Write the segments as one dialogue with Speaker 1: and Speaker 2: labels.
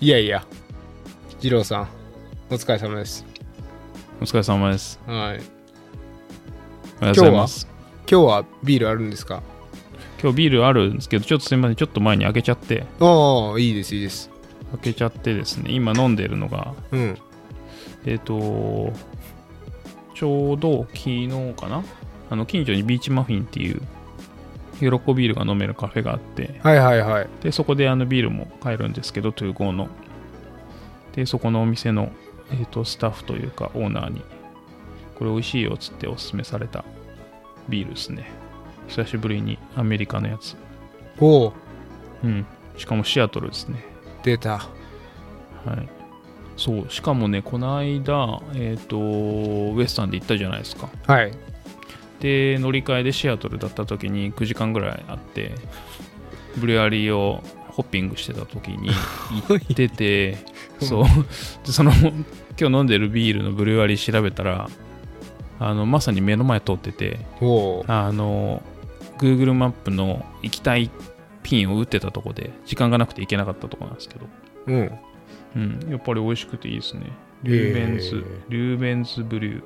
Speaker 1: いやいや、二郎さん、お疲れ様です。
Speaker 2: お疲れ様です。
Speaker 1: はい。
Speaker 2: おはようございます。
Speaker 1: 今日はビールあるんですか
Speaker 2: 今日ビールあるんですけど、ちょっとすみません、ちょっと前に開けちゃって、
Speaker 1: ああ、いいです、いいです。
Speaker 2: 開けちゃってですね、今飲んでるのが、
Speaker 1: うん。
Speaker 2: えっ、と、ちょうど昨日かなあの、近所にビーチマフィンっていう、喜ビールが飲めるカフェがあって、
Speaker 1: はいはいはい。
Speaker 2: で、そこであのビールも買えるんですけど、トゥーゴーの。で、そこのお店の、えっ、と、スタッフというか、オーナーに、これ美味しいよっつっておすすめされたビールですね。久しぶりにアメリカのやつ。
Speaker 1: おお、
Speaker 2: うん。しかもシアトルですね。
Speaker 1: 出た。
Speaker 2: はい。そう、しかもね、この間、えっ、と、ウエスタンで行ったじゃないですか。
Speaker 1: はい。
Speaker 2: で、乗り換えでシアトルだった時に9時間ぐらいあって、ブルアリーをホッピングしてた時に行ってて、そう、でその、今日飲んでるビールのブルアリー調べたら、あの、まさに目の前通ってて、
Speaker 1: おお、
Speaker 2: あの、Google マップの行きたいピンを打ってたとこで、時間がなくて行けなかったとこなんですけど、
Speaker 1: うん。
Speaker 2: うん、やっぱり美味しくていいですね。リューベンズ、
Speaker 1: え
Speaker 2: リューベンズブリュー。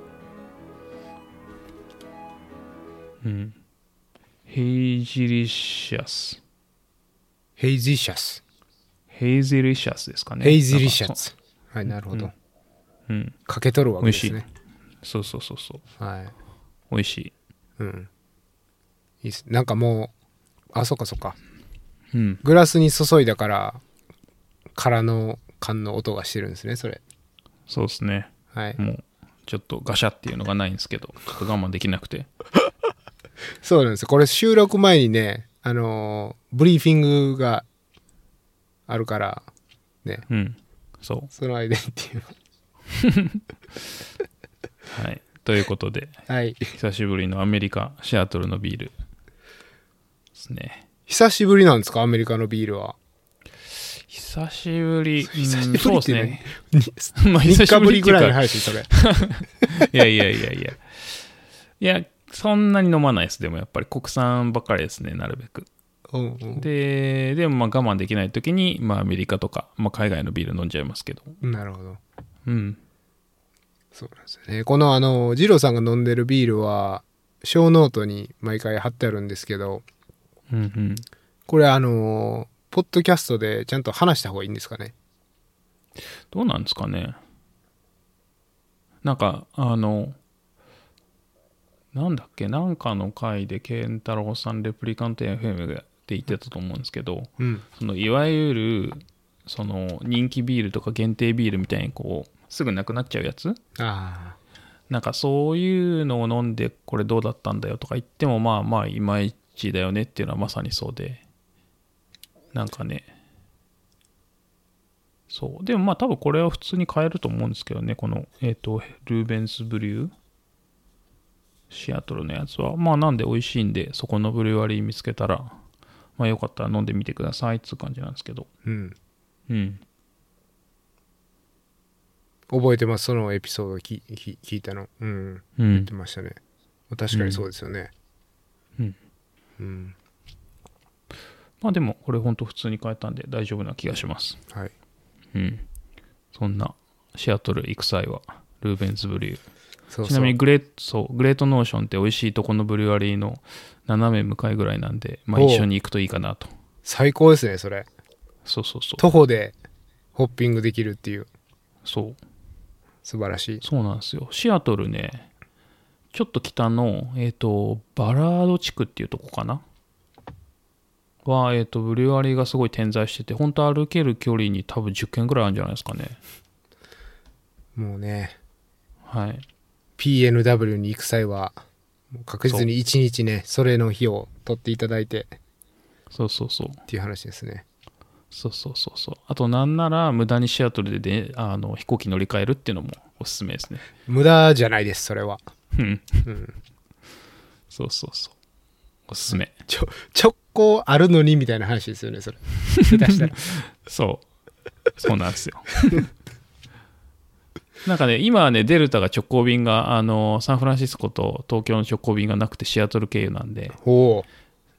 Speaker 2: うん。ヘイジリシャス。
Speaker 1: ヘイジシャス。
Speaker 2: ヘイゼリシャスですかね。
Speaker 1: ヘイジリシャ
Speaker 2: ス。
Speaker 1: ス。はい、なるほど。
Speaker 2: うん。
Speaker 1: かけとるわけで
Speaker 2: 美味し
Speaker 1: す
Speaker 2: い
Speaker 1: ね。。
Speaker 2: そうそうそうそう。
Speaker 1: はい。
Speaker 2: 美味しい。
Speaker 1: うん。いいっす。なんかもう、あ、そっかそっか。
Speaker 2: うん。
Speaker 1: グラスに注いだから、空の缶の音がしてるんですね、それ。
Speaker 2: そうですね。
Speaker 1: はい。
Speaker 2: もう、ちょっとガシャっていうのがないんですけど、ちょっと我慢できなくて。
Speaker 1: そうなんですよこれ収録前にね、あのーブリーフィングがあるから、ね、
Speaker 2: うん。そ
Speaker 1: その間に っていう
Speaker 2: う。はい。ということで、
Speaker 1: の。はい。
Speaker 2: 久しぶりのアメリカ、シアトルのビールですね。
Speaker 1: 久しぶりなんですか、アメリカのビール は。
Speaker 2: 久しぶり。
Speaker 1: 久し
Speaker 2: う
Speaker 1: ぶ
Speaker 2: ん
Speaker 1: り
Speaker 2: そうで
Speaker 1: って
Speaker 2: す
Speaker 1: ね
Speaker 2: ね。
Speaker 1: 3
Speaker 2: まあ
Speaker 1: 日ぶりぐらいの
Speaker 2: 久
Speaker 1: 話、 それ。
Speaker 2: しぶりっていうかいやいやいやいや。いや、そんなに飲まないです。でもやっぱり国産ばっかりですね、なるべく。
Speaker 1: うんうん
Speaker 2: で、でもまあ我慢できないときに、まあアメリカとか、まあ海外のビール飲んじゃいますけど。
Speaker 1: なるほど。
Speaker 2: うん。
Speaker 1: そうなんですよね。この、あの、ジローさんが飲んでるビールは、小ノートに毎回貼ってあるんですけど、
Speaker 2: うんうん。
Speaker 1: これ、あのーポッドキャストでちゃんと話した方がいいんですかね。
Speaker 2: どうなんですかね。なんか、あの、なんだっけ、なんかの回で、ケンタロウさん、レプリカント FM で言ってたと思うんですけど、
Speaker 1: うん。
Speaker 2: そのいわゆるその人気ビールとか限定ビールみたいにこうすぐなくなっちゃうやつ
Speaker 1: あ
Speaker 2: なんかそういうのを飲んでこれどうだったんだよとか言ってもまあまあいまいちだよねっていうのはまさにそうでなんかねそうでもまあ多分これは普通に買えると思うんですけどねこのえっ、とルーベンスブリューシアトルのやつはまあなんで美味しいんでそこのブリュワリー見つけたらまあよかったら飲んでみてくださいっつう感じなんですけど
Speaker 1: あ。うん。
Speaker 2: うん
Speaker 1: 覚えてます、そのエピソードきき聞いたの。うん。
Speaker 2: うん
Speaker 1: って、ましたね確かにそうですよね
Speaker 2: うん
Speaker 1: うん
Speaker 2: まあでもこれほんと普通に変えたんで大丈夫な気がします
Speaker 1: はい
Speaker 2: うんそんなシアトル行く際はルーベンズブリュー
Speaker 1: そうそう
Speaker 2: ちなみにグレートそうグレートノーションって美味しいとこのブリュワリーの斜め向かいぐらいなんで、まあ、
Speaker 1: おう
Speaker 2: 一緒に行くといいかなと
Speaker 1: 最高ですねそれ
Speaker 2: そうそうそう
Speaker 1: 徒歩でホッピングできるっていう
Speaker 2: そう
Speaker 1: 素晴らしい
Speaker 2: そうなんですよシアトルねちょっと北の、えっとバラード地区っていうとこかなは、えっとブリュワリーがすごい点在してて本当歩ける距離に多分10軒ぐらいあるんじゃないですかね
Speaker 1: もうね
Speaker 2: はい
Speaker 1: PNW に行く際はもう確実に1日ねそれの日を取っていただいて
Speaker 2: そうそうそう
Speaker 1: っていう話ですね
Speaker 2: そうそうそうそうあとなんなら無駄にシアトルでであの飛行機乗り換えるっていうのもおすすめですね
Speaker 1: 無駄じゃないですそれは
Speaker 2: うん
Speaker 1: うん
Speaker 2: そうそうそうおすすめ
Speaker 1: ちょ直行あるのにみたいな話ですよねそれ下手したら
Speaker 2: そうそうなんですよ なんかね今はねデルタが直行便があのサンフランシスコと東京の直行便がなくてシアトル経由なんで、
Speaker 1: おお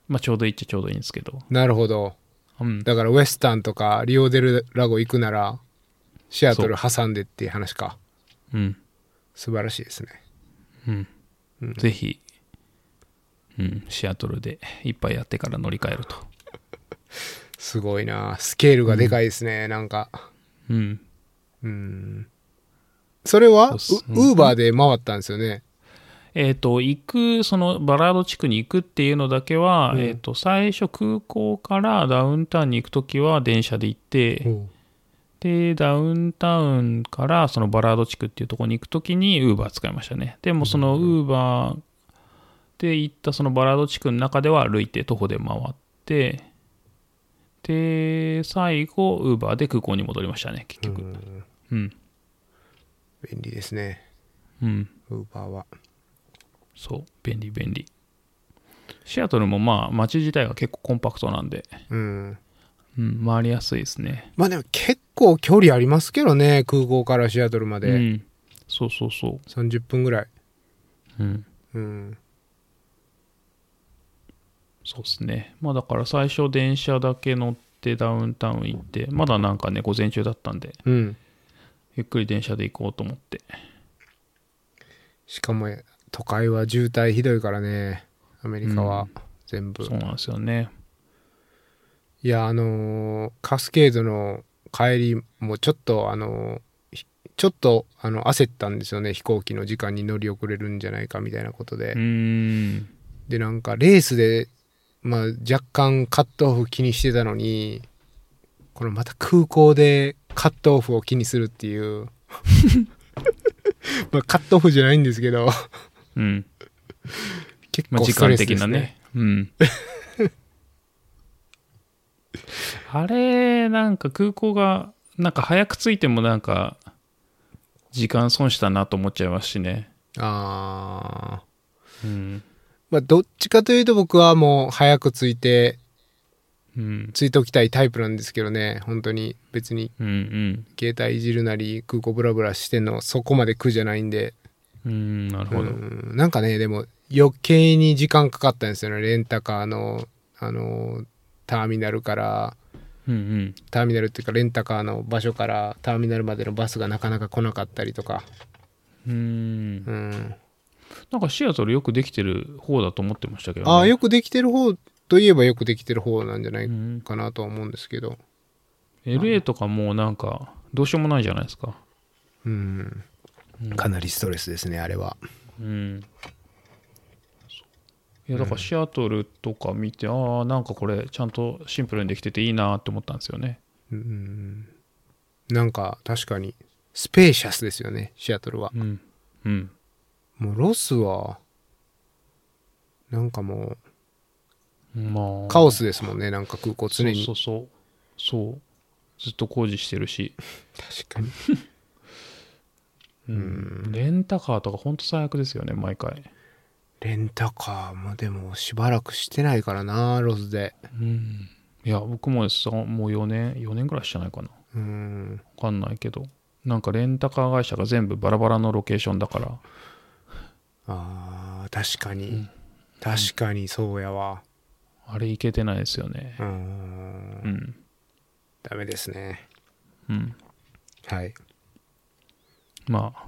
Speaker 2: まあ、ちょうどいいっちゃちょうどいいんですけど
Speaker 1: なるほど
Speaker 2: うん、
Speaker 1: だからウェスタンとかリオデルラゴ行くならシアトル挟んでっていう話か
Speaker 2: うん、
Speaker 1: 素晴らしいですね
Speaker 2: うん。ぜひ、うん、シアトルでいっぱいやってから乗り換えると。
Speaker 1: すごいなスケールがでかいですね、なんか
Speaker 2: うん。
Speaker 1: うんそれは
Speaker 2: そう
Speaker 1: ウ
Speaker 2: っす
Speaker 1: ーバーで回ったんですよね
Speaker 2: えっ、と、行く、そのバラード地区に行くっていうのだけは、
Speaker 1: うん
Speaker 2: えっ、と、最初空港からダウンタウンに行くときは電車で行って、で、ダウンタウンからそのバラード地区っていうところに行くときにウーバー使いましたね。でもそのウーバーで行ったそのバラード地区の中では歩いて徒歩で回って、で、最後、ウーバーで空港に戻りましたね、結局。うん。
Speaker 1: 便利ですね
Speaker 2: うん。
Speaker 1: ウーバーは
Speaker 2: そう。便利、便利。シアトルもまあ、街自体が結構コンパクトなんで、
Speaker 1: うん
Speaker 2: うん、回りやすいですね。
Speaker 1: まあでも結構距離ありますけどね空港からシアトルま
Speaker 2: う
Speaker 1: で
Speaker 2: ん。そうそうそ
Speaker 1: 30分ぐらい、
Speaker 2: う。うん。
Speaker 1: うん、
Speaker 2: そうですね。まあだから最初電車だけ乗ってダウンタウン行って、まだなんかね、午前中だったんで、
Speaker 1: うん、
Speaker 2: ゆっくり電車で行こうと思って。
Speaker 1: しかも都会は渋滞ひどいからねアメリカ
Speaker 2: う
Speaker 1: は
Speaker 2: ん
Speaker 1: 全部、
Speaker 2: そうなんですよね。
Speaker 1: いやあのーカスケードの帰りもちょっとあのーひちょっとあの焦ったんですよね飛行機の時間に乗り遅れるんじゃないかみたいなことで、
Speaker 2: うーん。
Speaker 1: でなんかレースで、まあ、若干カットオフ気にしてたのにこのまた空港でカットオフを気にするっていう まあカットオフじゃないんですけど
Speaker 2: うん。
Speaker 1: 結
Speaker 2: まあ、
Speaker 1: 構
Speaker 2: 時
Speaker 1: スト
Speaker 2: 間
Speaker 1: レスで
Speaker 2: 的
Speaker 1: す
Speaker 2: な
Speaker 1: ね
Speaker 2: ね。 うん。あれ、なんか空港が、なんか早く着いてもなんか、時間損したなと思っちゃいますしね。
Speaker 1: ああ
Speaker 2: うん。
Speaker 1: まあどっちかというと僕はもう早く着いて
Speaker 2: うん。
Speaker 1: ついておきたいタイプなんですけどね本当に別に
Speaker 2: うんうん。
Speaker 1: 携帯いじるなり空港ブラブラしてんのそこまで苦じゃないんで
Speaker 2: うん、なるほ
Speaker 1: う
Speaker 2: ど。
Speaker 1: んなんかねでも余計に時間かかったんですよねレンタカーのあのターミナルから
Speaker 2: うんうん。
Speaker 1: ターミナルっていうかレンタカーの場所からターミナルまでのバスがなかなか来なかったりとか
Speaker 2: うん
Speaker 1: う。ん
Speaker 2: なんかシアトルよくできてる方だと思ってましたけど、ね。
Speaker 1: ああよくできてる方といえばよくできてる方なんじゃな
Speaker 2: う
Speaker 1: い
Speaker 2: ん、
Speaker 1: かなとは思うんですけど
Speaker 2: LA とかもうなんか、どうしようもないじゃないですか。
Speaker 1: うんかなりストレスですねあれは
Speaker 2: うん。いや、だからシアトルとか見て、ああ、なんかこれ、ちゃんとシンプルにできてていいなって思ったんですよね。
Speaker 1: うんなんか確かにスペーシャスですよねシアトルは
Speaker 2: うん。うん。
Speaker 1: もうロスはなんかも
Speaker 2: ま
Speaker 1: う
Speaker 2: あ。
Speaker 1: カオスですもんねなんか空港常に
Speaker 2: そうそうそう。そう。ずっと工事してるし。
Speaker 1: 確かに
Speaker 2: うん。レンタカーとか、ほんと最悪ですよね、毎回。
Speaker 1: レンタカーもでもしばらくしてないからなロスで
Speaker 2: うん。いや、僕もですもう4年、4年ぐらいしてないかな。
Speaker 1: うん
Speaker 2: わかんないけどなんかレンタカー会社が全部バラバラのロケーションだから
Speaker 1: あー確かに、確かにそうやわ
Speaker 2: あれいけてないですよね
Speaker 1: うん
Speaker 2: うん
Speaker 1: ダメですね
Speaker 2: うん
Speaker 1: はい
Speaker 2: まあ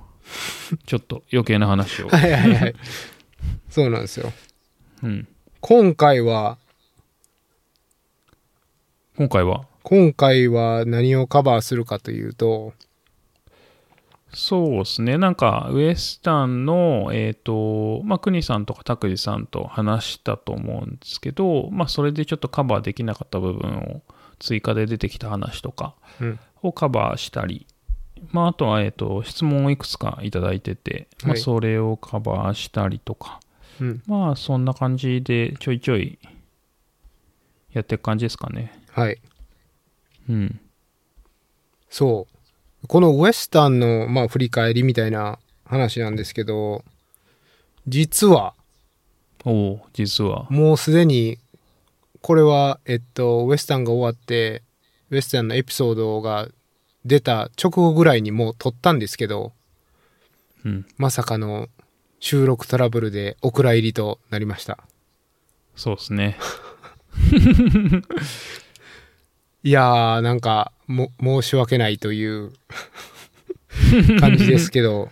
Speaker 2: ちょっと余計な話を、
Speaker 1: はいはいはいそうなんですよ
Speaker 2: うん、
Speaker 1: 今回は
Speaker 2: 今回は
Speaker 1: 今回は何をカバーするかというと
Speaker 2: そうですねなんかウエスタンのえっ、とまあ邦さんとか拓司さんと話したと思うんですけどまあそれでちょっとカバーできなかった部分を追加で出てきた話とか
Speaker 1: うん
Speaker 2: をカバーしたり、まあ、あとは、えっと質問をいくつかいただいてて、ま
Speaker 1: は
Speaker 2: あ、
Speaker 1: い
Speaker 2: それをカバーしたりとか、
Speaker 1: うん
Speaker 2: まあそんな感じでちょいちょいやっていく感じですかね。
Speaker 1: はい
Speaker 2: うん。
Speaker 1: そう。このウエスタンの、まあ、振り返りみたいな話なんですけど、実は、
Speaker 2: おお実は。
Speaker 1: もうすでに、これは、えっと、ウエスタンが終わって、ウエスタンのエピソードが出た直後ぐらいにもう撮ったんですけど、
Speaker 2: うん。
Speaker 1: まさかの収録トラブルでお蔵入りとなりました。
Speaker 2: そうですね。
Speaker 1: いやー、なんか、も、申し訳ないという 感じですけど、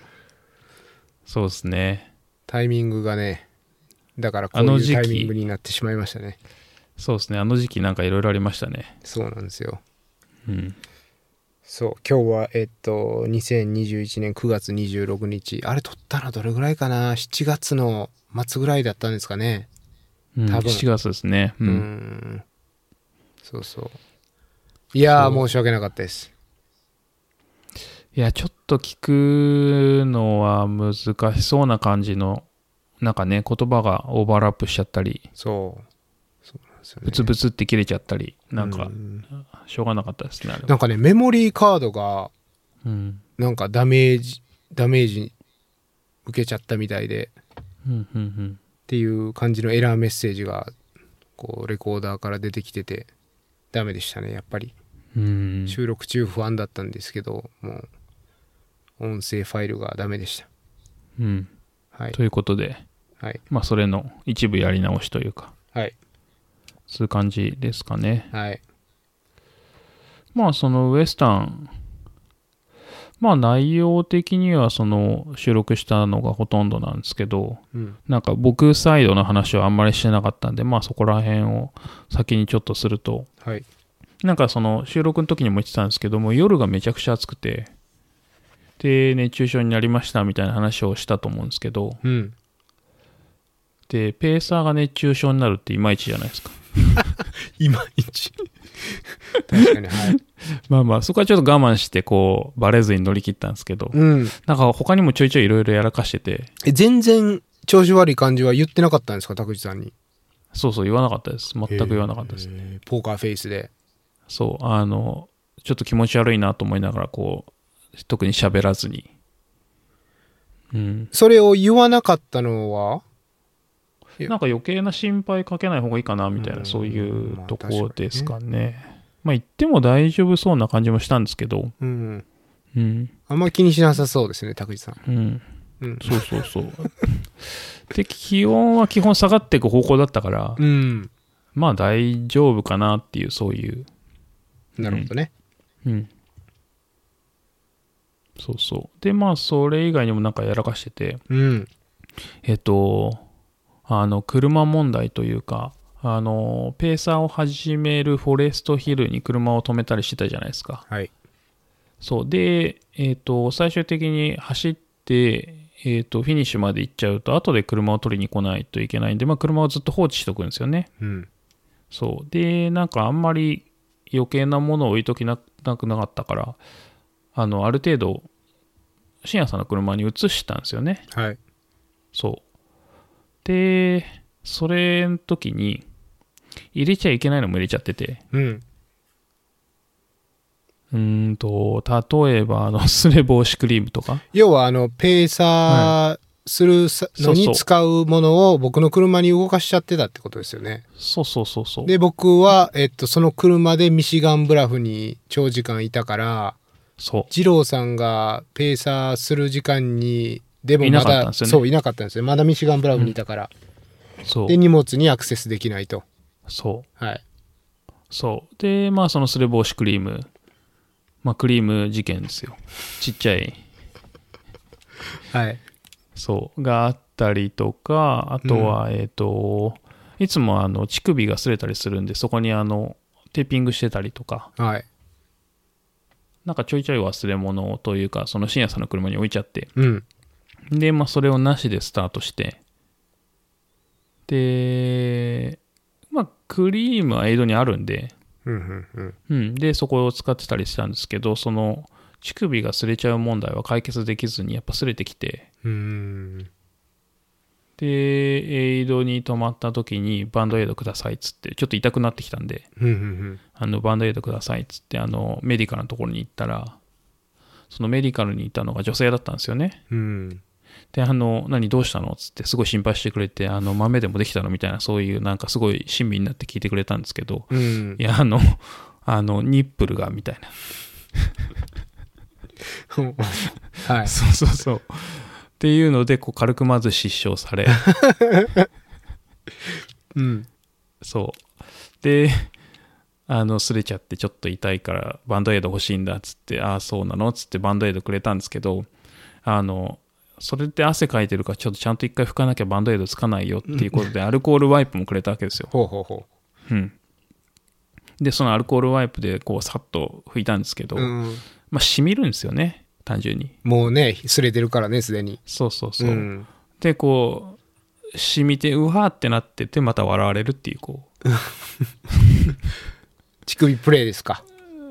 Speaker 2: そうですね。
Speaker 1: タイミングがね、だからこう
Speaker 2: あの
Speaker 1: い
Speaker 2: 時
Speaker 1: うタ
Speaker 2: 期
Speaker 1: イミングになってしまいましたね。
Speaker 2: そうですね。あの時期なんかいろいろありましたね。
Speaker 1: そうなんですよ。
Speaker 2: うん。
Speaker 1: そう、今日は、えっと、2021年9月26日、あれ撮ったらどれぐらいかな ?7 月の末ぐらいだったんですかね。
Speaker 2: うん、
Speaker 1: 多分
Speaker 2: 7月ですね。う。
Speaker 1: うんん。そうそう。いや
Speaker 2: そ
Speaker 1: ー、申し訳なかったです。
Speaker 2: いや、ちょっと聞くのは難しそうな感じの、なんかね、言葉がオーバーラップしちゃったり、
Speaker 1: そう。そうなんですよね。
Speaker 2: ブツブツって切れちゃったり、なん
Speaker 1: う
Speaker 2: か、しょうがなかったですね、あれ
Speaker 1: な
Speaker 2: は。
Speaker 1: んかね、メモリーカードが、
Speaker 2: うん。
Speaker 1: なんかダメージ、ダメージ受けちゃったみたいで、
Speaker 2: うん、うん、うん。
Speaker 1: っていう感じのエラーメッセージが、こう、レコーダーから出てきてて、ダメでしたね、やっぱり。
Speaker 2: うん、
Speaker 1: 収録中不安だったんですけど、もう、音声ファイルがダメでした。
Speaker 2: うん、
Speaker 1: はい。
Speaker 2: ということで、
Speaker 1: はい。
Speaker 2: まあ、それの一部やり直しというか、
Speaker 1: はい。
Speaker 2: そういう感じですかね。
Speaker 1: はい。
Speaker 2: まあ、そのウエスタン、まあ、内容的には、その、収録したのがほとんどなんですけど、
Speaker 1: うん。
Speaker 2: なんか僕サイドの話はあんまりしてなかったんで、まあそこら辺を先にちょっとすると、
Speaker 1: はい。
Speaker 2: なんかその収録の時にも言ってたんですけども、夜がめちゃくちゃ暑くて、で、熱中症になりましたみたいな話をしたと思うんですけど、
Speaker 1: うん。
Speaker 2: で、ペーサーが熱中症になるっていまいちじゃないですか。
Speaker 1: いまいち。確かに、はい。
Speaker 2: まあまあ、そこはちょっと我慢して、こう、バレずに乗り切ったんですけど、
Speaker 1: うん。
Speaker 2: なんか他にもちょいちょいいろいろやらかしてて、
Speaker 1: え、全然、調子悪い感じは言ってなかったんですか、拓司さんに。
Speaker 2: そうそう言わなかったです。全く言わなかったです。
Speaker 1: えーポーカーフェイスで。
Speaker 2: そう、あの、ちょっと気持ち悪いなと思いながら、こう、特に喋らずに。うん。
Speaker 1: それを言わなかったのは
Speaker 2: なんか余計な心配かけない方がいいかな、みたいな、
Speaker 1: うん
Speaker 2: そういう
Speaker 1: まあ
Speaker 2: とこですかね。まあ、言っても大丈夫そうな感じもしたんですけど、
Speaker 1: うん。
Speaker 2: うん。
Speaker 1: あんま気にしなさそうですね、拓司さん。
Speaker 2: うん。
Speaker 1: うん。
Speaker 2: そうそうそう。 で、気温は基本下がっていく方向だったから、
Speaker 1: うん。
Speaker 2: まあ大丈夫かなっていう、そういう。
Speaker 1: なるほどね。
Speaker 2: うん。そうそう。で、まあ、それ以外にもなんかやらかしてて、
Speaker 1: うん。
Speaker 2: えっと、あの、車問題というか、あの、ペーサーを始めるフォレストヒルに車を止めたりしてたじゃないですか。
Speaker 1: はい。
Speaker 2: そう。で、えっと、最終的に走って、えっと、フィニッシュまで行っちゃうと、後で車を取りに来ないといけないんで、まあ、車をずっと放置しとくんですよね。
Speaker 1: うん。
Speaker 2: そう。で、なんかあんまり余計なものを置いときななくなかったから、あの、ある程度、深夜さんの車に移したんですよね。
Speaker 1: はい。
Speaker 2: そう。で、それの時に、入れちゃいけないのも入れちゃってて、
Speaker 1: うん。
Speaker 2: うーんと、例えば、あの、 すれ防止クリームとか、
Speaker 1: 要は、あの、ペーサーするさ
Speaker 2: そうそ
Speaker 1: の
Speaker 2: う
Speaker 1: に使うものを僕の車に動かしちゃってたってことですよね。
Speaker 2: そうそうそうそう。
Speaker 1: で、僕は、えっと、その車でミシガンブラフに長時間いたから、
Speaker 2: そ
Speaker 1: 二郎さんがペーサーする時間に、でも
Speaker 2: いな
Speaker 1: ま
Speaker 2: かったん
Speaker 1: だ、
Speaker 2: ですよね
Speaker 1: そう、いなかったんですよ。まだミシガンブラフにいたから。
Speaker 2: う、そう
Speaker 1: で、、荷物にアクセスできないと。
Speaker 2: そう、
Speaker 1: はい。
Speaker 2: そう。で、まあ、そのすれ防止クリーム、まあ、クリーム事件ですよ。ちっちゃい、
Speaker 1: はい。
Speaker 2: そう、があったりとか、あとは、えっ、と、いつもあの乳首が擦れたりするんで、そこにあの、テーピングしてたりとか、
Speaker 1: はい。
Speaker 2: なんかちょいちょい忘れ物というか、その深夜さんの車に置いちゃって。
Speaker 1: うん。
Speaker 2: で、まあそれをなしでスタートして。で、まあクリームはエイドにあるんで、
Speaker 1: うんうんうん。
Speaker 2: うん。で、そこを使ってたりしたんですけど、その乳首が擦れちゃう問題は解決できずに、やっぱ擦れてきて。
Speaker 1: うーん。
Speaker 2: で、エイドに止まった時にバンドエイドくださいっつって、ちょっと痛くなってきたんで、
Speaker 1: うんうん
Speaker 2: あのバンドエイドくださいっつって、あのメディカルのところに行ったら、そのメディカルにいたのが女性だったんですよね。
Speaker 1: うん。うん。
Speaker 2: で、あの、何どうしたのっつって、すごい心配してくれて、あの、豆でもできたのみたいな、そういう、なんかすごい親身になって聞いてくれたんですけど、
Speaker 1: うん
Speaker 2: い。や、あの、あの、ニップルが、みたいな。
Speaker 1: はい。
Speaker 2: そうそうそう。っていうので、こう、軽くまず失笑され、
Speaker 1: うん。
Speaker 2: そう。で、 あの、擦れちゃってちょっと痛いからバンドエイド欲しいんだっつって、ああ、そうなのっつってバンドエイドくれたんですけど、あの、それって汗かいてるからちょっとちゃんと一回拭かなきゃバンドエイドつかないよっていうことで、アルコールワイプもくれたわけですよ。
Speaker 1: ほうほうほ
Speaker 2: うん。で、そのアルコールワイプでこうさっと拭いたんですけど、
Speaker 1: う。うん。
Speaker 2: まあ染みるんですよね、単純に。
Speaker 1: もうね、擦れてるからね、すでに。
Speaker 2: そうそうそう。
Speaker 1: ん。
Speaker 2: で、こう、染みて、うわーってなってて、また笑われるっていう、こ
Speaker 1: 乳首プレイですか。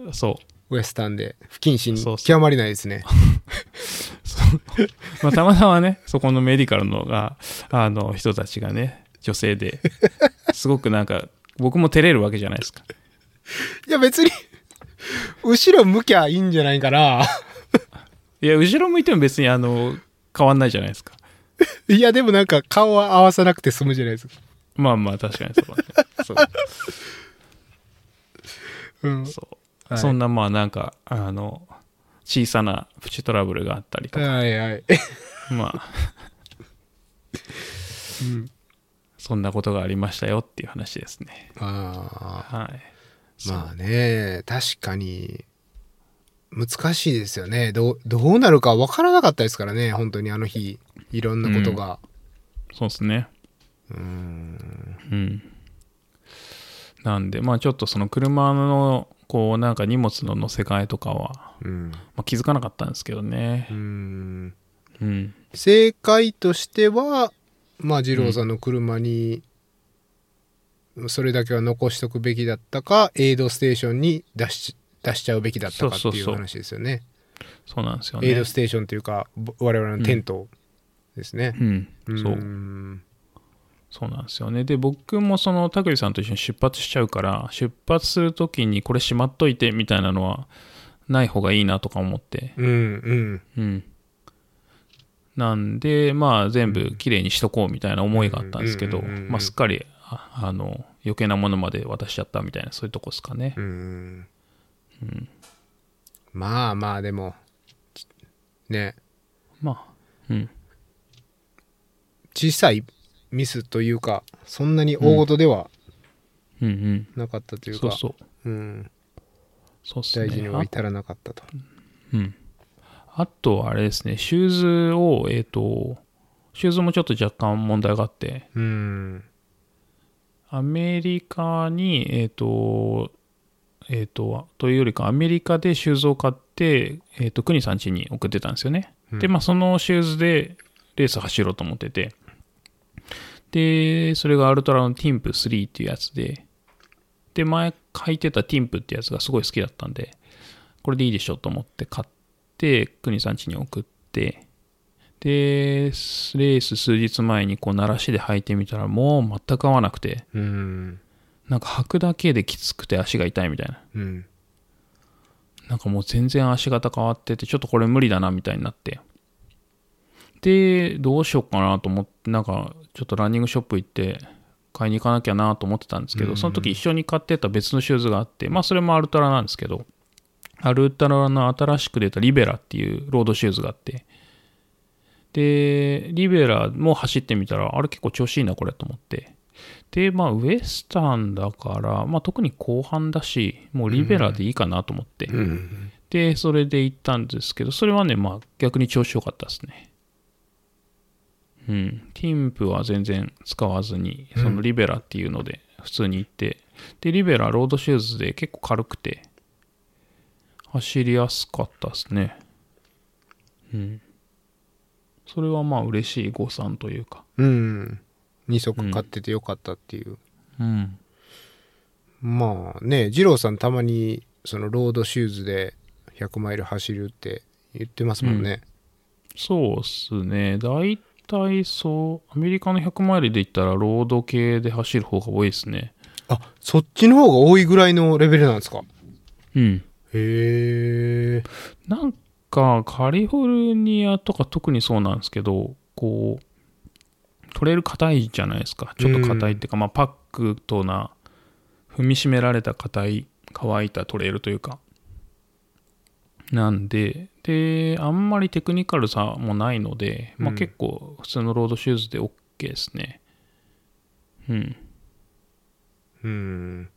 Speaker 2: う、そう。
Speaker 1: ウエスタンで。不謹慎
Speaker 2: そう
Speaker 1: に
Speaker 2: そう
Speaker 1: 極まりないですね。
Speaker 2: まあ、たまたまね、 そこのメディカルのが、あの人たちがね、女性で、 すごくなんか、僕も照れるわけじゃないですか。
Speaker 1: いや、別に、後ろ向きゃいいんじゃないかな。
Speaker 2: いや、後ろ向いても別に、あの、変わんないじゃないですか。
Speaker 1: いや、でもなんか顔は合わさなくて済むじゃないですか。
Speaker 2: まあまあ、確かに そうだね。そう。
Speaker 1: うん。
Speaker 2: そう。
Speaker 1: はい
Speaker 2: そんな、まあなんか、あの、小さなプチトラブルがあったりとか、
Speaker 1: はいはい。
Speaker 2: まあ、
Speaker 1: うん
Speaker 2: そんなことがありましたよっていう話ですね。
Speaker 1: あ
Speaker 2: はい。
Speaker 1: あ、まあね、確かに、難しいですよね。どう、どうなるか分からなかったですからね、本当にあの日、いろんなことが。
Speaker 2: そうですね。
Speaker 1: うん。
Speaker 2: うん。なんで、まあちょっとその車の、こうなんか荷物の乗せ替えとかは、
Speaker 1: うん。
Speaker 2: まあ、気づかなかったんですけどね
Speaker 1: う。ん。
Speaker 2: うん。
Speaker 1: 正解としては、まあ、二郎さんの車に、それだけは残しとくべきだったか、エイドステーションに出し、出しちゃうべきだったかって
Speaker 2: そう
Speaker 1: い
Speaker 2: そう
Speaker 1: う
Speaker 2: そう
Speaker 1: 話ですよね。
Speaker 2: そうなんですよ
Speaker 1: エイド
Speaker 2: ね
Speaker 1: ス。テーションというか、ぼ我々のテントですね。
Speaker 2: うん。そうう。
Speaker 1: ん
Speaker 2: そうなんですよね。で、僕もその、たくりさんと一緒に出発しちゃうから、出発するときにこれしまっといてみたいなのは、ない方がいいなとか思って。
Speaker 1: うんうん。
Speaker 2: うん。なんで、まあ全部きれいにしとこうみたいな思いがあったんですけど、
Speaker 1: うんうんうんうん
Speaker 2: まあすっかり、ああの、余計なものまで渡しちゃったみたいな、そういうとこですかね
Speaker 1: う。ん。まあまあ、でも、ね、
Speaker 2: まあ、うん。
Speaker 1: 小さいミスというか、そんなに大事では
Speaker 2: うんうん。
Speaker 1: なかったという
Speaker 2: そ
Speaker 1: か、
Speaker 2: うそ
Speaker 1: う
Speaker 2: う。
Speaker 1: ん、
Speaker 2: そうっすね。
Speaker 1: 大事には至らなかったと。
Speaker 2: うん。あと、あれですね、シューズを、えっ、と、シューズもちょっと若干問題があって、
Speaker 1: うん。
Speaker 2: アメリカに、えっ、と、えっ、と、というよりか、アメリカでシューズを買って、えっ、と、国さん家に送ってたんですよね。
Speaker 1: うん
Speaker 2: で、まあ、そのシューズでレース走ろうと思ってて、で、それがアルトラのティンプ3っていうやつで、で、前履いてたティンプってやつがすごい好きだったんで、これでいいでしょと思って買って、国さん家に送って、で、レース数日前にこう、鳴らしで履いてみたら、もう全く合わなくて、
Speaker 1: うん。
Speaker 2: なんか履くだけできつくて足が痛いみたいな。
Speaker 1: うん。
Speaker 2: なんかもう全然足型変わってて、ちょっとこれ無理だなみたいになって。で、どうしようかなと思って、なんかちょっとランニングショップ行って買いに行かなきゃなと思ってたんですけど、その時一緒に買ってた別のシューズがあって、まあそれもアルトラなんですけど、アルトラの新しく出たリベラっていうロードシューズがあって、で、リベラも走ってみたら、あれ結構調子いいなこれと思って。で、まあウエスタンだから、まあ特に後半だし、もうリベラでいいかなと思って。
Speaker 1: うん。
Speaker 2: で、それで行ったんですけど、それはね、まあ逆に調子良かったですね。うん。ティンプは全然使わずに、そのリベラっていうので普通に行って、で、リベラロードシューズで結構軽くて、走りやすかったですね。うん。それはまあ嬉しい誤算というか。
Speaker 1: うん。2足買っててよかったっていう。
Speaker 2: うん。
Speaker 1: まあね、二郎さんたまに、そのロードシューズで100マイル走るって言ってますもんね。
Speaker 2: そうっすね。大体そう、アメリカの100マイルで言ったらロード系で走る方が多いですね。
Speaker 1: あ、そっちの方が多いぐらいのレベルなんですか
Speaker 2: うん。
Speaker 1: へえ。
Speaker 2: なんかカリフォルニアとか特にそうなんですけどこうトレイル硬いじゃないですかちょっと硬いっていうか、まあ、パックとな踏みしめられた硬い乾いたトレイルというかなんでであんまりテクニカルさもないので、まあ、
Speaker 1: うん
Speaker 2: 結構普通のロードシューズで OK ですねうん
Speaker 1: うん。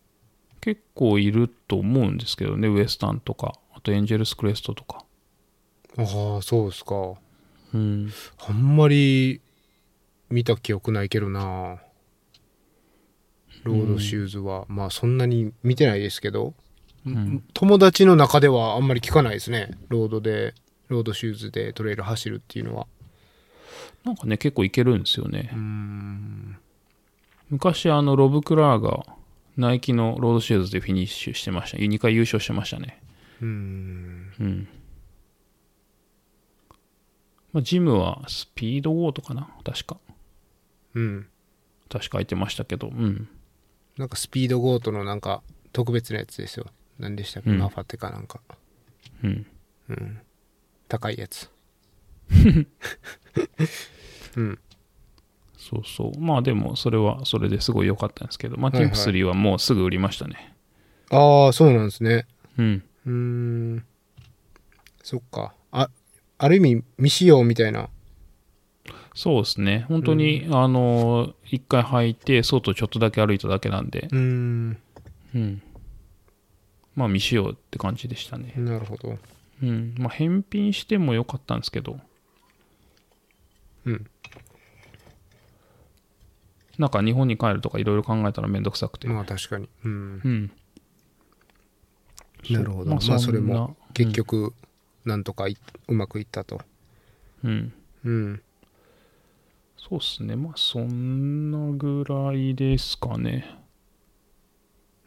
Speaker 2: 結構いると思うんですけどね、ウエスタンとか、あとエンジェルスクレストとか。
Speaker 1: ああそうですか
Speaker 2: うん。
Speaker 1: あんまり見た記憶ないけどなロードシューズは、まあそんなに見てないですけど、
Speaker 2: うん
Speaker 1: 友達の中ではあんまり聞かないですねロードでロードシューズでトレイル走るっていうのは
Speaker 2: なんかね、結構いけるんですよね。
Speaker 1: うーん
Speaker 2: 昔、あの、ロブ・クラーが、ナイキのロードシューズでフィニッシュしてました。2回優勝してましたね。
Speaker 1: うーん
Speaker 2: うん。まあ、ジムはスピードウォートかな確か。
Speaker 1: うん
Speaker 2: 確か空いてましたけど。うん。
Speaker 1: なんかスピードゴートのなんか特別なやつですよ何でしたっけ、
Speaker 2: うん
Speaker 1: マファテかなんか
Speaker 2: うん。
Speaker 1: 高いやつ
Speaker 2: そうそう。まあでも、それはそれですごい良かったんですけど、ま
Speaker 1: は
Speaker 2: あ、テ
Speaker 1: いは
Speaker 2: ン
Speaker 1: い
Speaker 2: プ3はもうすぐ売りましたね。
Speaker 1: ああそうなんですね
Speaker 2: うん。
Speaker 1: うーんそっかあある意味未使用みたいな
Speaker 2: そうですね。本当に、あの、一回履いて、外ちょっとだけ歩いただけなんで
Speaker 1: う、ーん
Speaker 2: うん。まあ、未使用って感じでしたね。
Speaker 1: なるほど
Speaker 2: うん。まあ、返品しても良かったんですけど、
Speaker 1: うん
Speaker 2: なんか日本に帰るとかいろいろ考えたらめんどくさくて。
Speaker 1: まあ確かにうん
Speaker 2: うん。
Speaker 1: なるほどま
Speaker 2: まあ
Speaker 1: あ
Speaker 2: そんな
Speaker 1: それも結局なんとかいうまくいったと
Speaker 2: うん。
Speaker 1: うん
Speaker 2: そうですね。まあ、そんなぐらいですかね。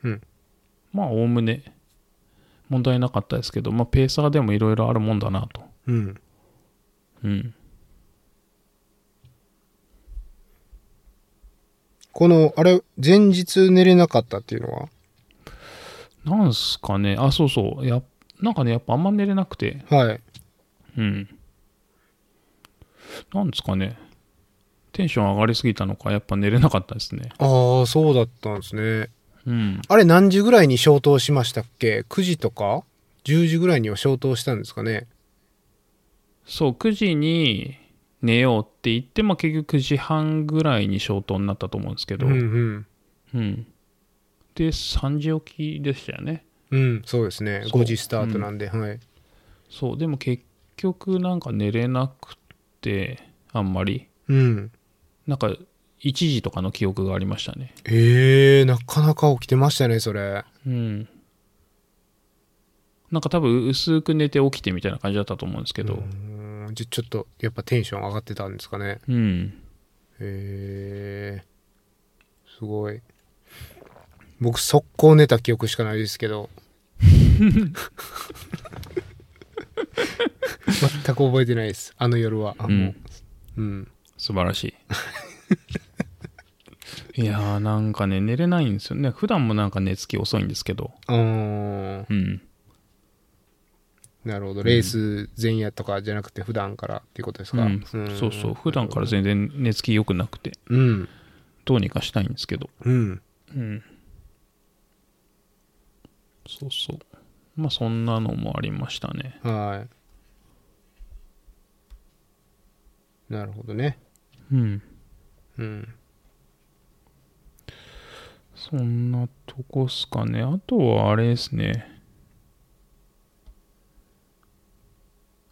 Speaker 1: うん。
Speaker 2: まあ、おおむね、問題なかったですけど、まあ、ペーサーでもいろいろあるもんだなと。
Speaker 1: うん
Speaker 2: うん。
Speaker 1: このあれ前日寝れなかったっていうのは
Speaker 2: なんすかね。あ、そうそう。やっなんかね、やっぱあんま寝れなくて。
Speaker 1: はい
Speaker 2: うん。なんですかね。テンション上がりすぎたのか、やっぱ寝れなかったですね。
Speaker 1: ああそうだったんですね
Speaker 2: うん。
Speaker 1: あれ何時ぐらいに消灯しましたっけ9時とか10時ぐらいには消灯したんですかね
Speaker 2: そう、9時に寝ようって言って、まあ、結局9時半ぐらいに消灯になったと思うんですけ
Speaker 1: う
Speaker 2: ど。
Speaker 1: んうん
Speaker 2: うん。で、3時起きでしたよね。
Speaker 1: うんそうですね
Speaker 2: そう
Speaker 1: 5時スタートなんで、はい
Speaker 2: そう、でも結局なんか寝れなくて、あんまり。
Speaker 1: うん
Speaker 2: なんか、1時とかの記憶がありましたね。
Speaker 1: ええなかなか起きてましたねそれ
Speaker 2: うん。なんか多分薄く寝て起きてみたいな感じだったと思うんですけど。
Speaker 1: うんじゃちょっとやっぱテンション上がってたんですかね
Speaker 2: うん。
Speaker 1: へえすごい僕速攻寝た記憶しかないですけど全く覚えてないですあの夜はあ
Speaker 2: うん
Speaker 1: もううん
Speaker 2: 素晴らし い。いやーなんかね、寝れないんですよね。普段もなんか寝つき遅いんですけど。
Speaker 1: うーん
Speaker 2: うん。
Speaker 1: なるほどレース前夜とかじゃなくて普段からっていうことです
Speaker 2: う
Speaker 1: か、
Speaker 2: ん、そうそう。普段から全然寝つき良くなくて、
Speaker 1: うん
Speaker 2: どうにかしたいんですけど。
Speaker 1: うん
Speaker 2: うん。そうそう。まあそんなのもありましたね。
Speaker 1: はいなるほどね
Speaker 2: うん。
Speaker 1: うん
Speaker 2: そんなとこっすかね。あとはあれですね。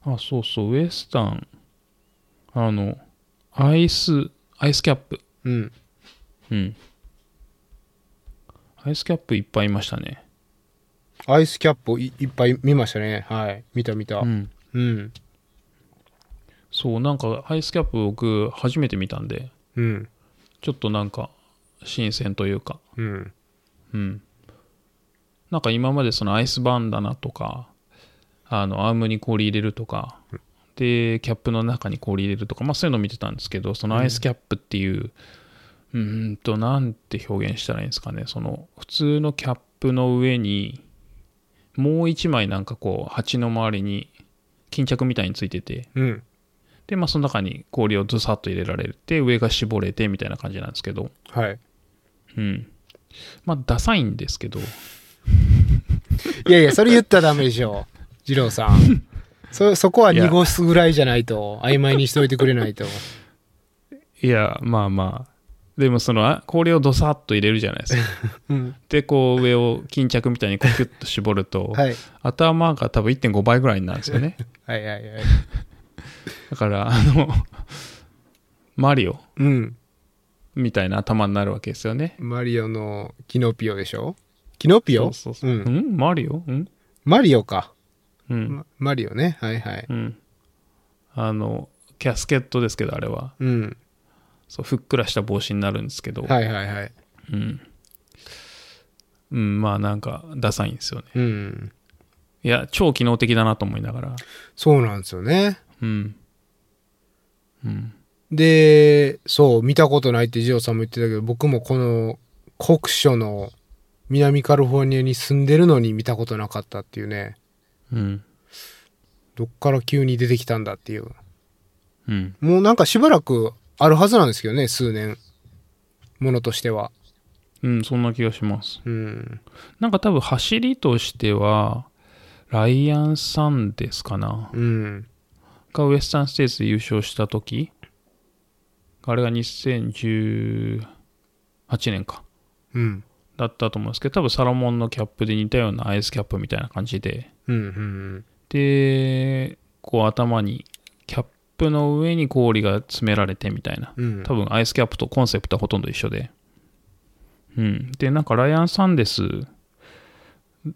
Speaker 2: あ、そうそう、ウエスタン。あの、アイス、アイスキャップ。
Speaker 1: うん
Speaker 2: うん。アイスキャップいっぱいいましたね。
Speaker 1: アイスキャップをいいっぱい見ましたねはい見た見た
Speaker 2: うん。
Speaker 1: うん
Speaker 2: そう、なんかアイスキャップ僕初めて見たんで、
Speaker 1: うん
Speaker 2: ちょっとなんか新鮮というか、
Speaker 1: うん。
Speaker 2: うん。なんか今までそのアイスバンダナとか、あの、アームに氷入れるとか、で、キャップの中に氷入れるとか、まあそういうの見てたんですけど、そのアイスキャップっていう、うーんと、なんて表現したらいいんですかね、その、普通のキャップの上に、もう一枚なんかこう、鉢の周りに巾着みたいについてて、
Speaker 1: うん。
Speaker 2: で、まあその中に氷をズサッと入れられて、上が絞れてみたいな感じなんですけど、
Speaker 1: はい。
Speaker 2: うん。まあ、ダサいんですけど、
Speaker 1: いやいや、それ言ったらダメでしょ。二郎さん。そ、そこは濁すぐらいじゃないと、曖昧にしといてくれないと。
Speaker 2: いや、まあまあ、でもそのあ氷をどさっと入れるじゃないですか
Speaker 1: うん、
Speaker 2: でこう上を巾着みたいにこうキュッと絞ると、
Speaker 1: はい
Speaker 2: 頭が多分1.5倍ぐらいになるんです よね
Speaker 1: はいはいはい
Speaker 2: だからあのマリオ
Speaker 1: うん
Speaker 2: みたいな頭になるわけですよね
Speaker 1: マリオのキノピオでしょキノピオ
Speaker 2: そうそうそう、
Speaker 1: うん
Speaker 2: んマリオうん
Speaker 1: マリオか、
Speaker 2: うん、
Speaker 1: まマリオねはいはい
Speaker 2: うん、あのキャスケットですけどあれは
Speaker 1: うん
Speaker 2: そうふっくらした帽子になるんですけど、
Speaker 1: はいはいはい
Speaker 2: うん、うん、まあなんかダサいんですよね
Speaker 1: うん
Speaker 2: いや超機能的だなと思いながら
Speaker 1: そうなんですよね
Speaker 2: うんうん
Speaker 1: でそう見たことないってジオさんも言ってたけど僕もこの酷暑の南カリフォルニアに住んでるのに見たことなかったっていうね
Speaker 2: うん
Speaker 1: どっから急に出てきたんだっていう
Speaker 2: うん
Speaker 1: もうなんかしばらくあるはずなんですけどね数年ものとしては
Speaker 2: うんそんな気がします
Speaker 1: うん
Speaker 2: なんか多分走りとしてはライアンサンですかな
Speaker 1: うん
Speaker 2: がウエスタンステーツで優勝した時あれが2018年か
Speaker 1: うん
Speaker 2: だったと思うんですけど多分サロモンのキャップで似たようなアイスキャップみたいな感じで
Speaker 1: うんうん
Speaker 2: でこう頭にキャップの上に氷が詰められてみたいな
Speaker 1: うん
Speaker 2: 多分アイスキャップとコンセプトはほとんど一緒でうんでなんかライアン・サンデス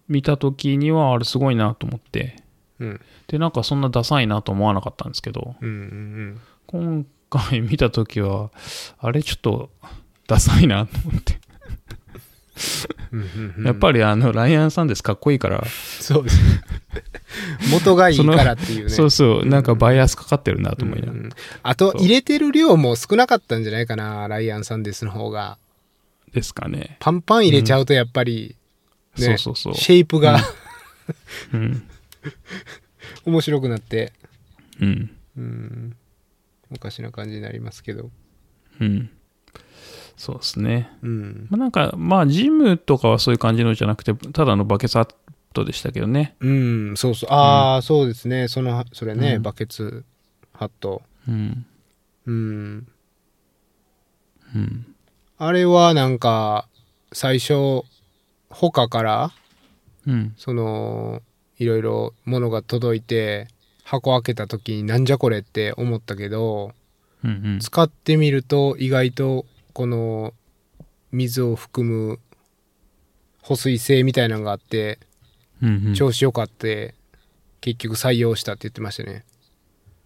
Speaker 2: 見た時にはあれすごいなと思って
Speaker 1: うん
Speaker 2: でなんかそんなダサいなと思わなかったんですけど
Speaker 1: うんうん
Speaker 2: 今回見た時はあれちょっとダサいなと思って、
Speaker 1: うん
Speaker 2: やっぱりあのライアン・サンデスかっこいいから
Speaker 1: そうです ね元がいいからっていうね
Speaker 2: そうそう、なんかバイアスかかってるなと思いなが
Speaker 1: う
Speaker 2: ら。
Speaker 1: んあと
Speaker 2: そう
Speaker 1: 入れてる量も少なかったんじゃないかなライアン・サンデスの方が
Speaker 2: ですかね。
Speaker 1: パンパン入れちゃうとやっぱり、
Speaker 2: そう
Speaker 1: ね
Speaker 2: そうそう。
Speaker 1: シェイプが
Speaker 2: うん。
Speaker 1: 面白くなって
Speaker 2: うん。
Speaker 1: うんおかしな感じになりますけど
Speaker 2: うん。そうですね。
Speaker 1: うん
Speaker 2: まあ、なんか、まあ、ジムとかはそういう感じのじゃなくて、ただのバケツアットでしたけどね。
Speaker 1: うんそうそうああ、そうですねそのそれね、
Speaker 2: うん
Speaker 1: バケツハット
Speaker 2: うん。
Speaker 1: うん
Speaker 2: うん。
Speaker 1: あれはなんか最初他から
Speaker 2: うん。
Speaker 1: そのいろいろ物が届いて箱開けた時になんじゃこれって思ったけど
Speaker 2: うん。うん。
Speaker 1: 使ってみると意外とこの水を含む保水性みたいなのがあって
Speaker 2: うん。うん。
Speaker 1: 調子良かって結局採用したって言ってましたね、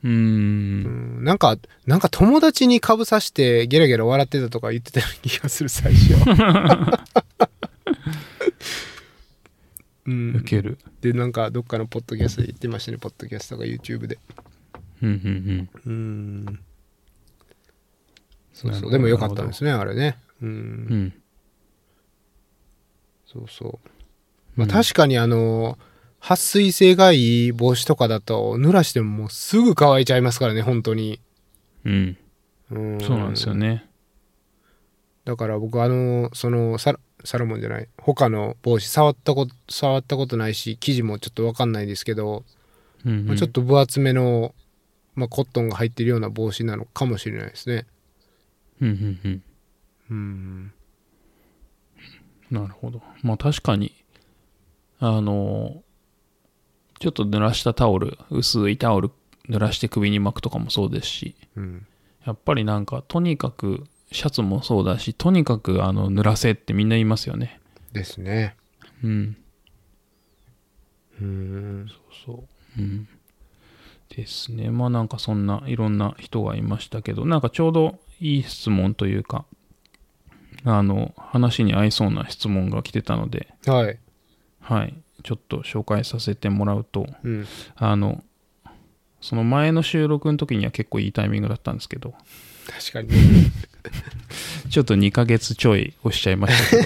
Speaker 2: う。
Speaker 1: うんん、なんかなんか友達にかぶさしてゲラゲラ笑ってたとか言ってたような気がする最初うん
Speaker 2: 受ける。
Speaker 1: でなんかどっかのポッドキャストで言ってましたねポッドキャストとか YouTube で
Speaker 2: うん。うん。
Speaker 1: うんそう
Speaker 2: なる
Speaker 1: そ
Speaker 2: ほ
Speaker 1: う
Speaker 2: ど
Speaker 1: でもよかったですねあれねうん
Speaker 2: うん。うん。
Speaker 1: そうそうまあ確かにあの撥水性がいい帽子とかだと濡らしてももうすぐ乾いちゃいますからね本当に
Speaker 2: うん。
Speaker 1: うん
Speaker 2: そうなんですよね。
Speaker 1: だから僕あのそのサロサロモンじゃない他の帽子触ったこと触ったことないし生地もちょっと分かんないですけど、
Speaker 2: うん。
Speaker 1: まあちょっと分厚めの、まあ、コットンが入ってるような帽子なのかもしれないですね
Speaker 2: うん。うん。うん。
Speaker 1: うん
Speaker 2: なるほど。まあ確かに、あの、ちょっと濡らしたタオル、薄いタオル濡らして首に巻くとかもそうですし、
Speaker 1: うん
Speaker 2: やっぱりなんかとにかくシャツもそうだし、とにかくあの濡らせってみんな言いますよね。
Speaker 1: ですね
Speaker 2: うん。
Speaker 1: うん
Speaker 2: そうそう。うん。ですね。まあなんかそんないろんな人がいましたけど、なんかちょうどいい質問というか、あの、話に合いそうな質問が来てたので、
Speaker 1: はい、
Speaker 2: はい。ちょっと紹介させてもらうと、
Speaker 1: うん、
Speaker 2: あの、その前の収録の時には結構いいタイミングだったんですけど、
Speaker 1: 確かにね
Speaker 2: ちょっと2ヶ月ちょい押しちゃいましたけ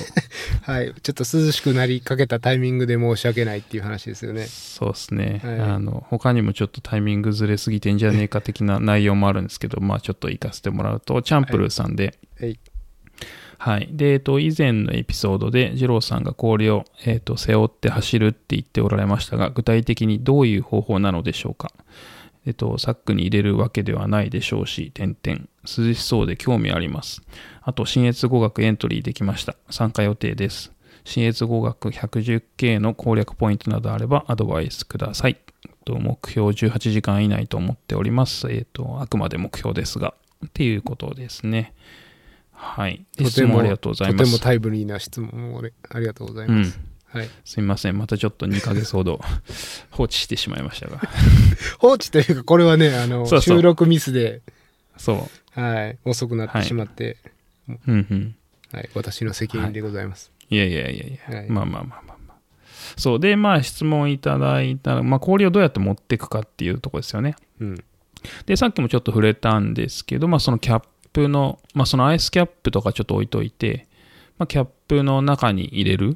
Speaker 2: ど、
Speaker 1: はいちょっと涼しくなりかけたタイミングで申し訳ないっていう話ですよね
Speaker 2: そうですね、
Speaker 1: はい
Speaker 2: あの、他にもちょっとタイミングずれすぎてんじゃねえか的 な内容もあるんですけど、まあちょっと行かせてもらうと、チャンプルーさんで、
Speaker 1: はい
Speaker 2: はい。で、えっと、以前のエピソードで、二郎さんが氷を、えっと、背負って走るって言っておられましたが、具体的にどういう方法なのでしょうかえっと、サックに入れるわけではないでしょうし、点々。涼しそうで興味あります。あと、新越語学エントリーできました。参加予定です。新越語学 110K の攻略ポイントなどあればアドバイスください。と目標18時間以内と思っております。えっ、と、あくまで目標ですが。っていうことですね。はい。で質問ありがとうございま
Speaker 1: とても
Speaker 2: す。
Speaker 1: タイムリーな質問をねありがとうございます。はい、
Speaker 2: すみません。またちょっと2ヶ月ほど 放置してしまいましたが。
Speaker 1: 放置というか、これはね、あの
Speaker 2: そうそう
Speaker 1: 収録ミスで、
Speaker 2: そ
Speaker 1: はい、遅くなってしまって、
Speaker 2: う。うんうん。
Speaker 1: はい私の責任でございます。
Speaker 2: いやいやいやいや、
Speaker 1: はい
Speaker 2: まあまあまあまあまあ。そう。で、まあ質問いただいたら、まあ氷をどうやって持っていくかっていうところですよね。
Speaker 1: うん、
Speaker 2: で、さっきもちょっと触れたんですけど、まあそのキャップの、まあそのアイスキャップとかちょっと置いといて、まあキャップの中に入れる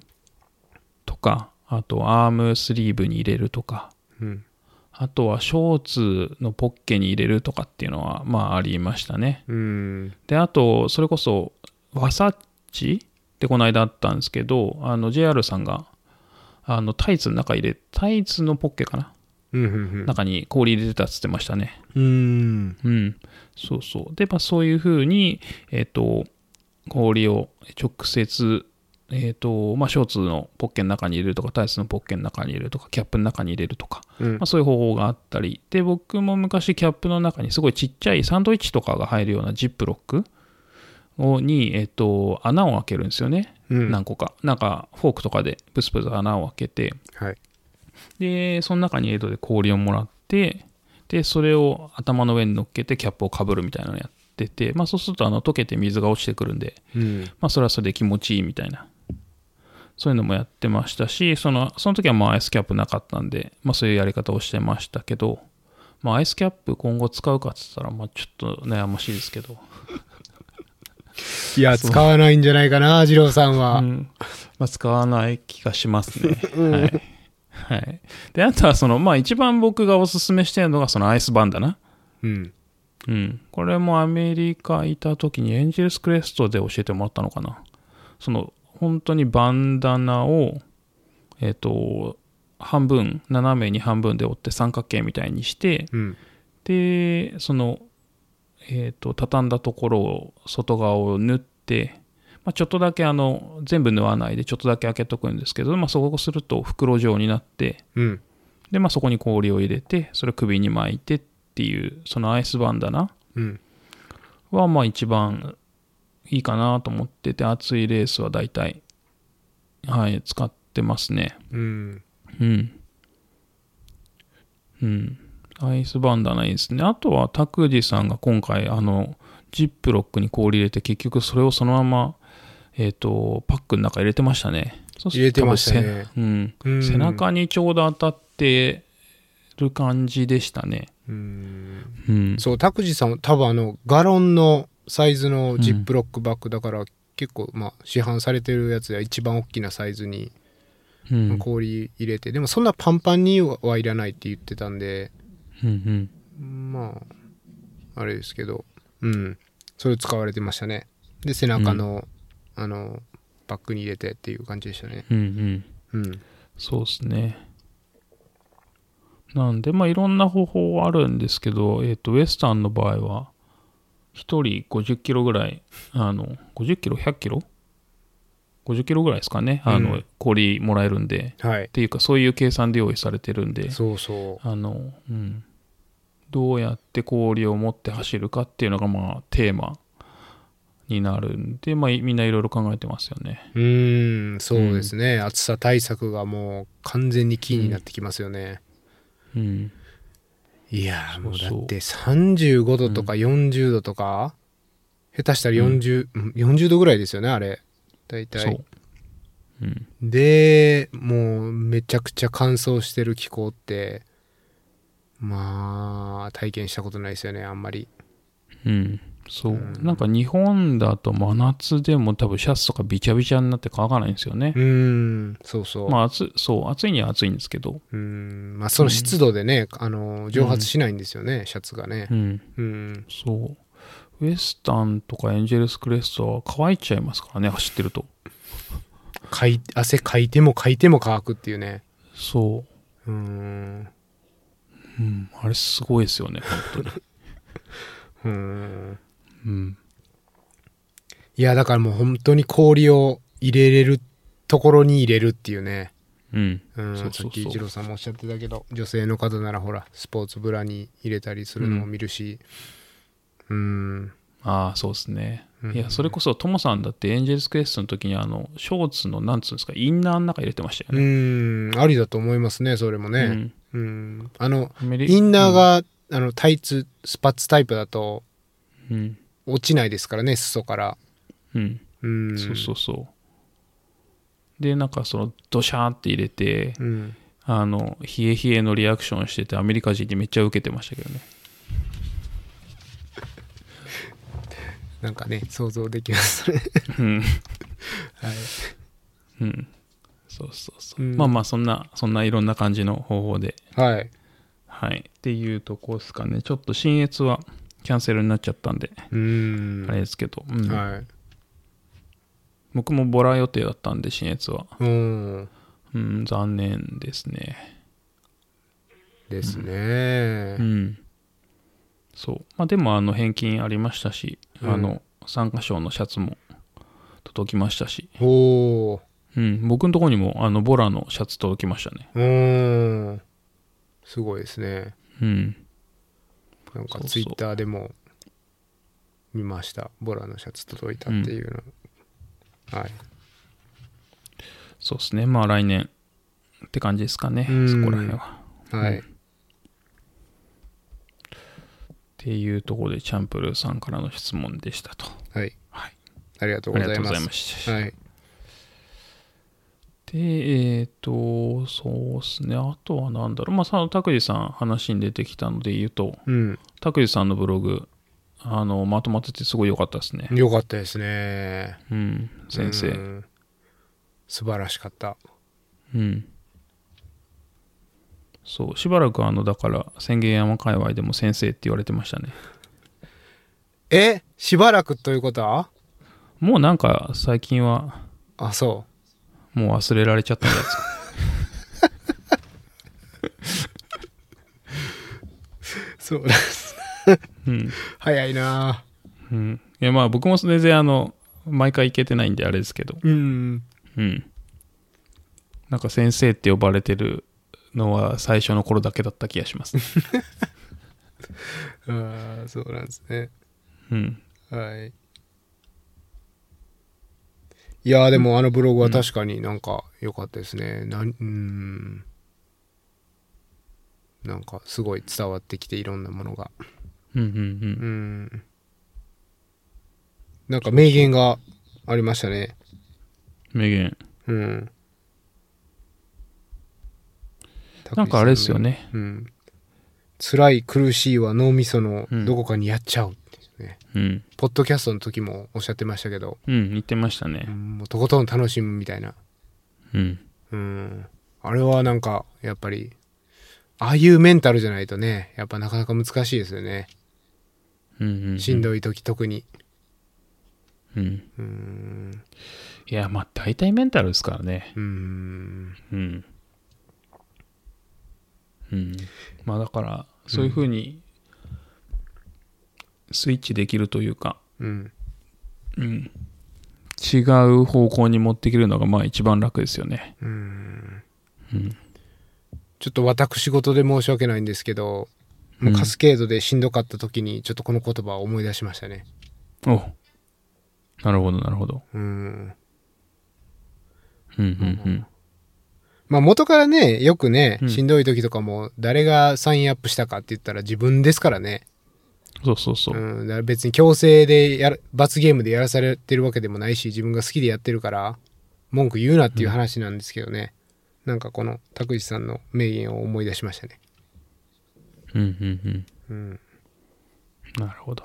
Speaker 2: とか、あとアームスリーブに入れるとか、
Speaker 1: うん、
Speaker 2: あとはショーツのポッケに入れるとかっていうのは、まあありましたね。
Speaker 1: うん、
Speaker 2: で、あと、それこそ、ワサッチってこの間あったんですけど、あの、JR さんが、あの、タイツの中入れ、タイツのポッケかな、
Speaker 1: うん、うん、
Speaker 2: 中に氷入れてたっつってましたね。
Speaker 1: うん、
Speaker 2: うん。そうそう。で、まあ、そういうふうに、えっ、と、氷を直接、えっ、と、まあ、ショーツのポッケの中に入れるとか、タイツのポッケの中に入れるとか、キャップの中に入れるとか、
Speaker 1: うん
Speaker 2: まあ、そういう方法があったり、で、僕も昔キャップの中にすごいちっちゃいサンドイッチとかが入るようなジップロックをに、えっと、穴を開けるんですよね。
Speaker 1: うん、
Speaker 2: 何個か。なんか、フォークとかでプスプス穴を開けて、
Speaker 1: はい、
Speaker 2: で、その中にエイドで氷をもらって、で、それを頭の上に乗っけてキャップをかぶるみたいなのをやってて、まあそうするとあの溶けて水が落ちてくるんで、
Speaker 1: うん、
Speaker 2: まあそれはそれで気持ちいいみたいな。そういうのもやってましたし、その、その時はまあアイスキャップなかったんで、まあそういうやり方をしてましたけど、まあアイスキャップ今後使うかって言ったら、まあちょっと悩ましいですけど、
Speaker 1: いや、使わないんじゃないかな、二郎さんは。
Speaker 2: うん、まあ使わない気がします ね。はい。はい。で、あとはその、まあ一番僕がおすすめしてるのがそのアイスバンダナ。
Speaker 1: うん、
Speaker 2: うん、これもアメリカいた時にエンジェルスクレストで教えてもらったのかなその本当にバンダナをえっ、と半分斜めに半分で折って三角形みたいにして
Speaker 1: うん、
Speaker 2: でそのえっ、と畳んだところを外側を縫って、まあ、ちょっとだけあの全部縫わないでちょっとだけ開けとくんですけど、まあ、そうすると袋状になって
Speaker 1: うん、
Speaker 2: で、まあ、そこに氷を入れてそれを首に巻いてっていうそのアイスバンダナ
Speaker 1: うん、
Speaker 2: はまあ一番いいかなと思ってて、暑いレースは大体、はい、使ってますね。
Speaker 1: うん、
Speaker 2: うん。うん。アイスバンダナいいですね。あとは、タクジさんが今回、あの、ジップロックに氷入れて、結局それをそのまま、えっ、と、パックの中入れてましたね。そ
Speaker 1: 入れてましたね。
Speaker 2: 多分せ
Speaker 1: う
Speaker 2: うんん。背中にちょうど当たってる感じでしたね。
Speaker 1: うん。
Speaker 2: うん。
Speaker 1: そう、拓司さんは多分あの、ガロンのサイズのジップロックバッグだから、結構、まあ、市販されてるやつでは一番大きなサイズに
Speaker 2: うん。うん
Speaker 1: 氷入れて、でもそんなパンパンにはいらないって言ってたんで、
Speaker 2: うん。
Speaker 1: まあ、あれですけど、うん、それ使われてましたね。で、背中の、あの、バッグに入れてっていう感じでしたね。
Speaker 2: うんうん。
Speaker 1: うん。
Speaker 2: そうですね。なんで、まあ、いろんな方法はあるんですけど、えっ、と、ウエスタンの場合は、1人50キロぐらい、あの、50キロ、100キロ ?50 キロぐらいですかね。あの、
Speaker 1: うん
Speaker 2: 氷もらえるんで、
Speaker 1: はい
Speaker 2: っ。ていうか、そういう計算で用意されてるんで、
Speaker 1: そうそ
Speaker 2: あの、うん。どうやって氷を持って走るかっていうのが、まあ、テーマになるんで、まあ、みんないろいろ考えてますよね。
Speaker 1: う。うん、そうですね。暑さ対策がもう完全にキーになってきますよね。
Speaker 2: うん。
Speaker 1: いやーもうだ
Speaker 2: そうそう
Speaker 1: って35度とか40度とか、下手したら40、うん40度ぐらいですよねあれ大
Speaker 2: そ
Speaker 1: 体
Speaker 2: う。うん。
Speaker 1: でもうめちゃくちゃ乾燥してる気候ってまあ体験したことないですよねあんまり
Speaker 2: うん、そう、なんか日本だと真夏でも多分シャツとかびちゃびちゃになって乾かないんですよね
Speaker 1: う。ーんそうそう、
Speaker 2: まあ暑そう暑いには暑いんですけど、
Speaker 1: うーんまあその湿度でね、あの蒸発しないんですよね、シャツがね
Speaker 2: うん、
Speaker 1: うん
Speaker 2: そうウエスタンとかエンジェルスクレストは乾いちゃいますからね走ってると
Speaker 1: かい汗かいてもかいても乾くっていうね
Speaker 2: そう
Speaker 1: ーん
Speaker 2: う、うん、あれすごいですよね、本 当に。
Speaker 1: うん
Speaker 2: うん。
Speaker 1: いやだからもう本当に氷を入れれるところに入れるっていうね、
Speaker 2: うん。
Speaker 1: うん、
Speaker 2: そう
Speaker 1: さ
Speaker 2: そうそう
Speaker 1: っき一郎さんもおっしゃってたけど女性の方ならほらスポーツブラに入れたりするのも見るしうん、
Speaker 2: ああ、そうですね。
Speaker 1: うん
Speaker 2: いや、それこそ、トモさんだってエンジェルスクエストの時に、あの、ショーツの、なんつうんですか、インナーの中入れてましたよ
Speaker 1: う
Speaker 2: ね。
Speaker 1: んありだと思いますねそれも
Speaker 2: う
Speaker 1: ね、
Speaker 2: ん。
Speaker 1: うんあの
Speaker 2: アメリ
Speaker 1: インナー、が、あのタイツスパッツタイプだと
Speaker 2: うん。
Speaker 1: 落ちないですからね裾から
Speaker 2: うん。
Speaker 1: うん
Speaker 2: そうそうそう。で、なんか、その、ドシャーって入れて、
Speaker 1: うん、
Speaker 2: あの、ヒエヒエのリアクションしてて、アメリカ人にめっちゃ受けてましたけどね。
Speaker 1: なんかね想像できますね
Speaker 2: うん。
Speaker 1: はい
Speaker 2: うん。そうそうそう。
Speaker 1: うん
Speaker 2: まあまあ、そんな、そんないろんな感じの方法で
Speaker 1: はい。
Speaker 2: はい。っていうとこですかね。ちょっと新越はキャンセルになっちゃったんで、
Speaker 1: うーん。
Speaker 2: あれですけど、うん
Speaker 1: はい。
Speaker 2: 僕もボラ予定だったんで、新越は。
Speaker 1: うん。
Speaker 2: うん、残念ですね。
Speaker 1: です
Speaker 2: う
Speaker 1: ね。
Speaker 2: ん。そう。まあでも、あの、返金ありましたし、
Speaker 1: うん
Speaker 2: あの、参加賞のシャツも届きましたし、
Speaker 1: おー。
Speaker 2: うん、僕のところにも、あの、ボラのシャツ届きましたね。
Speaker 1: うーん。すごいですね。
Speaker 2: うん。
Speaker 1: なんか
Speaker 2: そうそう
Speaker 1: ツイッターでも見ました。ボラのシャツ届いたっていうの。はい。
Speaker 2: そうですね。まあ来年って感じですかね。
Speaker 1: うん
Speaker 2: そこら辺は。
Speaker 1: はい。
Speaker 2: っていうところで、チャンプルーさんからの質問でしたと。
Speaker 1: はい。
Speaker 2: はい。
Speaker 1: ありがとう
Speaker 2: あ
Speaker 1: ご
Speaker 2: り
Speaker 1: ざ
Speaker 2: が
Speaker 1: いう
Speaker 2: とご
Speaker 1: ま。
Speaker 2: ざいますした。
Speaker 1: はい。
Speaker 2: で、えっ、と、そうですね。あとはなんだろう。まあ、その、拓司さん話に出てきたので言うと、
Speaker 1: うん。
Speaker 2: 拓司さんのブログ、あの、まとまっててすごい良かったですね。
Speaker 1: よかったですね。
Speaker 2: うん、先生。
Speaker 1: う
Speaker 2: うん。
Speaker 1: ん。素晴らしかった。
Speaker 2: そう、しばらくあの、だから、宣言山界隈でも先生って言われてましたね。
Speaker 1: えしばらくということは
Speaker 2: もうなんか、最近は、
Speaker 1: あ、そ
Speaker 2: もう忘れられちゃったんじゃない ですか。
Speaker 1: う。そうです。
Speaker 2: うん。
Speaker 1: 早いな
Speaker 2: うん。いや、まあ、僕も全然あの、毎回行けてないんであれですけど、
Speaker 1: うん。
Speaker 2: うん。なんか先生って呼ばれてるのは最初の頃だけだった気がします。
Speaker 1: ああ、そうなんですね。
Speaker 2: うん。
Speaker 1: はい。いやーでもあのブログは確かになんか良かったですね。なん、うーん。なんかすごい伝わってきていろんなものが。
Speaker 2: うんうんう。
Speaker 1: うんん。なんか名言がありましたね。
Speaker 2: 名言。
Speaker 1: うん。
Speaker 2: なんかあれですよ。ね。
Speaker 1: うん。辛い苦しいは脳みそのどこかにやっちゃうっていうね。
Speaker 2: うん。
Speaker 1: ポッドキャストの時もおっしゃってましたけど、
Speaker 2: うん、言ってました
Speaker 1: う
Speaker 2: ね。
Speaker 1: んもうとことん楽しむみたいな。
Speaker 2: うん。
Speaker 1: うん。あれはなんか、やっぱり、ああいうメンタルじゃないとね、やっぱなかなか難しいですよね。
Speaker 2: うんうんうん。
Speaker 1: しんどい時特に。
Speaker 2: うん。
Speaker 1: うん。
Speaker 2: いや、まあ大体メンタルですからね。
Speaker 1: うん。
Speaker 2: うん。うん。まあだから、そういうふうに、スイッチできるというか、
Speaker 1: うん。
Speaker 2: うん。違う方向に持ってきるのが、まあ一番楽ですよね。
Speaker 1: うん。
Speaker 2: うん。
Speaker 1: ちょっと私事で申し訳ないんですけど、もうカスケードでしんどかった時に、ちょっとこの言葉を思い出しましたね。
Speaker 2: おなるほど、なるほど。
Speaker 1: うん。
Speaker 2: うんうん
Speaker 1: まあ元からね、よくね
Speaker 2: う、ん
Speaker 1: しんどい時とかも、誰がサインアップしたかって言ったら自分ですからね。
Speaker 2: うん。そうそうそう。
Speaker 1: うん、だから別に強制でやる罰ゲームでやらされてるわけでもないし自分が好きでやってるから文句言うなっていう話なんですけどね、なんかこの拓司さんの名言を思い出しましたね
Speaker 2: うんうん
Speaker 1: うん
Speaker 2: うん。なるほど。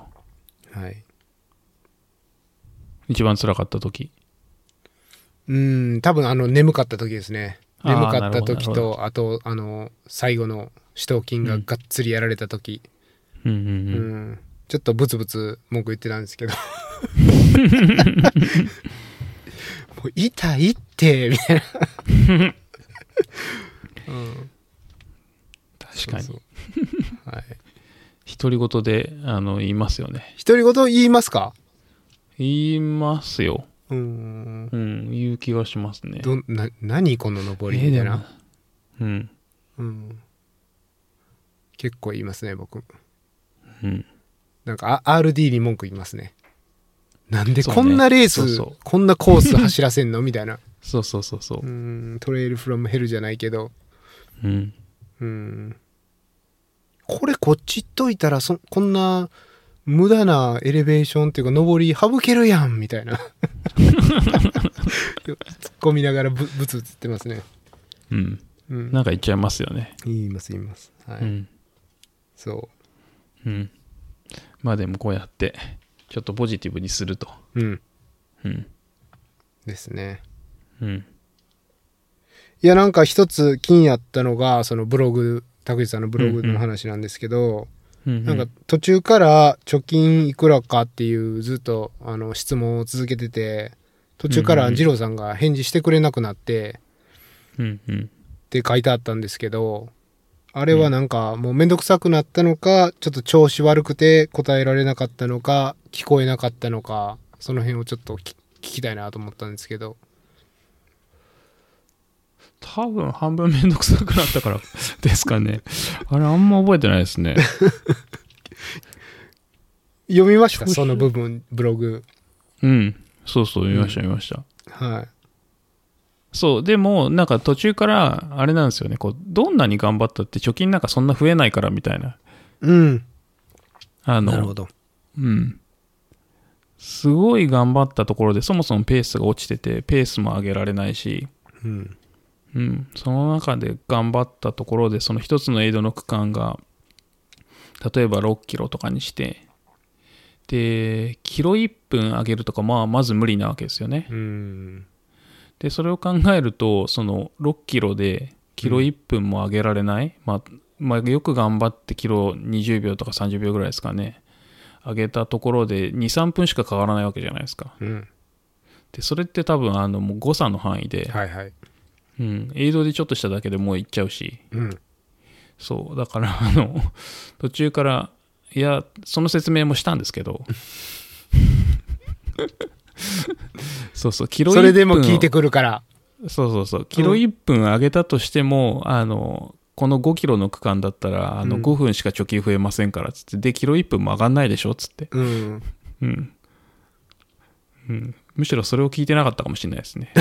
Speaker 1: はい
Speaker 2: 一番辛かった時。
Speaker 1: うん多分あの眠かった時ですね
Speaker 2: あー
Speaker 1: 眠かった時
Speaker 2: なるほ
Speaker 1: とあとあの最後の死闘金ががっつりやられた時、
Speaker 2: うん
Speaker 1: う
Speaker 2: うんん
Speaker 1: ちょっとブツブツ文句言ってたんですけ ど もう痛いってみたいな
Speaker 2: 確確かに
Speaker 1: そうそうはい
Speaker 2: 独り言であの言いますよね
Speaker 1: 独り言言いますか
Speaker 2: 言いますよ
Speaker 1: うーん
Speaker 2: うん言う気がしますね
Speaker 1: どんな何この登りみたいな、
Speaker 2: えーでもうん
Speaker 1: うん、結構言いますね僕
Speaker 2: うん
Speaker 1: なんかあ RD に文句言いますねなんで
Speaker 2: そう
Speaker 1: こ
Speaker 2: ね
Speaker 1: んなレース、
Speaker 2: そうそう
Speaker 1: こんなコース走らせ んのみたいな
Speaker 2: そうそうそうそう
Speaker 1: うーんトレイルフロムヘルじゃないけど
Speaker 2: うん
Speaker 1: うーんこれこっち行っといたらそこんな無駄なエレベーションっていうか上り省けるやんみた いな 突っ込みながらぶぶつぶつ言ってますね、
Speaker 2: うん
Speaker 1: うん、
Speaker 2: なんか言っちゃいますよね
Speaker 1: 言います言いますはい、
Speaker 2: うん
Speaker 1: そ
Speaker 2: うんまあでもこうやってちょっとポジティブにすると
Speaker 1: ううん
Speaker 2: うん
Speaker 1: ですね
Speaker 2: うん
Speaker 1: いやなんか一つ気になったのがそのブログ拓司さんのブログの話なんですけど、
Speaker 2: うん
Speaker 1: なんか途中から貯金いくらかっていうずっとあの質問を続けてて途中か
Speaker 2: うん
Speaker 1: ら
Speaker 2: うん
Speaker 1: 二郎さんが返事してくれなくなって
Speaker 2: うんうん
Speaker 1: って書いてあったんですけどあれはなんかもうめんどくさくなったのかちょっと調子悪くて答えられなかったのか聞こえなかったのかその辺をちょっとき聞きたいなと思ったんですけど
Speaker 2: 多分半分めんどくさくなったから ですかねあれあんま覚えてないですね
Speaker 1: 読みました
Speaker 2: 調子
Speaker 1: その部分ブログ
Speaker 2: うんそうそう見ました見ました、
Speaker 1: はい
Speaker 2: そうでもなんか途中からあれなんですよねこうどんなに頑張ったって貯金なんかそんな増えないからみたいな
Speaker 1: うん
Speaker 2: あの
Speaker 1: ど
Speaker 2: うんすごい頑張ったところでそもそもペースが落ちててペースも上げられないし
Speaker 1: うん
Speaker 2: うん、その中で頑張ったところでその一つのエイドの区間が例えば6キロとかにしてでキロ1分上げるとか、まあ、まず無理なわけですよね
Speaker 1: うん
Speaker 2: でそれを考えるとその6キロでキロ1分も上げられない、まあまあ、よく頑張ってキロ20秒とか30秒ぐらいですかね上げたところで23分しか変わらないわけじゃないですか
Speaker 1: うん
Speaker 2: でそれって多分あのもう誤差の範囲で、
Speaker 1: はいはい
Speaker 2: うん、エイドでちょっとしただけでもういっちゃうし
Speaker 1: うん
Speaker 2: そう、だから、あの、 途中から、いや、その説明もしたんですけ ど、そうそう、キロ1分
Speaker 1: それでも聞いて
Speaker 2: く
Speaker 1: くるから
Speaker 2: そうそうそう、キロ1分上げたとしても、あの、この5キロの区間だったら、あの
Speaker 1: うん
Speaker 2: 5分しか貯金増えませんから、つって、で、キロ1分も上がんないでしょ、つって。
Speaker 1: うん
Speaker 2: うん。うん。むしろそれを聞いてなかったかもしれないです ね。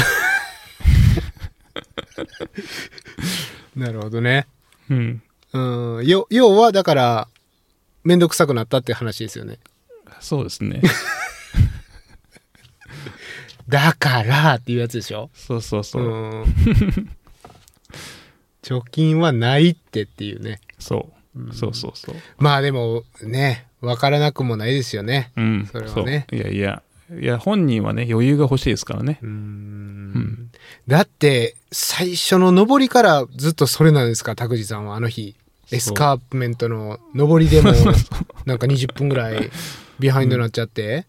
Speaker 1: なるほどね
Speaker 2: うん。
Speaker 1: うんよ要はだから面倒くさくなったって話ですよね
Speaker 2: そうですね。
Speaker 1: だからっていうやつでしょ
Speaker 2: そうそうそうう。
Speaker 1: ん 貯金はないってっていうね
Speaker 2: そう。そうそうそう。
Speaker 1: まあでもねわからなくもないですよね
Speaker 2: うん、
Speaker 1: それはね
Speaker 2: そういやいや、いや、本人はね、余裕が欲しいですからね。
Speaker 1: うん
Speaker 2: うん
Speaker 1: だって最初の上りからずっとそれなんですか拓司さんはあの日
Speaker 2: そう
Speaker 1: エスカープメントの上りでも なんか20分ぐらいビハインドになっちゃって、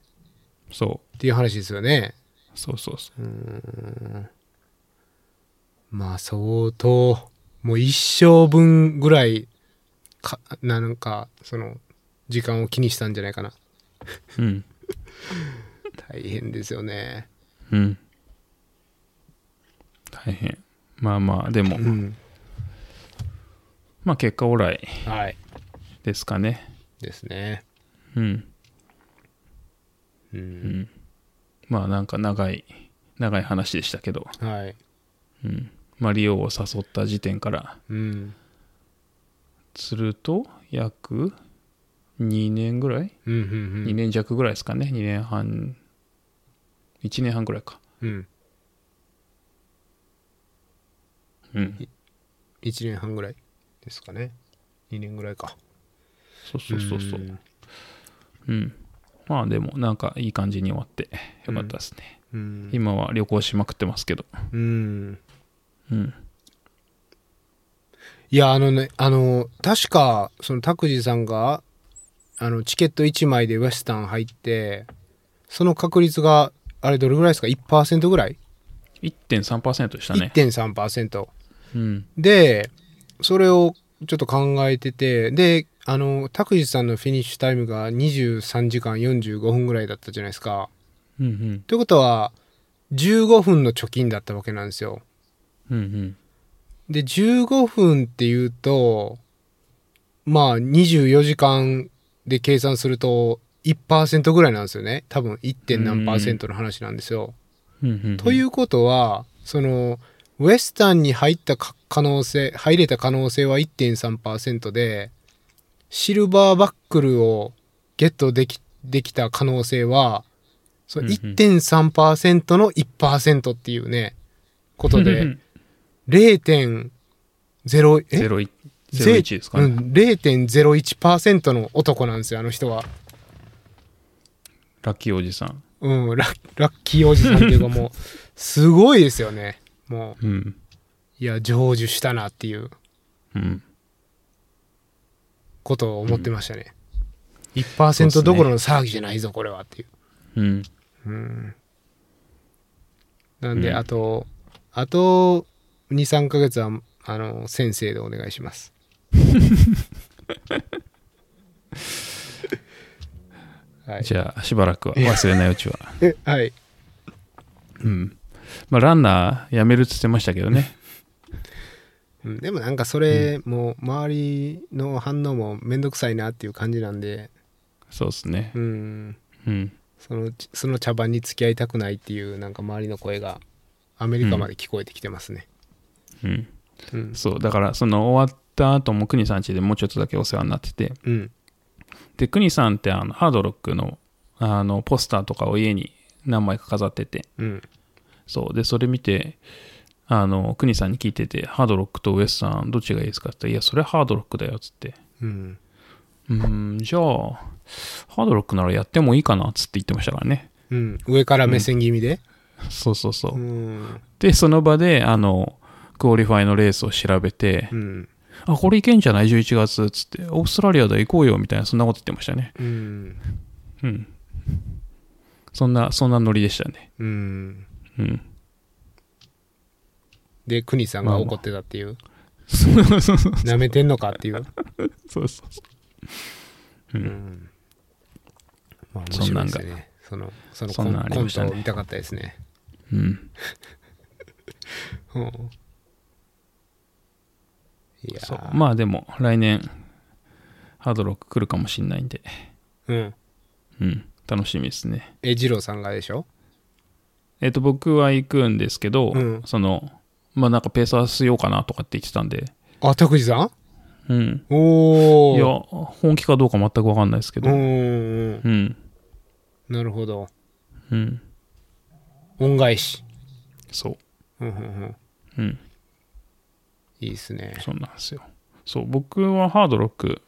Speaker 2: そう、
Speaker 1: っていう話ですよね。
Speaker 2: そうそうそうう。
Speaker 1: ーんまあ相当もう一生分ぐらいかなんかその時間を気にしたんじゃないかな
Speaker 2: うん。
Speaker 1: 大変ですよね
Speaker 2: うん。大変。まあまあ、でも、
Speaker 1: うん
Speaker 2: まあ結果オーライ
Speaker 1: はい
Speaker 2: ですかね。
Speaker 1: ですね
Speaker 2: うん。
Speaker 1: う、
Speaker 2: うんん。まあなんか長い、長い話でしたけど、
Speaker 1: はい
Speaker 2: うん。マリオを誘った時点から
Speaker 1: うん
Speaker 2: すると、約2年ぐらい、
Speaker 1: うんうんう
Speaker 2: ?2
Speaker 1: ん
Speaker 2: 年弱ぐらいですかね。2年半、1年半ぐらいか。
Speaker 1: うん
Speaker 2: うん。
Speaker 1: 1年半ぐらいですかね2年ぐらいか
Speaker 2: そうそうそうそう。
Speaker 1: ん
Speaker 2: うん。まあでも、なんかいい感じに終わってよかったですね。
Speaker 1: うん
Speaker 2: 今は旅行しまくってますけど。
Speaker 1: うん
Speaker 2: うん。
Speaker 1: いや、あのね、あの、確か、その、拓司さんが、あの、チケット1枚でウェスタン入って、その確率が、あれ、どれぐらいですか ?1% ぐらい、
Speaker 2: 1.3%でしたね。
Speaker 1: ?1.3%。
Speaker 2: うん。
Speaker 1: で、それをちょっと考えてて、で、あの、拓司さんのフィニッシュタイムが23時間45分ぐらいだったじゃないですか。
Speaker 2: うんうん
Speaker 1: ということは、15分の貯金だったわけなんですよ。
Speaker 2: うんうん
Speaker 1: で、15分っていうと、まあ、24時間で計算すると、1%ぐらいなんですよね。多分 1. 点何パーセントの話なんですよ。
Speaker 2: うんうんうん
Speaker 1: ということはそのウエスタンに入ったか可能性入れた可能性は1.3%でシルバーバックルをゲットできできた可能性はその
Speaker 2: うんうん
Speaker 1: 1.3%の1%っていうねこと
Speaker 2: う
Speaker 1: で
Speaker 2: ん
Speaker 1: 0.0
Speaker 2: うん
Speaker 1: え
Speaker 2: 01 01ですか
Speaker 1: う
Speaker 2: ね、
Speaker 1: ん0.01%の男なんですよあの人は。
Speaker 2: ラッキーおじさん
Speaker 1: うん、ララッキーおじさんっていうかも うすごいですよねもう
Speaker 2: うん
Speaker 1: いや成就したなっていう
Speaker 2: うん
Speaker 1: ことを思ってましたね。
Speaker 2: そうっす
Speaker 1: 1%
Speaker 2: ね
Speaker 1: どころの騒ぎじゃないぞ、これはっていう。
Speaker 2: うん
Speaker 1: うん、なんで、
Speaker 2: うん
Speaker 1: あと、あと2、3ヶ月は、あの、先生でお願いします。 はい。
Speaker 2: じゃあしばらくは忘れないうちは
Speaker 1: えはい。
Speaker 2: うんまあランナーやめるっつってましたけどね
Speaker 1: うんでもなんかそれ、もう周りの反応もめんどくさいなっていう感じなんで、
Speaker 2: そうですね
Speaker 1: うん。
Speaker 2: うん
Speaker 1: そのその茶番に付き合いたくないっていうなんか周りの声がアメリカまで聞こえてきてますね。
Speaker 2: うん
Speaker 1: うん。
Speaker 2: そうだからその終わった後も国さん家でもうちょっとだけお世話になってて
Speaker 1: うん。
Speaker 2: で国さんってあのハードロックのあのポスターとかを家に何枚か飾ってて
Speaker 1: うん。
Speaker 2: そうでそれ見てあの国さんに聞いててハードロックとウエスタンどっちがいいですかって言ったらいやそれハードロックだよっつって
Speaker 1: うん。
Speaker 2: うーんじゃあハードロックならやってもいいかなっつって言ってましたからね
Speaker 1: うん。上から目線気味で。
Speaker 2: そうそうそ
Speaker 1: う
Speaker 2: う、
Speaker 1: ん。
Speaker 2: でその場であのクオリファイのレースを調べて、
Speaker 1: うん。
Speaker 2: あこれいけんじゃない11月っつってオーストラリアだ行こうよみたいなそんなこと言ってましたね
Speaker 1: うん。
Speaker 2: うんそんなそんなノリでしたね
Speaker 1: うん。
Speaker 2: うん
Speaker 1: で、国さんが怒ってたっていう。
Speaker 2: そうそうそうそう
Speaker 1: 舐めてんのかっていう。
Speaker 2: そうそう
Speaker 1: う。
Speaker 2: うん
Speaker 1: まあ、面
Speaker 2: そん
Speaker 1: 白
Speaker 2: ないん
Speaker 1: で
Speaker 2: が
Speaker 1: すね。その、その
Speaker 2: そ
Speaker 1: コ
Speaker 2: ん
Speaker 1: ン
Speaker 2: なんあり
Speaker 1: コン
Speaker 2: まし
Speaker 1: ト
Speaker 2: たね
Speaker 1: を見たかったですね。
Speaker 2: うん
Speaker 1: うん。いやー
Speaker 2: そうまあでも来年ハードロック来るかもしんないんで
Speaker 1: うん。
Speaker 2: うん楽しみですね
Speaker 1: え、二郎さんがでしょ
Speaker 2: えっ、と僕は行くんですけど、
Speaker 1: うん
Speaker 2: そのまあなんかペース合わせようかなとかって言ってたんで
Speaker 1: あ、拓司さ
Speaker 2: うん
Speaker 1: んお
Speaker 2: い
Speaker 1: ー。
Speaker 2: や。本気かどうか全く分かんないですけ
Speaker 1: う
Speaker 2: ど
Speaker 1: んうん。
Speaker 2: うん
Speaker 1: なるほど。
Speaker 2: うん
Speaker 1: 恩返し。
Speaker 2: そう
Speaker 1: うんうんうん。
Speaker 2: うん
Speaker 1: いいですね。
Speaker 2: そうなんですよ。そう、僕はハードロック、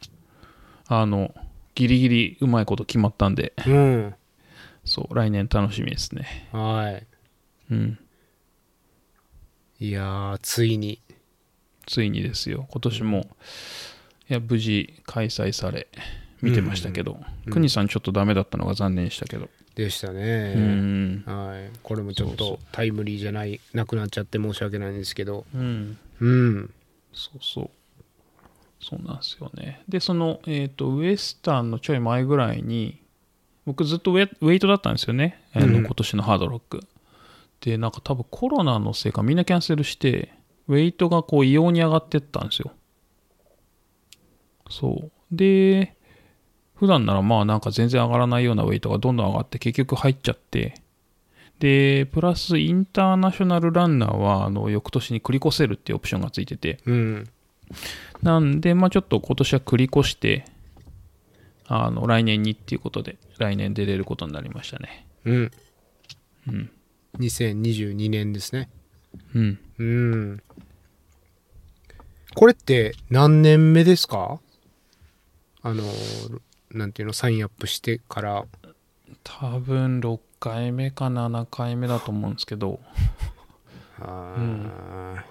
Speaker 2: あの、ギリギリうまいこと決まったんで、
Speaker 1: うん。
Speaker 2: そう、来年楽しみですね。
Speaker 1: は
Speaker 2: うん。
Speaker 1: い。いやー、ついに。
Speaker 2: ついにですよ。今年も、いや、無事開催され、見てましたけど、
Speaker 1: うん
Speaker 2: くにさんちょっとダメだったのが残念でしたけど、
Speaker 1: でした
Speaker 2: う
Speaker 1: ね。
Speaker 2: ん。
Speaker 1: はい。これもちょっ
Speaker 2: そう
Speaker 1: とタイムリーじゃない、なくなっちゃって申し訳ないんですけど。
Speaker 2: うん。
Speaker 1: うん。
Speaker 2: そうそう。そうなんですよね。で、その、えっ、と、ウエスタンのちょい前ぐらいに、僕ずっとウェウェイトだったんですよね。あ
Speaker 1: うん
Speaker 2: の今年のハードロック。で、なんか多分コロナのせいかみんなキャンセルして、ウェイトがこう異様に上がってったんですよ。そう。で、普段ならまあなんか全然上がらないようなウェイトがどんどん上がって結局入っちゃって、で、プラスインターナショナルランナーはあの翌年に繰り越せるっていうオプションがついてて、
Speaker 1: うん。
Speaker 2: なんで、まあちょっと今年は繰り越して、あの、来年にっていうことで、来年出れることになりましたね。
Speaker 1: うん。
Speaker 2: うん。
Speaker 1: 2022年ですね。
Speaker 2: うん。
Speaker 1: うん。これって何年目ですかあの、なんていうの、サインアップしてから。
Speaker 2: 多分6回目か7回目だと思うんですけど、
Speaker 1: あー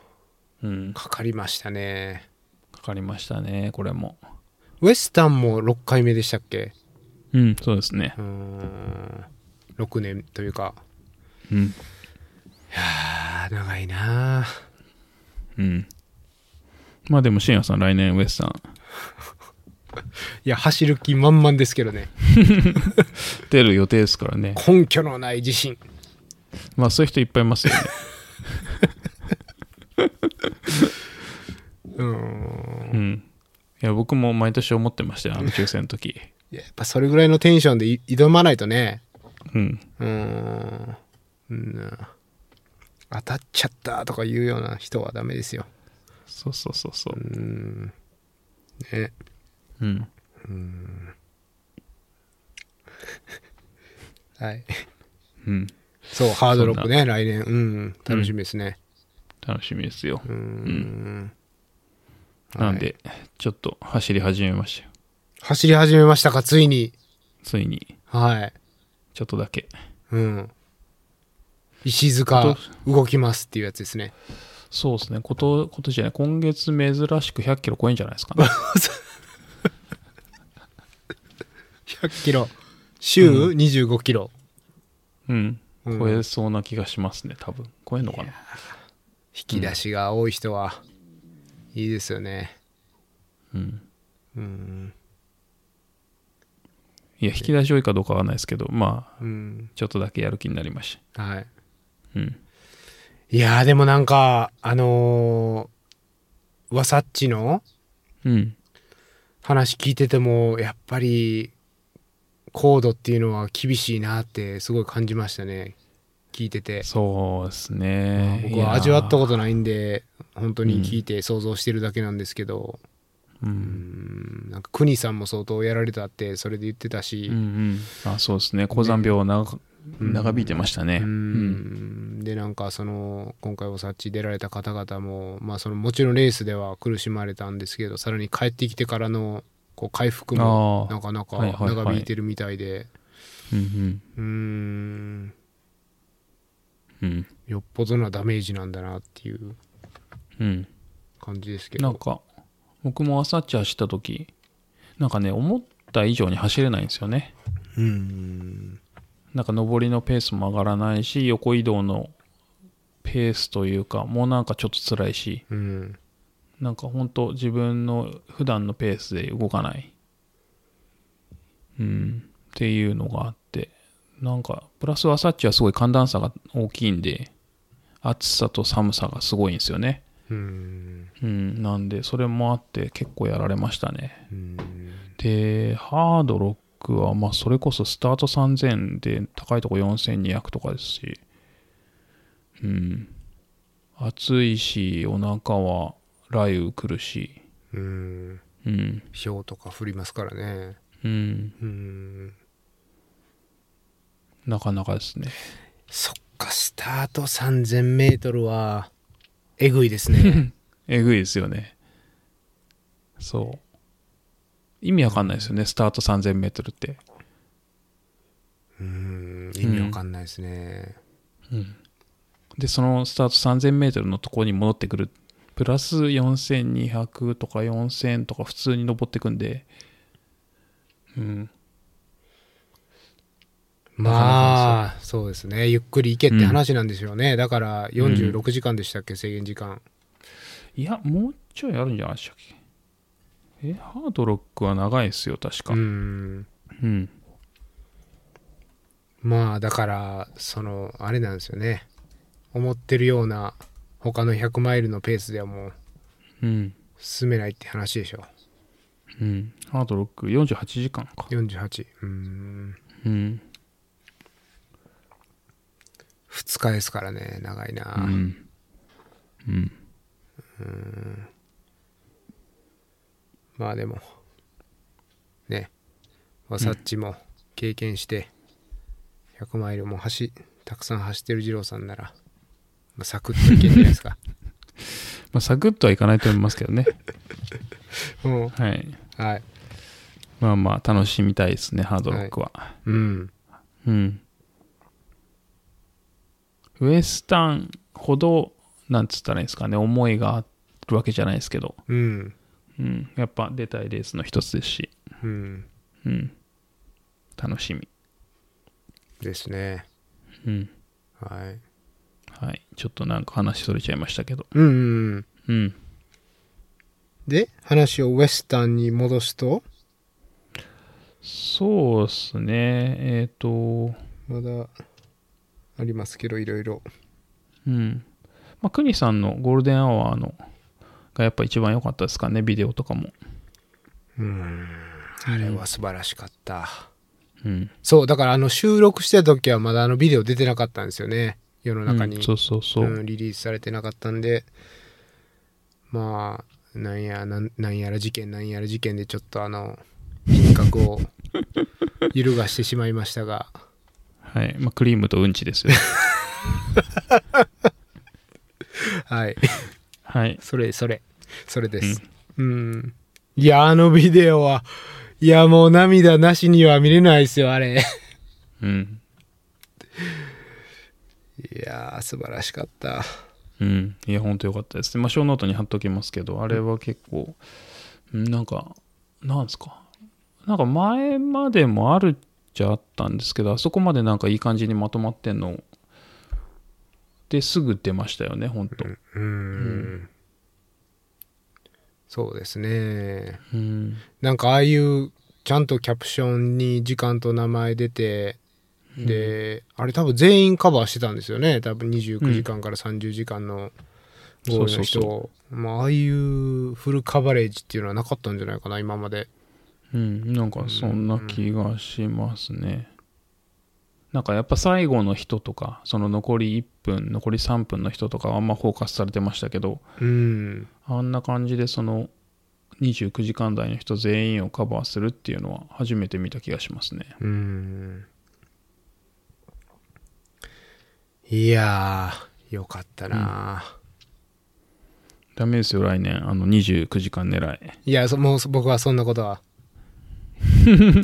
Speaker 2: うん。
Speaker 1: かかりましたね。
Speaker 2: かかりましたね、これも。
Speaker 1: ウエスタンも6回目でしたっけ
Speaker 2: うん、そうですね
Speaker 1: う。ーん。6年というか。
Speaker 2: うん。
Speaker 1: あー長いなあ
Speaker 2: うん。まあでも、深夜さん、来年、ウエスさん。
Speaker 1: いや、走る気満々ですけどね。
Speaker 2: 出る予定ですからね。
Speaker 1: 根拠のない自信。
Speaker 2: まあ、そういう人いっぱいいますよね。
Speaker 1: うーん。
Speaker 2: うん。いや、僕も毎年思ってましたよ、あの抽選の時。
Speaker 1: いややっぱそれぐらいのテンションでい挑まないとね。
Speaker 2: うん。
Speaker 1: うーん。うん当たっちゃったとか言うような人はダメですよ。
Speaker 2: そうそうそうそう
Speaker 1: う。ーん。ね。
Speaker 2: うん。
Speaker 1: はい。
Speaker 2: うん。
Speaker 1: そう、ハードロックね、来年。うん。楽しみですね。
Speaker 2: 楽しみですよ。
Speaker 1: うーん。
Speaker 2: なんで、ちょっと走り始めましたよ。
Speaker 1: 走り始めましたか、ついに。
Speaker 2: ついに、
Speaker 1: はい。
Speaker 2: ちょっとだけ。
Speaker 1: うん。石塚、動きますっていうやつですね。
Speaker 2: そうですね。こと、ことじゃない。今月珍しく100キロ超えんじゃないですかね。
Speaker 1: 100キロ。週25キロ。
Speaker 2: うん。
Speaker 1: うん
Speaker 2: 超えそうな気がしますね、多分。超えんのかな。
Speaker 1: 引き出しが多い人は、いいですよね。
Speaker 2: うん。
Speaker 1: うん。
Speaker 2: いや、引き出し多いかどうかはないですけど、まあ、
Speaker 1: うん。
Speaker 2: ちょっとだけやる気になりまし
Speaker 1: はい。
Speaker 2: た。うん。
Speaker 1: いやー、でもなんか、あのー、わさっちの
Speaker 2: うん。
Speaker 1: 話聞いてても、やっぱり、コードっていうのは厳しいなってすごい感じましたね。聞いてて。
Speaker 2: そうですね。
Speaker 1: 僕は味わった
Speaker 2: いや
Speaker 1: ことないんで本当に聞いて想像してるだけなんですけど、
Speaker 2: ーう。
Speaker 1: うんん、なんか国さんも相当やられたってそれで言ってたし、
Speaker 2: うんうん。あ、そうですね。高山病長、長引いてましたね。
Speaker 1: う
Speaker 2: うんん。
Speaker 1: でなんかその今回お察知出られた方々も、まあ、そのもちろんレースでは苦しまれたんですけどさらに帰ってきてからのこう回復も
Speaker 2: あー
Speaker 1: なかなか
Speaker 2: はいはいはい
Speaker 1: 長引いてるみたいで、
Speaker 2: うんうん。
Speaker 1: うん
Speaker 2: うん。
Speaker 1: よっぽどなダメージなんだなっていう
Speaker 2: うん。
Speaker 1: 感じですけ
Speaker 2: なん
Speaker 1: ど
Speaker 2: か、僕も朝っち走った時なんかね、思った以上に走れないんですよね。
Speaker 1: うん
Speaker 2: なんか上りのペースも上がらないし、横移動のペースというか、もうなんかちょっと辛いし、
Speaker 1: うん
Speaker 2: なんか本当自分の普段のペースで動かない。うん。っていうのがあって、なんか、プラス朝っちはすごい寒暖差が大きいんで、暑さと寒さがすごいんですよね。
Speaker 1: うん
Speaker 2: うん。なんで、それもあって結構やられましたね。
Speaker 1: うん
Speaker 2: で、ハードロックは、まあ、それこそスタート3000で、高いとこ4200とかですし、うん。暑いし、お腹は雷雨来るし、
Speaker 1: うん
Speaker 2: うん。
Speaker 1: 氷とか降りますからね
Speaker 2: うん。
Speaker 1: うん
Speaker 2: なかなかですね。
Speaker 1: そっかスタート 3000m はえぐいですね
Speaker 2: えぐいですよね。そう。意味わかんないですよね、スタート3000メートルって。
Speaker 1: うん意味わかんないですね、
Speaker 2: で、そのスタート3000メートルのところに戻ってくる。プラス4200とか4000とか普通に登ってくんで。うん。
Speaker 1: まあそうですねゆっくり行けって話なんでしょうね、だから46時間でしたっけ制限時間
Speaker 2: いや、もうちょいあるんじゃないでしたっけ。え、ハードロックは長いですよ、確か。
Speaker 1: う
Speaker 2: うん。
Speaker 1: んまあだからそのあれなんですよね思ってるような他の100マイルのペースではもう
Speaker 2: うん。
Speaker 1: 進めないって話でしょ
Speaker 2: うん。ハードロック48時間か。
Speaker 1: 48うん
Speaker 2: うん。
Speaker 1: 2日ですからね長いな、
Speaker 2: うん。うん。
Speaker 1: まあでもねわさっちも経験して100マイルも走たくさん走ってる二郎さんなら、まあ、サクッといけるんじゃないですか
Speaker 2: まあ、サクッとはいかないと思いますけどね。
Speaker 1: うん
Speaker 2: はい。
Speaker 1: はい
Speaker 2: まあまあ、楽しみたいですね、ハードロックは。
Speaker 1: うん
Speaker 2: うん。ウエスタンほど、なんつったらいいんですかね、思いがあるわけじゃないですけど、
Speaker 1: うん
Speaker 2: うん。やっぱ出たいレースの一つですし、
Speaker 1: うん
Speaker 2: うん。楽しみ。
Speaker 1: ですね
Speaker 2: うん。
Speaker 1: はい
Speaker 2: はい。ちょっとなんか話それちゃいましたけど。
Speaker 1: うんうんうん
Speaker 2: うん。
Speaker 1: で話をウェスタンに戻すと
Speaker 2: そうですね。えっ、と、
Speaker 1: まだありますけどいろいろ
Speaker 2: うん。まあ、クニさんのゴールデンアワーのがやっぱ一番良かったですかね、ビデオとかも。
Speaker 1: うんあれは素晴らしかった
Speaker 2: うん。
Speaker 1: そうだからあの収録してた時はまだあのビデオ出てなかったんですよね世の中に、
Speaker 2: うんそうそうそう。
Speaker 1: うんリリースされてなかったんでまあなんやなんなんやら事件なんやら事件でちょっとあの品格 を揺るがしてしまいましたが
Speaker 2: はい。まあ、クリームとうんちですよ。
Speaker 1: はい
Speaker 2: はい。
Speaker 1: それそれそれですうん、いやあのビデオはいやもう涙なしには見れないですよあれ
Speaker 2: うん。
Speaker 1: いやー素晴らしかった
Speaker 2: うん。いや、ほんと良かったですね。まあ、ショーノートに貼っときますけど、あれは結構、うんなんか、なんですか。なんか前までもあるっちゃあったんですけど、あそこまでなんかいい感じにまとまってんの。ですぐ出ましたよね、ほんと。
Speaker 1: うん、そうですね
Speaker 2: うん。
Speaker 1: なんかああいうちゃんとキャプションに時間と名前出てで、あれ多分全員カバーしてたんですよね多分29時間から30時間のゴールの人
Speaker 2: そう
Speaker 1: をまあああいうフルカバレージっていうのはなかったんじゃないかな今まで
Speaker 2: うん、なんかそんな気がしますね。なんかやっぱ最後の人とか、その残り1分、残り3分の人とかはあんまフォーカスされてましたけど、
Speaker 1: うん
Speaker 2: あんな感じでその29時間台の人全員をカバーするっていうのは初めて見た気がしますね。
Speaker 1: うんいやーよかったなあ、
Speaker 2: ダメですよ、来年、あの29時間狙い。
Speaker 1: いやそもうそ僕はそんな ことは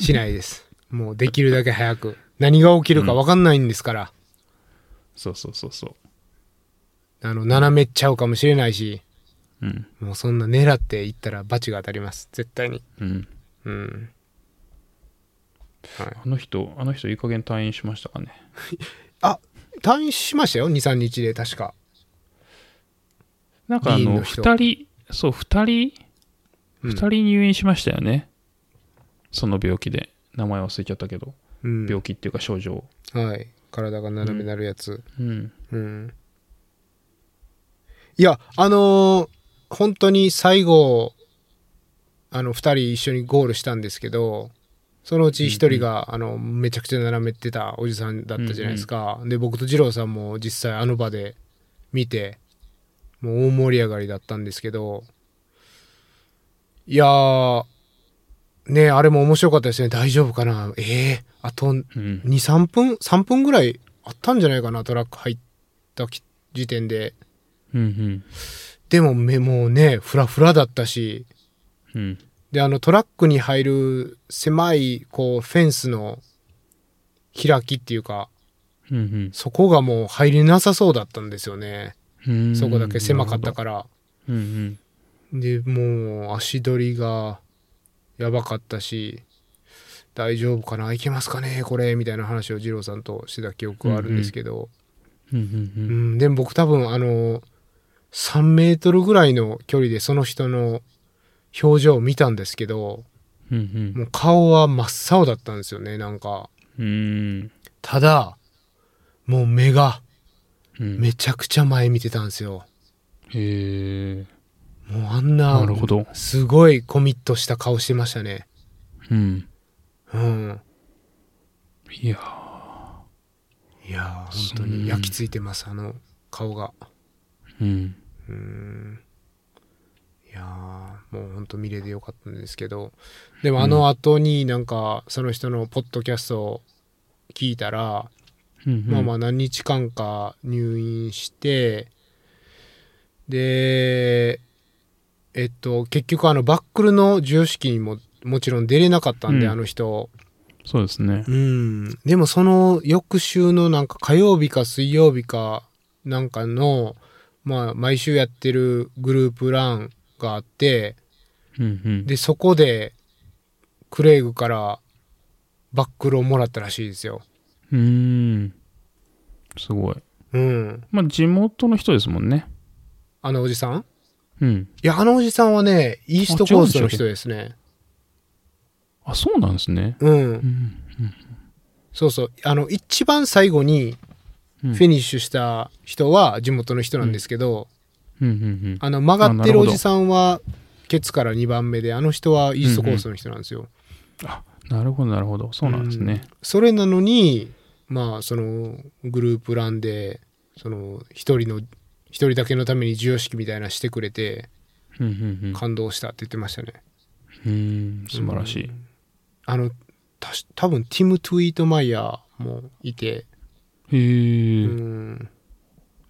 Speaker 1: しないですもうできるだけ早く何が起きるか分かんないんですから、
Speaker 2: そうそうそうそ
Speaker 1: あの斜めっちゃうかもしれないし
Speaker 2: う。うん。
Speaker 1: もうそんな狙っていったら罰が当たります絶対に
Speaker 2: うん。
Speaker 1: うん
Speaker 2: あの人、あの人いい加減退院しましたかね。
Speaker 1: あ退院しましたよ23日で確か
Speaker 2: なんかあ
Speaker 1: 議員の
Speaker 2: の、
Speaker 1: 人
Speaker 2: 2人、そう、2人、
Speaker 1: うん
Speaker 2: 2人入院しましたよね、その病気で名前忘れちゃったけど
Speaker 1: うん
Speaker 2: 病気っていうか症状
Speaker 1: はい体が斜めなるやつ
Speaker 2: うん
Speaker 1: うん、いやあのー本当に最後あの2人一緒にゴールしたんですけどそのうち1人が、あのめちゃくちゃ斜めってたおじさんだったじゃないですか、で僕と二郎さんも実際あの場で見てもう大盛り上がりだったんですけどいやーねあれも面白かったですね大丈夫かなええあと
Speaker 2: うん
Speaker 1: 23分3分ぐらいあったんじゃないかなトラック入ったき時点で
Speaker 2: うんうん
Speaker 1: でもめもうねフラフラだったし
Speaker 2: うん
Speaker 1: であのトラックに入る狭いこうフェンスの開きっていうか
Speaker 2: うん
Speaker 1: そこがもう入れなさそうだったんですよね
Speaker 2: うん
Speaker 1: そこだけ狭かったから
Speaker 2: うんうん
Speaker 1: でもう足取りがやばかったし大丈夫かないけますかねこれみたいな話を二郎さんとしてた記憶はあるんですけど、
Speaker 2: うんう
Speaker 1: うんん、でも僕多分あの3メートルぐらいの距離でその人の表情を見たんですけど
Speaker 2: うんうん
Speaker 1: もう顔は真っ青だったんですよねなんか
Speaker 2: うん
Speaker 1: ただもう目が
Speaker 2: うんへ
Speaker 1: めちゃくちゃ前見てたんですよ
Speaker 2: え
Speaker 1: もうあんな
Speaker 2: なるほど
Speaker 1: すごいコミットした顔してましたね
Speaker 2: うん
Speaker 1: うん
Speaker 2: いやー
Speaker 1: いやー本当に焼き付いてますあの顔が
Speaker 2: うん
Speaker 1: うんいやーもうほんと見れてよかったんですけどでもあの後になんかその人のポッドキャストを聞いたら、
Speaker 2: うん
Speaker 1: まあまあ何日間か入院してでえっと結局あのバックルの授与式にももちろん出れなかったんで、
Speaker 2: うん
Speaker 1: あの人
Speaker 2: そうですね
Speaker 1: うんでもその翌週のなんか火曜日か水曜日かなんかの、まあ毎週やってるグループランがあって、
Speaker 2: うんうん
Speaker 1: で、そこでクレイグからバックルをもらったらしいですよ。
Speaker 2: うーんすごい
Speaker 1: うん。
Speaker 2: まあ地元の人ですもんね
Speaker 1: あのおじさん
Speaker 2: うん。
Speaker 1: いや、あのおじさんはね、イーストコースの人ですね。
Speaker 2: あ、そうなんですね。
Speaker 1: うん
Speaker 2: う。ん。
Speaker 1: そうそう。あの、一番最後に
Speaker 2: うん
Speaker 1: フィニッシュした人は地元の人なんですけど、
Speaker 2: うんうんうん。
Speaker 1: あの、曲がってるおじさんは、ケツから2番目で、あの人はイーストコースの人なんですよ。
Speaker 2: なるほど、なるほど。そうなんですね。
Speaker 1: それなのに、まあ、その、グループランで、その、一人の、一人だけのために授与式みたいなしてくれて、
Speaker 2: うんうん
Speaker 1: 感動したって言ってましたね。
Speaker 2: うん。うん、素晴らしい。
Speaker 1: あの、たし多分ティム・トゥイートマイヤーもいて、
Speaker 2: へえ。
Speaker 1: う
Speaker 2: うん
Speaker 1: ん、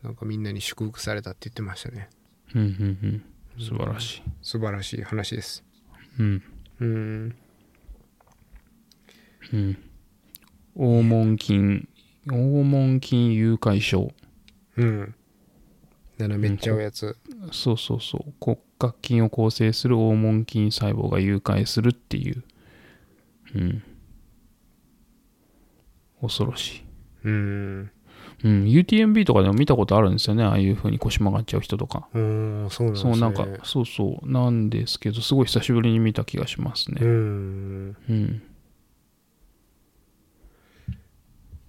Speaker 1: なんかみんなに祝福されたって言ってましたね。
Speaker 2: うんうん。素晴らしい。
Speaker 1: 素晴らしい話です。
Speaker 2: うん。
Speaker 1: うん。
Speaker 2: うん。黄門金、黄門金誘拐症。
Speaker 1: うん。斜めっちゃうやつ。
Speaker 2: そうそうそう。骨格筋を構成する黄門筋細胞が誘拐するっていう。うん。恐ろしい。
Speaker 1: うん。
Speaker 2: うん。UTMB とかでも見たことあるんですよね。ああいう風に腰曲がっちゃう人とか。
Speaker 1: うん、そうなんです
Speaker 2: そ
Speaker 1: ね。
Speaker 2: う、なんか、そうそう。なんですけど、すごい久しぶりに見た気がします
Speaker 1: う
Speaker 2: ね。
Speaker 1: ん。
Speaker 2: うん。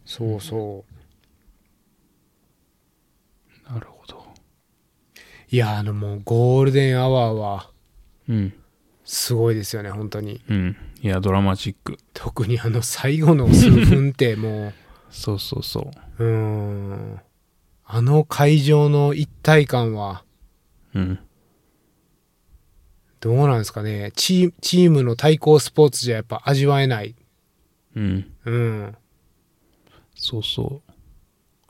Speaker 1: そうそう。
Speaker 2: なるほど。
Speaker 1: いや、あのもうゴールデンアワーは
Speaker 2: うん。
Speaker 1: すごいですよね、本当に。
Speaker 2: うん。いや、ドラマチック。
Speaker 1: 特にあの最後の数分っても、
Speaker 2: そうそうそう
Speaker 1: うん。あの会場の一体感は、
Speaker 2: う。うん。
Speaker 1: どうなんですかねチーチームの対抗スポーツじゃやっぱ味わえない。
Speaker 2: うん。
Speaker 1: うん。
Speaker 2: そうそ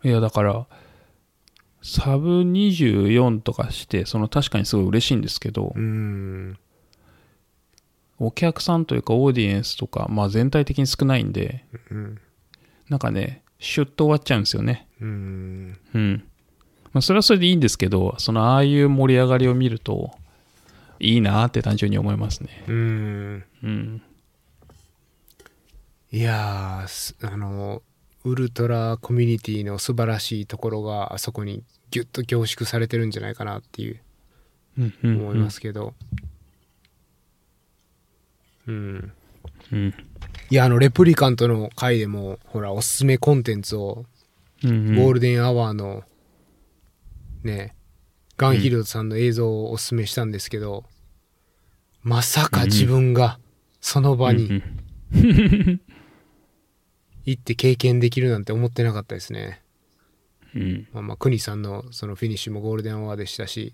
Speaker 2: う。いや、だから、サブ24とかして、その確かにすごい嬉しいんですけど
Speaker 1: う、ん。
Speaker 2: お客さんというかオーディエンスとか、まあ全体的に少ないんで、
Speaker 1: うん。
Speaker 2: なんかね、シュッと終わっちゃうんですよね。
Speaker 1: うん。
Speaker 2: うん。まあそれはそれでいいんですけど、そのああいう盛り上がりを見ると、いいなーって単純に思いますね。
Speaker 1: うん。
Speaker 2: うん。
Speaker 1: いやーす、あの、ウルトラコミュニティの素晴らしいところがあそこにギュッと凝縮されてるんじゃないかなっていう
Speaker 2: うん、うん。
Speaker 1: 思いますけど。うん。
Speaker 2: うん。
Speaker 1: いや、あの、レプリカントの回でも、ほら、おすすめコンテンツを
Speaker 2: うん。うん。
Speaker 1: ゴールデンアワーの、ね、ガンヒルドさんの映像をおすすめしたんですけど、まさか自分がその場
Speaker 2: うんう
Speaker 1: に
Speaker 2: ん
Speaker 1: 行って経験できるなんて思ってなかったですね。
Speaker 2: うん。
Speaker 1: まあまあ、クニさんのそのフィニッシュもゴールデンアワーでしたし、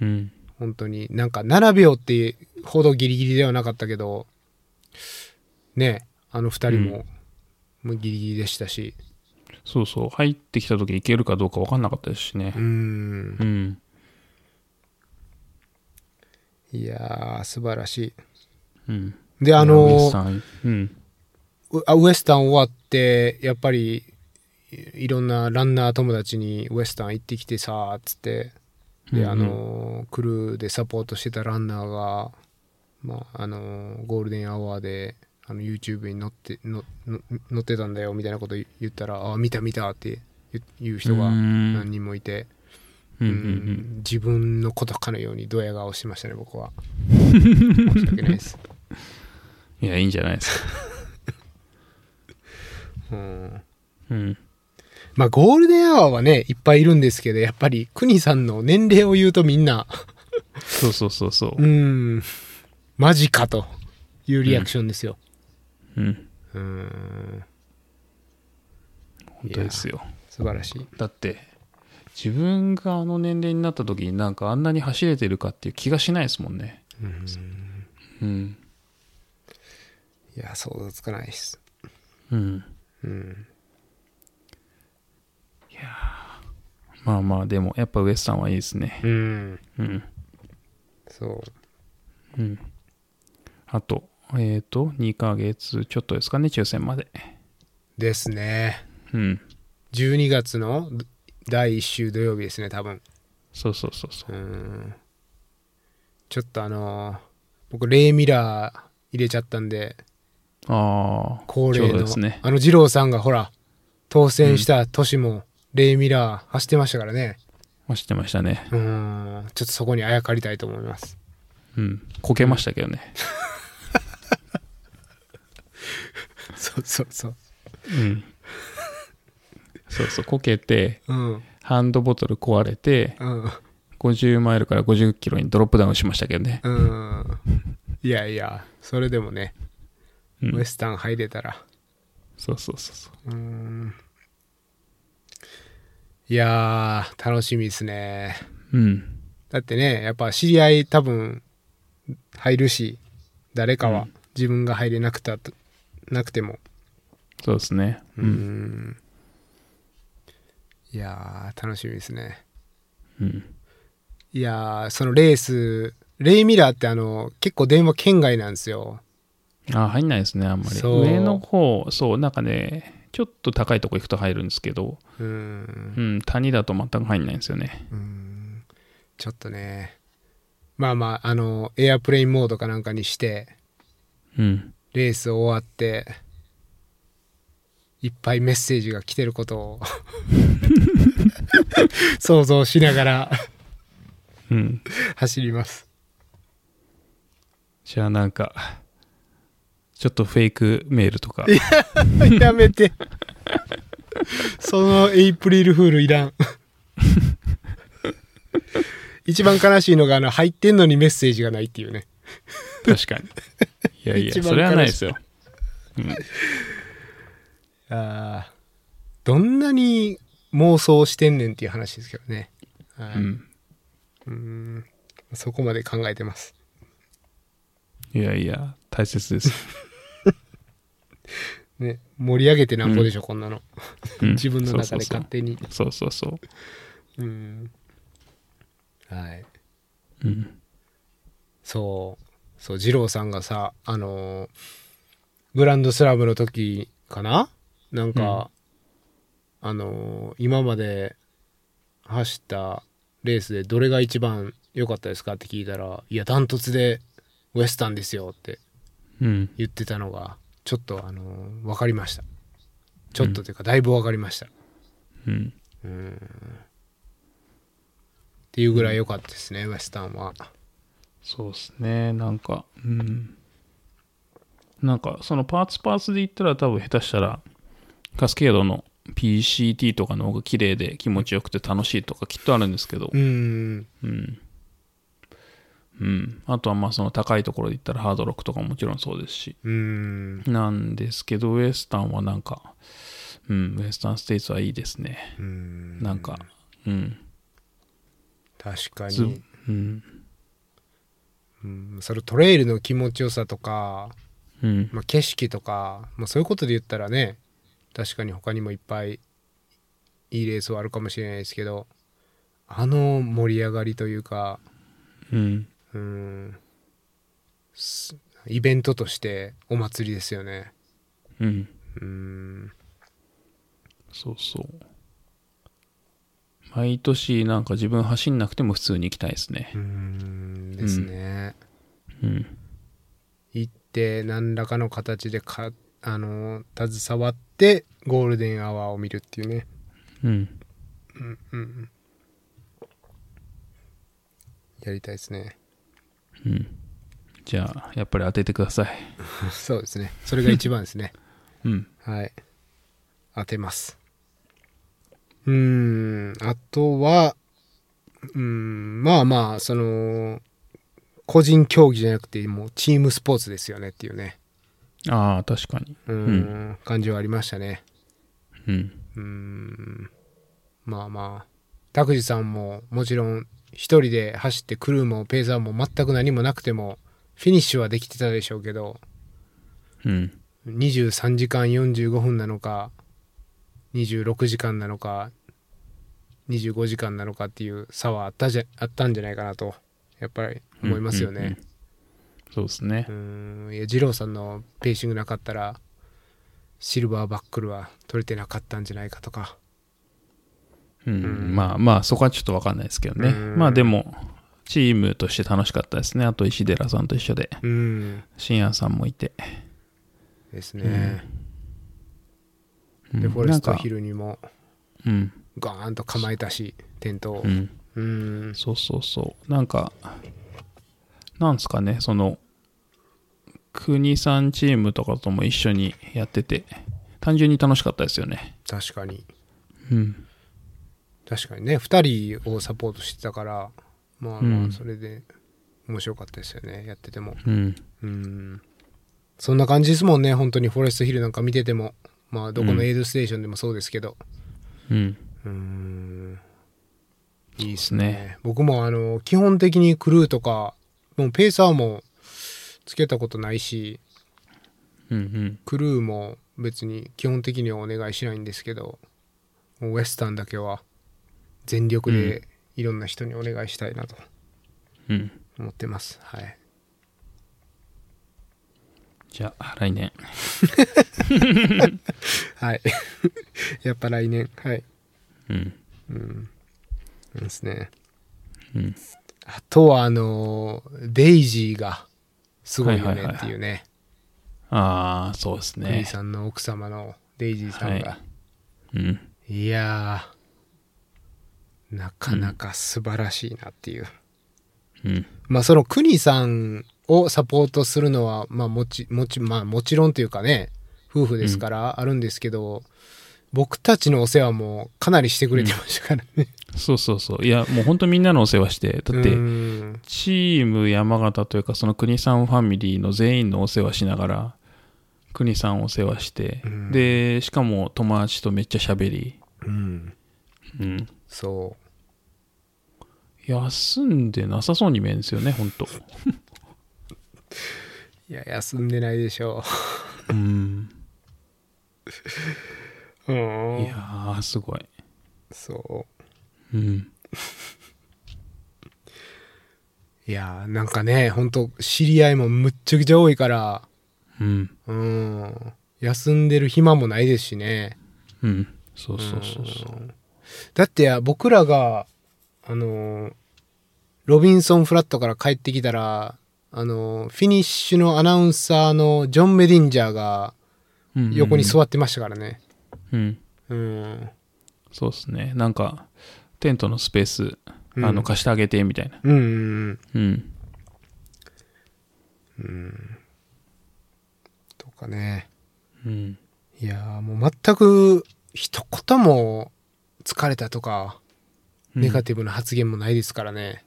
Speaker 2: うん。
Speaker 1: 本当になんか7秒ってほどギリギリではなかったけど、ね、あの2人も、もうギリギリでしたし、
Speaker 2: そうそう。入ってきた時いけるかどうか分かんなかったですしね
Speaker 1: うー。ん、
Speaker 2: うん。
Speaker 1: いやー、素晴らし
Speaker 2: うん。
Speaker 1: い。で、あのー
Speaker 2: うん。
Speaker 1: うあウエスタン終わってやっぱりいいろんなランナー友達にウエスタン行ってきてさっつってで、
Speaker 2: うんうん
Speaker 1: あのクルーでサポートしてたランナーが、まあ、あのゴールデンアワーであの YouTube に載ってのの載ってたんだよみたいなこと言ったら「あ見た見た」って言言う人が
Speaker 2: うん
Speaker 1: 何人もいて、
Speaker 2: うんう
Speaker 1: うんん自分のことかのようにドヤ顔してましたね僕 は申し訳ないです、
Speaker 2: うん。いや、いいんじゃないですか。
Speaker 1: うん
Speaker 2: うん。
Speaker 1: まあゴールデンアワーはね、いっぱいいるんですけど、やっぱり国さんの年齢を言うとみんな、
Speaker 2: そうそうそうそう
Speaker 1: ーん、マジかというリアクションですよ。
Speaker 2: う。うん。
Speaker 1: うーん、
Speaker 2: 本当ですよ。
Speaker 1: 素晴らしい。
Speaker 2: だって、自分があの年齢になった時になんかあんなに走れてるかっていう気がしないですもんね。
Speaker 1: うん、
Speaker 2: うん。
Speaker 1: いや、想像つかないです。
Speaker 2: うん。
Speaker 1: うん、
Speaker 2: まあまあ、でも、やっぱウエスタンはいいですね。
Speaker 1: うん、
Speaker 2: うん。
Speaker 1: そう。
Speaker 2: うん。あと、えっ、と、2ヶ月ちょっとですかね、抽選まで。
Speaker 1: ですね。
Speaker 2: うん。
Speaker 1: 12月の第1週土曜日ですね、多分。
Speaker 2: そうそうそうそうう。
Speaker 1: ん。ちょっとあのー僕、レイミラー入れちゃったんで、
Speaker 2: ああ、
Speaker 1: 恒
Speaker 2: ちょう
Speaker 1: 例
Speaker 2: ど
Speaker 1: の、
Speaker 2: ですね。
Speaker 1: あの二郎さんがほら当選した年もレイミラー走ってましたからね、
Speaker 2: 走ってましたね。
Speaker 1: うーんちょっとそこにあやかりたいと思います
Speaker 2: うん。こけましたけどね。
Speaker 1: そうそうそう
Speaker 2: うん。そうそう、こけて、
Speaker 1: うん
Speaker 2: ハンドボトル壊れて、
Speaker 1: うん
Speaker 2: 50マイルから50キロにドロップダウンしましたけどね。
Speaker 1: うんいやいやそれでもね、
Speaker 2: うん
Speaker 1: ウエスタン入れたら
Speaker 2: そうそうそうそう。
Speaker 1: うーんいやー楽しみですね
Speaker 2: うん。
Speaker 1: だってねやっぱ知り合い多分入るし誰か
Speaker 2: う
Speaker 1: は自分が入れなくたとなくても
Speaker 2: そうですね。
Speaker 1: う
Speaker 2: うんん。
Speaker 1: いやー楽しみですね
Speaker 2: うん。
Speaker 1: いやーそのレースレイミラーってあの結構電話圏外なんですよ
Speaker 2: あ、入んないですね、あんまり。
Speaker 1: そう
Speaker 2: 上の方、そう、なんかね、ちょっと高いとこ行くと入るんですけど、
Speaker 1: うーん
Speaker 2: うん、谷だと全く入んないんですよね。
Speaker 1: うーんちょっとねまあまああのエアプレインモードかなんかにして
Speaker 2: うん。
Speaker 1: レース終わっていっぱいメッセージが来てることを 想像しながら
Speaker 2: うん。
Speaker 1: 走ります
Speaker 2: じゃあなんか、ちょっとフェイクメールとか、
Speaker 1: やめてそのエイプリルフールい らん一番悲しいのがあの入ってんのにメッセージがないっていうね
Speaker 2: 確かに。い やい
Speaker 1: 一
Speaker 2: や、
Speaker 1: 番
Speaker 2: それはないですよ。うん、、
Speaker 1: あーどんなに妄想してんねんっていう話ですけどね、はいう
Speaker 2: ん。
Speaker 1: うーんそこまで考えてます
Speaker 2: いやいや、大切です。
Speaker 1: ね、盛り上げてなんぼでしょ、こんなの。
Speaker 2: うん
Speaker 1: 自分の中で
Speaker 2: そう
Speaker 1: 勝手に。
Speaker 2: そうそうそうそうそ
Speaker 1: うんはい。
Speaker 2: う。うん。
Speaker 1: そう。そう、二郎さんがさ、あのーグランドスラムの時かななんか、あのー今まで走ったレースでどれが一番良かったですかって聞いたら、いや、ダントツでウエスタンですよって
Speaker 2: うん。
Speaker 1: 言ってたのが、ちょっと、あのー分かりました。ちょっとというか、だいぶ分かりました。
Speaker 2: うん。
Speaker 1: っていうぐらい良かったですね、ウエスタンは。
Speaker 2: そうですね、なんか、うん。なんか、そのパーツパーツで言ったら、多分下手したら、カスケードの PCT とかの方が綺麗で気持ちよくて楽しいとかきっとあるんですけど
Speaker 1: う、ん。
Speaker 2: うん。うん。あとは、まあ、その高いところで言ったら、ハードロックとかももちろんそうですし、
Speaker 1: うん。
Speaker 2: なんですけど、ウエスタンはなんか、うん、ウエスタンステイツはいいですね。
Speaker 1: うん。
Speaker 2: なんか、うん。
Speaker 1: 確か
Speaker 2: ず
Speaker 1: に、
Speaker 2: うん。
Speaker 1: うん、それトレイルの気持ちよさとか、
Speaker 2: うん。
Speaker 1: まあ、景色とか、まあ、そういうことで言ったらね確かに他にもいっぱいいいレースはあるかもしれないですけどあの盛り上がりというか
Speaker 2: うん。
Speaker 1: うんすイベントとしてお祭りですよね
Speaker 2: うん。
Speaker 1: うん
Speaker 2: そうそう。毎年なんか自分走んなくても普通に行きたいですね
Speaker 1: う。んですね、
Speaker 2: うん。
Speaker 1: 行って何らかの形でかあの携わってゴールデンアワーを見るっていうね
Speaker 2: うん。
Speaker 1: うんうんうんやりたいです ね
Speaker 2: うん。じゃあ、やっぱり当ててください。
Speaker 1: そうですねそれが一番です ね
Speaker 2: うん。
Speaker 1: はい当てますうーんあとはうーんまあまあその個人競技じゃなくてもうチームスポーツですよねっていうね
Speaker 2: ああ、確かに。
Speaker 1: うーん、感じはありましたね
Speaker 2: うん。
Speaker 1: うーんまあまあ拓司さんももちろん一人で走ってクルーもペーザーも全く何もなくてもフィニッシュはできてたでしょうけど
Speaker 2: うん。
Speaker 1: 23時間45分なのか26時間なのか25時間なのかっていう差はあったじゃあったんじゃないかなとやっぱり思いますよね。
Speaker 2: そうですね
Speaker 1: う。ーんいや二郎さんのペーシングなかったらシルバーバックルは取れてなかったんじゃないかとか。
Speaker 2: うん。
Speaker 1: うん
Speaker 2: まあまあ、そこはちょっとわかんないですけどね。
Speaker 1: うん
Speaker 2: まあでも、チームとして楽しかったですね。あと石寺さんと一緒で。
Speaker 1: うん
Speaker 2: 深夜さんもいて。
Speaker 1: ですね。
Speaker 2: うん
Speaker 1: でフォレスト
Speaker 2: なんか
Speaker 1: ヒルにも
Speaker 2: うん。
Speaker 1: ガーンと構えたし、テントを。
Speaker 2: うん。
Speaker 1: うん。
Speaker 2: そうそうそう。なんか、なんですかね、その、国さんチームとかとも一緒にやってて、単純に楽しかったですよね。
Speaker 1: 確かに。
Speaker 2: うん。
Speaker 1: 確かにね、2人をサポートしてたから、まあま
Speaker 2: う
Speaker 1: あ、
Speaker 2: ん
Speaker 1: それで面白かったですよね、やってても。
Speaker 2: うん。
Speaker 1: うん。そんな感じですもんね、本当にフォレストヒルなんか見てても。まあ、どこ
Speaker 2: うん
Speaker 1: のエイドステーションでもそうですけど。
Speaker 2: うん。
Speaker 1: うん。いいっす
Speaker 2: そう
Speaker 1: ね。
Speaker 2: です
Speaker 1: 僕も、あの、基本的にクルーとか、もうペーサーもつけたことないし、
Speaker 2: うん
Speaker 1: クルーも別に基本的にはお願いしないんですけどもうウエスタンだけは全力
Speaker 2: う
Speaker 1: でいろんな人にお願いしたいなと
Speaker 2: うん。うん。
Speaker 1: 思ってます、はい
Speaker 2: じゃあ、来年。
Speaker 1: はい やっぱ来年はい
Speaker 2: うん。
Speaker 1: なんですね
Speaker 2: うん。
Speaker 1: あとはあのーデイジーがすごいよ
Speaker 2: はいはい
Speaker 1: ね
Speaker 2: はい
Speaker 1: っていうね
Speaker 2: ああ、そうです
Speaker 1: クリ
Speaker 2: ね。
Speaker 1: さんの奥様のデイジーさんが、
Speaker 2: はうん。
Speaker 1: い、やーなかなか素晴らしいなっていう、
Speaker 2: うん。
Speaker 1: まあその国さんをサポートするのは、まあもち、もち、まあもちろんというかね、夫婦ですからあるんですけど、僕たちのお世話もかなりしてくれてましたからね。
Speaker 2: そうそうそう。いや、もう本当みんなのお世話して、だって、
Speaker 1: うん
Speaker 2: チーム山形というか、その国さんファミリーの全員のお世話しながら、国さんをお世話して、
Speaker 1: ん
Speaker 2: で、しかも友達とめっちゃ喋り、
Speaker 1: うん。
Speaker 2: うん。
Speaker 1: そ
Speaker 2: 休んでなさそうに見えるんですよね、本当
Speaker 1: う。いや、休んでないでしょ
Speaker 2: うん。
Speaker 1: う。う
Speaker 2: い
Speaker 1: ん。
Speaker 2: やー、すごい。
Speaker 1: そ
Speaker 2: うん。
Speaker 1: う。いや、なんかね、ほんと知り合いもむっちゃくちゃ多いから、
Speaker 2: うん。
Speaker 1: うん。休んでる暇もないですしね。
Speaker 2: うん。そうそうそうそう。
Speaker 1: だってや僕らがあのーロビンソンフラットから帰ってきたらあのーフィニッシュのアナウンサーのジョン・メディンジャーが
Speaker 2: うんうん
Speaker 1: 横に座ってましたからね
Speaker 2: うん。
Speaker 1: うん、
Speaker 2: そうですね。なんか、テントのスペース、
Speaker 1: うん
Speaker 2: あの、貸してあげて、みたいな。
Speaker 1: うんうん
Speaker 2: うん。
Speaker 1: とかね
Speaker 2: うん。
Speaker 1: いやーもう全く一言も疲れたとかネガティブな発言もないですからね、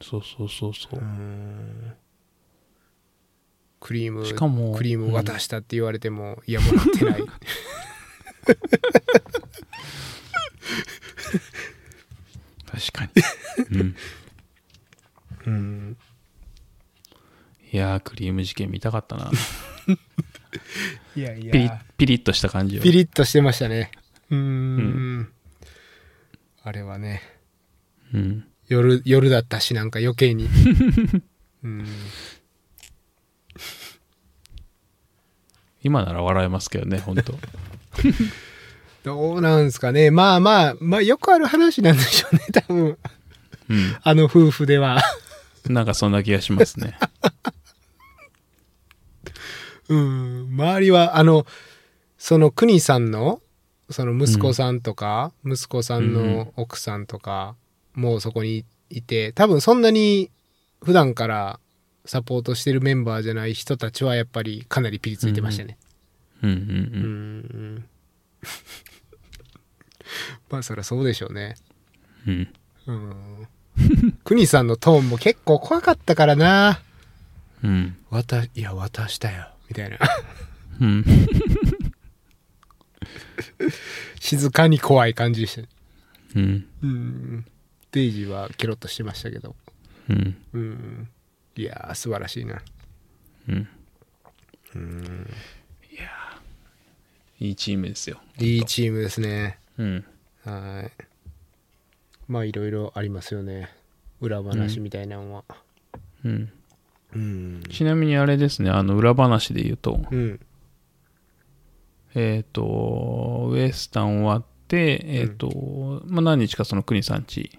Speaker 2: そうそうそうそうう。
Speaker 1: んクリーム
Speaker 2: しかも
Speaker 1: クリーム渡したって言われても、いやもらってない
Speaker 2: 確かに。うん。
Speaker 1: うん
Speaker 2: いやー、クリーム事件見たかったな。
Speaker 1: いやいや
Speaker 2: ピリピリッとした感じを。
Speaker 1: ピリッとしてましたね。うーん,、あれはね、
Speaker 2: うん。
Speaker 1: 夜、夜だったし、なんか余 計に。うん。
Speaker 2: 今なら笑えますけどね、本当
Speaker 1: どうなんですかね。まあまあ、まあよくある話なんでしょうね、 多分。
Speaker 2: うん。
Speaker 1: あの夫婦では。
Speaker 2: なんかそんな気がしますね。
Speaker 1: うん。周りは、あの、その国さんの、その息子さんとか、息子さんの奥さんとか、もうそこにいて、多分そんなに普段からサポートしてるメンバーじゃない人たちはやっぱりかなりピリついてましたね。
Speaker 2: うんう
Speaker 1: うんん まあそりゃそうでしょうね。
Speaker 2: うん。う
Speaker 1: う
Speaker 2: ん。
Speaker 1: ん。国さんのトーンも結構怖かったからな。
Speaker 2: うん。
Speaker 1: 渡、いや、渡したよ。みたいな。
Speaker 2: うん。
Speaker 1: 静かに怖い感じでした。
Speaker 2: うん。
Speaker 1: うん。デイジーはケロッとしてましたけど。
Speaker 2: うん。
Speaker 1: うん。いやー、素晴らしいな。
Speaker 2: うん。いやーいいチームですよ。
Speaker 1: いいチームですね。
Speaker 2: うん。
Speaker 1: はい。まあ、いろいろありますよね。裏話みたいなのは。
Speaker 2: うん。
Speaker 1: うん。
Speaker 2: ちなみにあれですね、あの、裏話で言うと、
Speaker 1: うん。
Speaker 2: えっ、と、ウエスタン終わって、えっ、と、まあ、何日かその国さんち、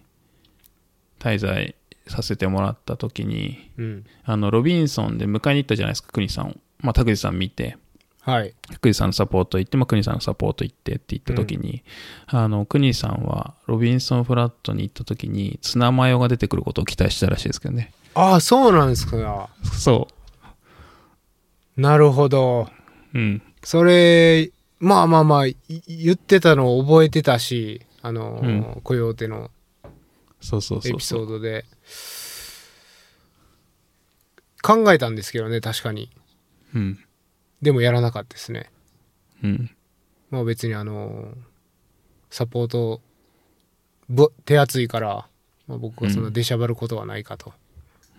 Speaker 2: 滞在させてもらった時に、
Speaker 1: うん。
Speaker 2: あの、ロビンソンで迎えに行ったじゃないですか、国さんを。まあ、拓司さん見て。
Speaker 1: はい。
Speaker 2: クニさんのサポート行って、まあ、クニさんのサポート行ってって言った時に、あの、クニさんはロビンソンフラットに行った時にツナマヨが出てくることを期待してたらしいですけどね。
Speaker 1: ああ、そうなんですか。
Speaker 2: そ
Speaker 1: なるほど。
Speaker 2: う。うん。
Speaker 1: それ、まあまあまあ、い言ってたのを覚えてたし、あのー、コヨーテの
Speaker 2: そうそう
Speaker 1: エ
Speaker 2: そう
Speaker 1: ピ
Speaker 2: そ
Speaker 1: ソ
Speaker 2: う。
Speaker 1: ードで。考えたんですけどね、確かに。
Speaker 2: うん。
Speaker 1: でもやらなかったですね。
Speaker 2: うん。
Speaker 1: まあ別にあのーサポート、ぶ手厚いから、まあ、僕はそんな出しゃばることはないかと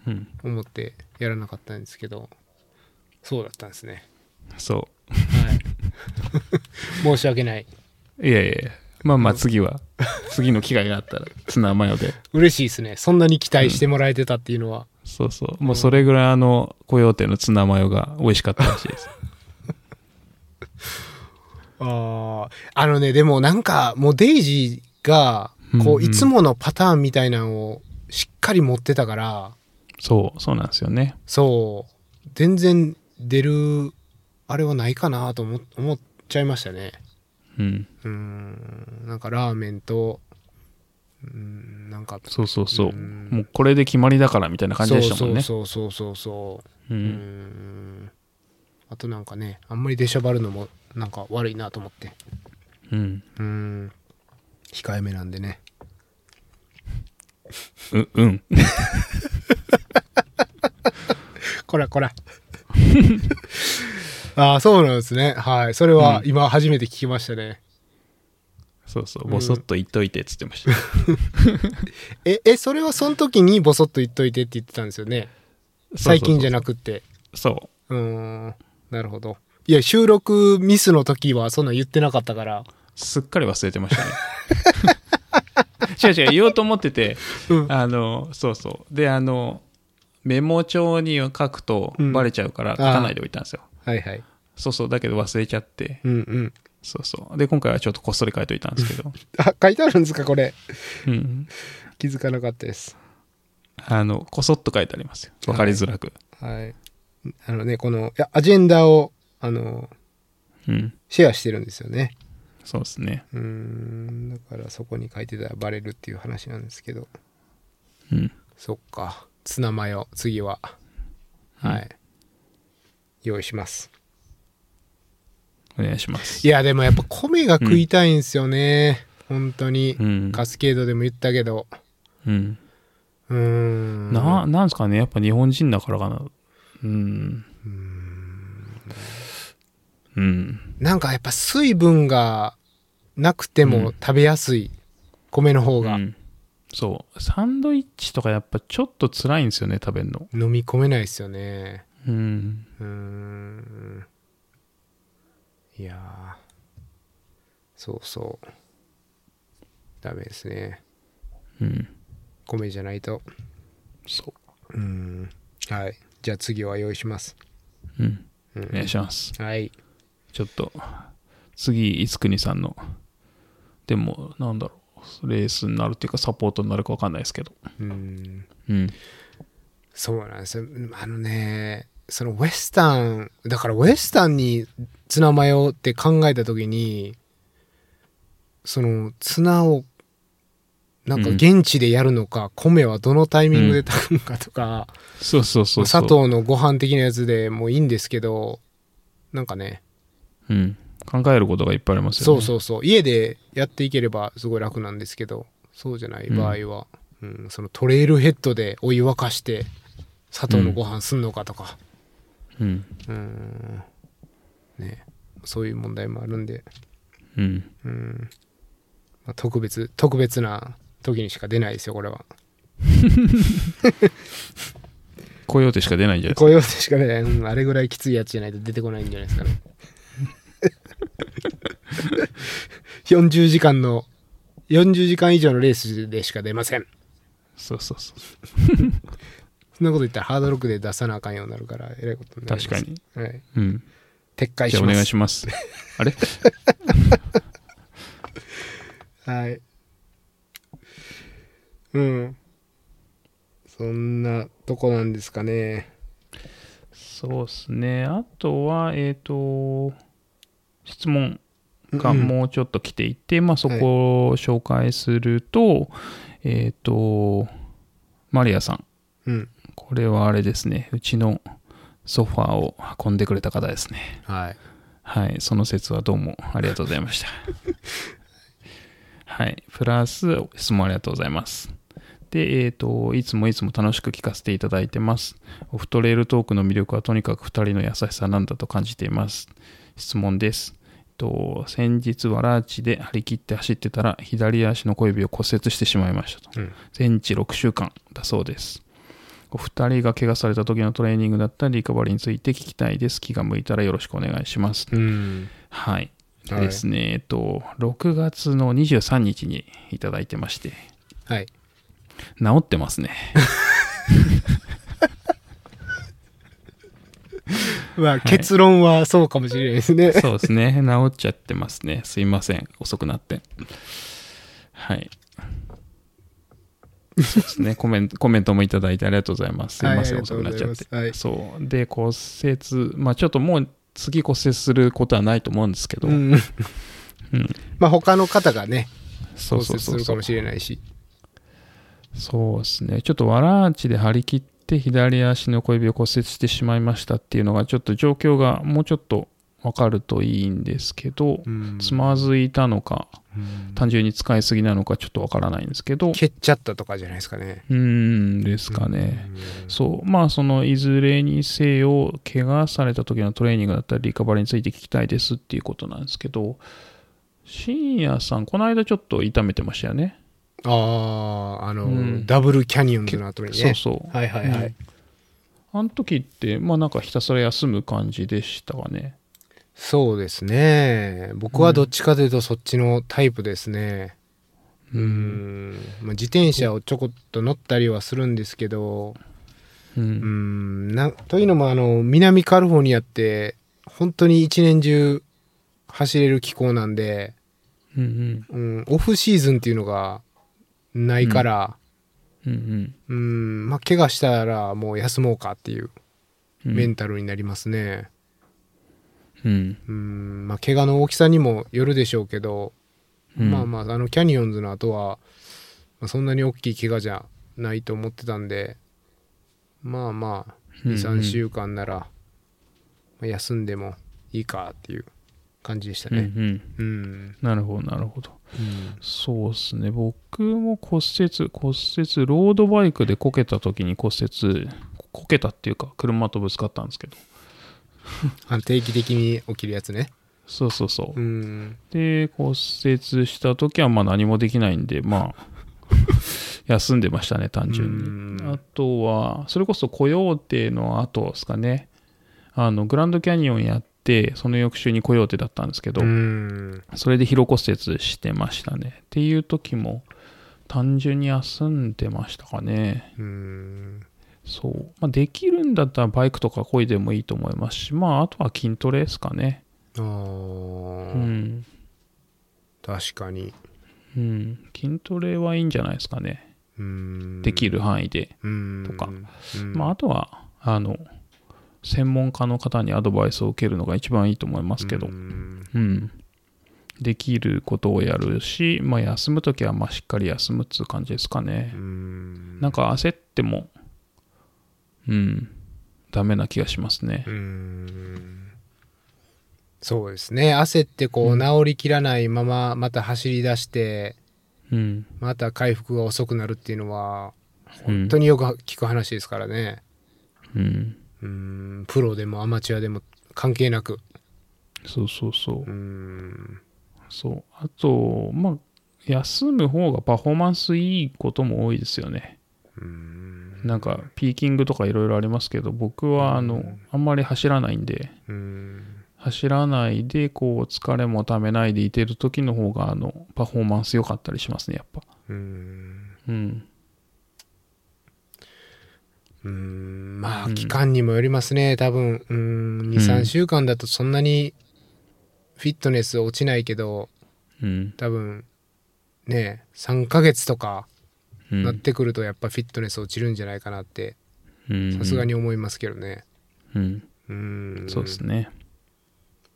Speaker 2: うん。
Speaker 1: 思ってやらなかったんですけど、そうだったんですね。
Speaker 2: そ
Speaker 1: はい。申し訳ない。
Speaker 2: う。いやいやいやまあまあ次は、 次の機会があったらツナマヨで。
Speaker 1: 嬉しいですね。そんなに期待してもらえてたっていうのは。
Speaker 2: そうそう。もうそれぐらいあの、コヨーテのツナマヨが美味しかったらしいです。
Speaker 1: ああ、あのね、でもなんかもうデイジーが、こ
Speaker 2: うんう
Speaker 1: う、
Speaker 2: ん
Speaker 1: いつものパターンみたいなのをしっかり持ってたから、
Speaker 2: そう、そうなんですよね。
Speaker 1: そう、全然出る、あれはないかなと思思っちゃいましたね。
Speaker 2: うん。
Speaker 1: うーん、なんかラーメンと、うーん、なんか、
Speaker 2: そうそうそう。
Speaker 1: うん
Speaker 2: もうこれで決まりだからみたいな感じでしたもんね。
Speaker 1: そうそうそうそうそう。
Speaker 2: う。
Speaker 1: うんんあとなんかねあんまり出しゃばるのもなんか悪いなと思って
Speaker 2: うん。
Speaker 1: うん控えめなんでね
Speaker 2: う、うん。
Speaker 1: こらこら ああそうなんですねはいそれは
Speaker 2: う
Speaker 1: 今初めて聞きましたね、
Speaker 2: そうそう、ぼそっと言っといてっつって ました。
Speaker 1: ええそれはその時にボソッと言っといてって言ってたんですよね最近じゃ
Speaker 2: な
Speaker 1: なくって
Speaker 2: そう
Speaker 1: ーんなるほどいや収録ミスの時はそんなん言ってなかったから
Speaker 2: う。すっかり忘れてま したね。違う違う、言おうと思ってて、
Speaker 1: うん
Speaker 2: あの、そうそう。で、あの、メモ帳に書くと
Speaker 1: うん
Speaker 2: バレちゃうから書かないでおいたんですよ。
Speaker 1: はいはい
Speaker 2: そうそう、だけど忘れちゃって。
Speaker 1: うんうん
Speaker 2: そうそう。で、今回はちょっとこっそり書いといたんですけど。
Speaker 1: あ書いてあるんですかこれ
Speaker 2: うん。
Speaker 1: 気づかなかったです
Speaker 2: あの、こそっと書いてありますよ。わかりづらく。
Speaker 1: はい。あのね、この、いやアジェンダを、あの、
Speaker 2: うん。
Speaker 1: シェアしてるんですよね。
Speaker 2: そうですね。
Speaker 1: うーん、だからそこに書いてたらバレるっていう話なんですけど。
Speaker 2: うん。
Speaker 1: そっか。ツナマヨ、次は。はい。用意します。
Speaker 2: お願いします。
Speaker 1: いや、でもやっぱ米が食いたいんですよね。本当に
Speaker 2: う。ん。
Speaker 1: カスケードでも言ったけど。
Speaker 2: うん。
Speaker 1: うーん。
Speaker 2: な、なんすかね、やっぱ日本人だからかな。うん。うん。
Speaker 1: なんかやっぱ水分がなくても食べやすい。米の方
Speaker 2: う
Speaker 1: が。
Speaker 2: ん。そう。サンドイッチとかやっぱちょっと辛いんですよね、食べるの。
Speaker 1: 飲み込めないですよね。
Speaker 2: うん。
Speaker 1: うーんいやーそうそうダメですね
Speaker 2: うん。
Speaker 1: 米じゃないと
Speaker 2: そう
Speaker 1: ーんはいじゃあ次は用意します
Speaker 2: う。うん。
Speaker 1: うん
Speaker 2: お願いします。
Speaker 1: はい
Speaker 2: ちょっと、次、いつくにさんの、でも、なんだろう、レースになるっていうか、サポートになるかわかんないですけど。
Speaker 1: うーん
Speaker 2: うん。
Speaker 1: そうなんですよあのねそのウェスタンだからウェスタンにツナマヨって考えた時にそのツナをなんか現地でやるのか、米はどのタイミングで炊くのかとか、
Speaker 2: そうそうそうそう。
Speaker 1: 砂。糖のご飯的なやつでもういいんですけどなんかね
Speaker 2: うん。考えることがいっぱいありますよ
Speaker 1: そ
Speaker 2: ね。
Speaker 1: うそうそう家でやっていければすごい楽なんですけどそうじゃない場合は、うんそのトレイルヘッドでお湯沸かして砂糖のご飯すんのかとか、
Speaker 2: う。うん。
Speaker 1: うん、ねそういう問題もあるんで、
Speaker 2: うん。
Speaker 1: うんまあ特別特別な時にしか出ないですよこれ は
Speaker 2: 雇用手しか出ないんじゃないですか。
Speaker 1: 雇用でしかね、うんあれぐらいきついやつじゃないと出てこないんじゃないですか ね40時間の40時間以上のレースでしか出ません
Speaker 2: そうそうそう。
Speaker 1: そんなこと言ったらハードロックで出さなあかんようになるからえらいことになります
Speaker 2: 確かに。
Speaker 1: はい、
Speaker 2: うん。
Speaker 1: 撤回
Speaker 2: じ
Speaker 1: し
Speaker 2: ゃあお
Speaker 1: ます
Speaker 2: 願いします。あれ
Speaker 1: はいうんそんなとこなんですかね
Speaker 2: そうですね。あとは、えっ、と、質問がもうちょっと来ていて、まあ、そこを紹介すると、えっ、と、マリアさん。
Speaker 1: うん。
Speaker 2: これはあれですね。うちのソファーを運んでくれた方ですね。
Speaker 1: はい。
Speaker 2: はい、その説はどうもありがとうございました。はい、プラス質問ありがとうございます。で、えっ、と、いつもいつも楽しく聞かせていただいてます。オフトレールトークの魅力はとにかく2人の優しさなんだと感じています。質問です。えっと先日わらあちで張り切って走ってたら左足の小指を骨折してしまいましたと。
Speaker 1: うん。
Speaker 2: 全治6週間だそうです。お二人が怪我された時のトレーニングだったりリカバリーについて聞きたいです。気が向いたらよろしくお願いします。
Speaker 1: うん。
Speaker 2: はい。で
Speaker 1: はい
Speaker 2: ですね、えっと、6月の23日にいただいてまして、
Speaker 1: はい。
Speaker 2: 治ってます ね。
Speaker 1: まあ、結論はそうかもしれない ですね。
Speaker 2: そうですね、治っちゃってますね。すいません、遅くなって。はい。そうですね、コメント、コメントもいただいてありがとうございます。すいませ
Speaker 1: はいあり
Speaker 2: ん、
Speaker 1: が
Speaker 2: 遅
Speaker 1: と
Speaker 2: く
Speaker 1: う
Speaker 2: な
Speaker 1: ご
Speaker 2: っ
Speaker 1: ざい
Speaker 2: ちゃっ
Speaker 1: ま
Speaker 2: て
Speaker 1: す。はい。
Speaker 2: そう。で、骨折、まあちょっともう次骨折することはないと思うんですけど、
Speaker 1: うん。まあ、他の方がね、
Speaker 2: そ
Speaker 1: 骨
Speaker 2: うそ
Speaker 1: 折
Speaker 2: う
Speaker 1: す
Speaker 2: そう
Speaker 1: る
Speaker 2: そ
Speaker 1: か
Speaker 2: う
Speaker 1: も。しれないし。
Speaker 2: そうですね。ちょっとわらあちで張り切って左足の小指を骨折してしまいましたっていうのが、ちょっと状況がもうちょっとわかるといいんですけど、
Speaker 1: うん
Speaker 2: つまずいたのか、単純に使いすぎなのかちょっとわからないんですけど、
Speaker 1: 蹴っちゃったとかじゃないですかね。
Speaker 2: うーんですかね。そう。まあ、その、いずれにせよ、怪我された時のトレーニングだったり、リカバリーについて聞きたいですっていうことなんですけど、深夜さん、この間ちょっと痛めてましたよね。
Speaker 1: ああ、あの、
Speaker 2: うん
Speaker 1: ダブルキャニオンズの後にね。
Speaker 2: そうそう。
Speaker 1: はいはいはい。
Speaker 2: うんあの時って、まあなんかひたすら休む感じでしたかね。
Speaker 1: そうですね。僕はどっちかというとそっちのタイプですね。う
Speaker 2: うん
Speaker 1: ん。まあ、自転車をちょこっと乗ったりはするんですけど、う
Speaker 2: う。
Speaker 1: んん、なというのも、あの、南カリフォルニアって、本当に一年中走れる気候なんで、
Speaker 2: うんうん。
Speaker 1: うん、オフシーズンっていうのがないから、
Speaker 2: うん
Speaker 1: うん、まあ、怪我したらもう休もうかっていう
Speaker 2: うん。
Speaker 1: メンタルになりますね。
Speaker 2: うん。
Speaker 1: うん、まあ、怪我の大きさにもよるでしょうけど、
Speaker 2: うん。
Speaker 1: まあまあ、あの、キャニオンズの後は、まあ、そんなに大きい怪我じゃないと思ってたんで、まあまあ、
Speaker 2: うん
Speaker 1: 2、
Speaker 2: う
Speaker 1: 3
Speaker 2: ん
Speaker 1: 週間なら、まあ休んでもいいかっていう感じでした
Speaker 2: うんう
Speaker 1: ね。
Speaker 2: ん。
Speaker 1: うん。
Speaker 2: なるほど、なるほど。
Speaker 1: うん
Speaker 2: そうですね。僕も骨折、骨折、ロードバイクでこけた時に骨折、こけたっていうか、車とぶつかったんですけど。
Speaker 1: あの定期的に起きるやつね。
Speaker 2: そうそうそう
Speaker 1: う。ん。
Speaker 2: で、骨折した時はまあ何もできないんで、まあ、 休んでましたね、単純に。あとは、それこそコヨーテの後ですかね。あの、グランドキャニオンやって、その翌週にコヨーテだったんですけど、
Speaker 1: うん。
Speaker 2: それで疲労骨折してましたね。っていう時も、単純に休んでましたかね。
Speaker 1: うん。
Speaker 2: そう。まあ、できるんだったらバイクとか漕いでもいいと思いますし、まあ、あとは筋トレですかね。
Speaker 1: あ
Speaker 2: う
Speaker 1: ー
Speaker 2: ん。
Speaker 1: 確かに。
Speaker 2: うん。筋トレはいいんじゃないですかね。
Speaker 1: うん。
Speaker 2: できる範囲で。
Speaker 1: うん。
Speaker 2: とか
Speaker 1: うん。
Speaker 2: まあ、あとは、あの、専門家の方にアドバイスを受けるのが一番いいと思いますけど
Speaker 1: う、ん
Speaker 2: うん。できることをやるし、まあ、休むときはまあしっかり休むっていう感じですかね
Speaker 1: う。ん。
Speaker 2: なんか焦っても、うん、ダメな気がしますね
Speaker 1: う。ーんそうですね焦ってこ
Speaker 2: う
Speaker 1: うん治りきらないまままた走り出して
Speaker 2: うん。
Speaker 1: また回復が遅くなるっていうのは
Speaker 2: 本
Speaker 1: 本当によく聞く話ですからね
Speaker 2: うん。
Speaker 1: うーんプロでもアマチュアでも関係なく
Speaker 2: そうそうそう
Speaker 1: うー。ん
Speaker 2: そう。あと、まあ、休む方がパフォーマンスいいことも多いですよね。
Speaker 1: うーん
Speaker 2: なんか、ピーキングとかいろいろありますけど、僕は、あの、あんまり走らないんで、
Speaker 1: うーん
Speaker 2: 走らないで、こう、疲れもためないでいてる時の方が、あの、パフォーマンス良かったりしますね、やっぱ。
Speaker 1: うーん
Speaker 2: うん。
Speaker 1: うーんま
Speaker 2: う
Speaker 1: あ
Speaker 2: ん
Speaker 1: 期間にもよりますね多分うーん
Speaker 2: う
Speaker 1: 23
Speaker 2: ん
Speaker 1: 週間だとそんなにフィットネス落ちないけど
Speaker 2: うん。
Speaker 1: 多分ね3ヶ月とか
Speaker 2: うん
Speaker 1: なってくるとやっぱフィットネス落ちるんじゃないかなって
Speaker 2: うん
Speaker 1: さすがに思いますけどね
Speaker 2: うん。
Speaker 1: うん
Speaker 2: そうですね。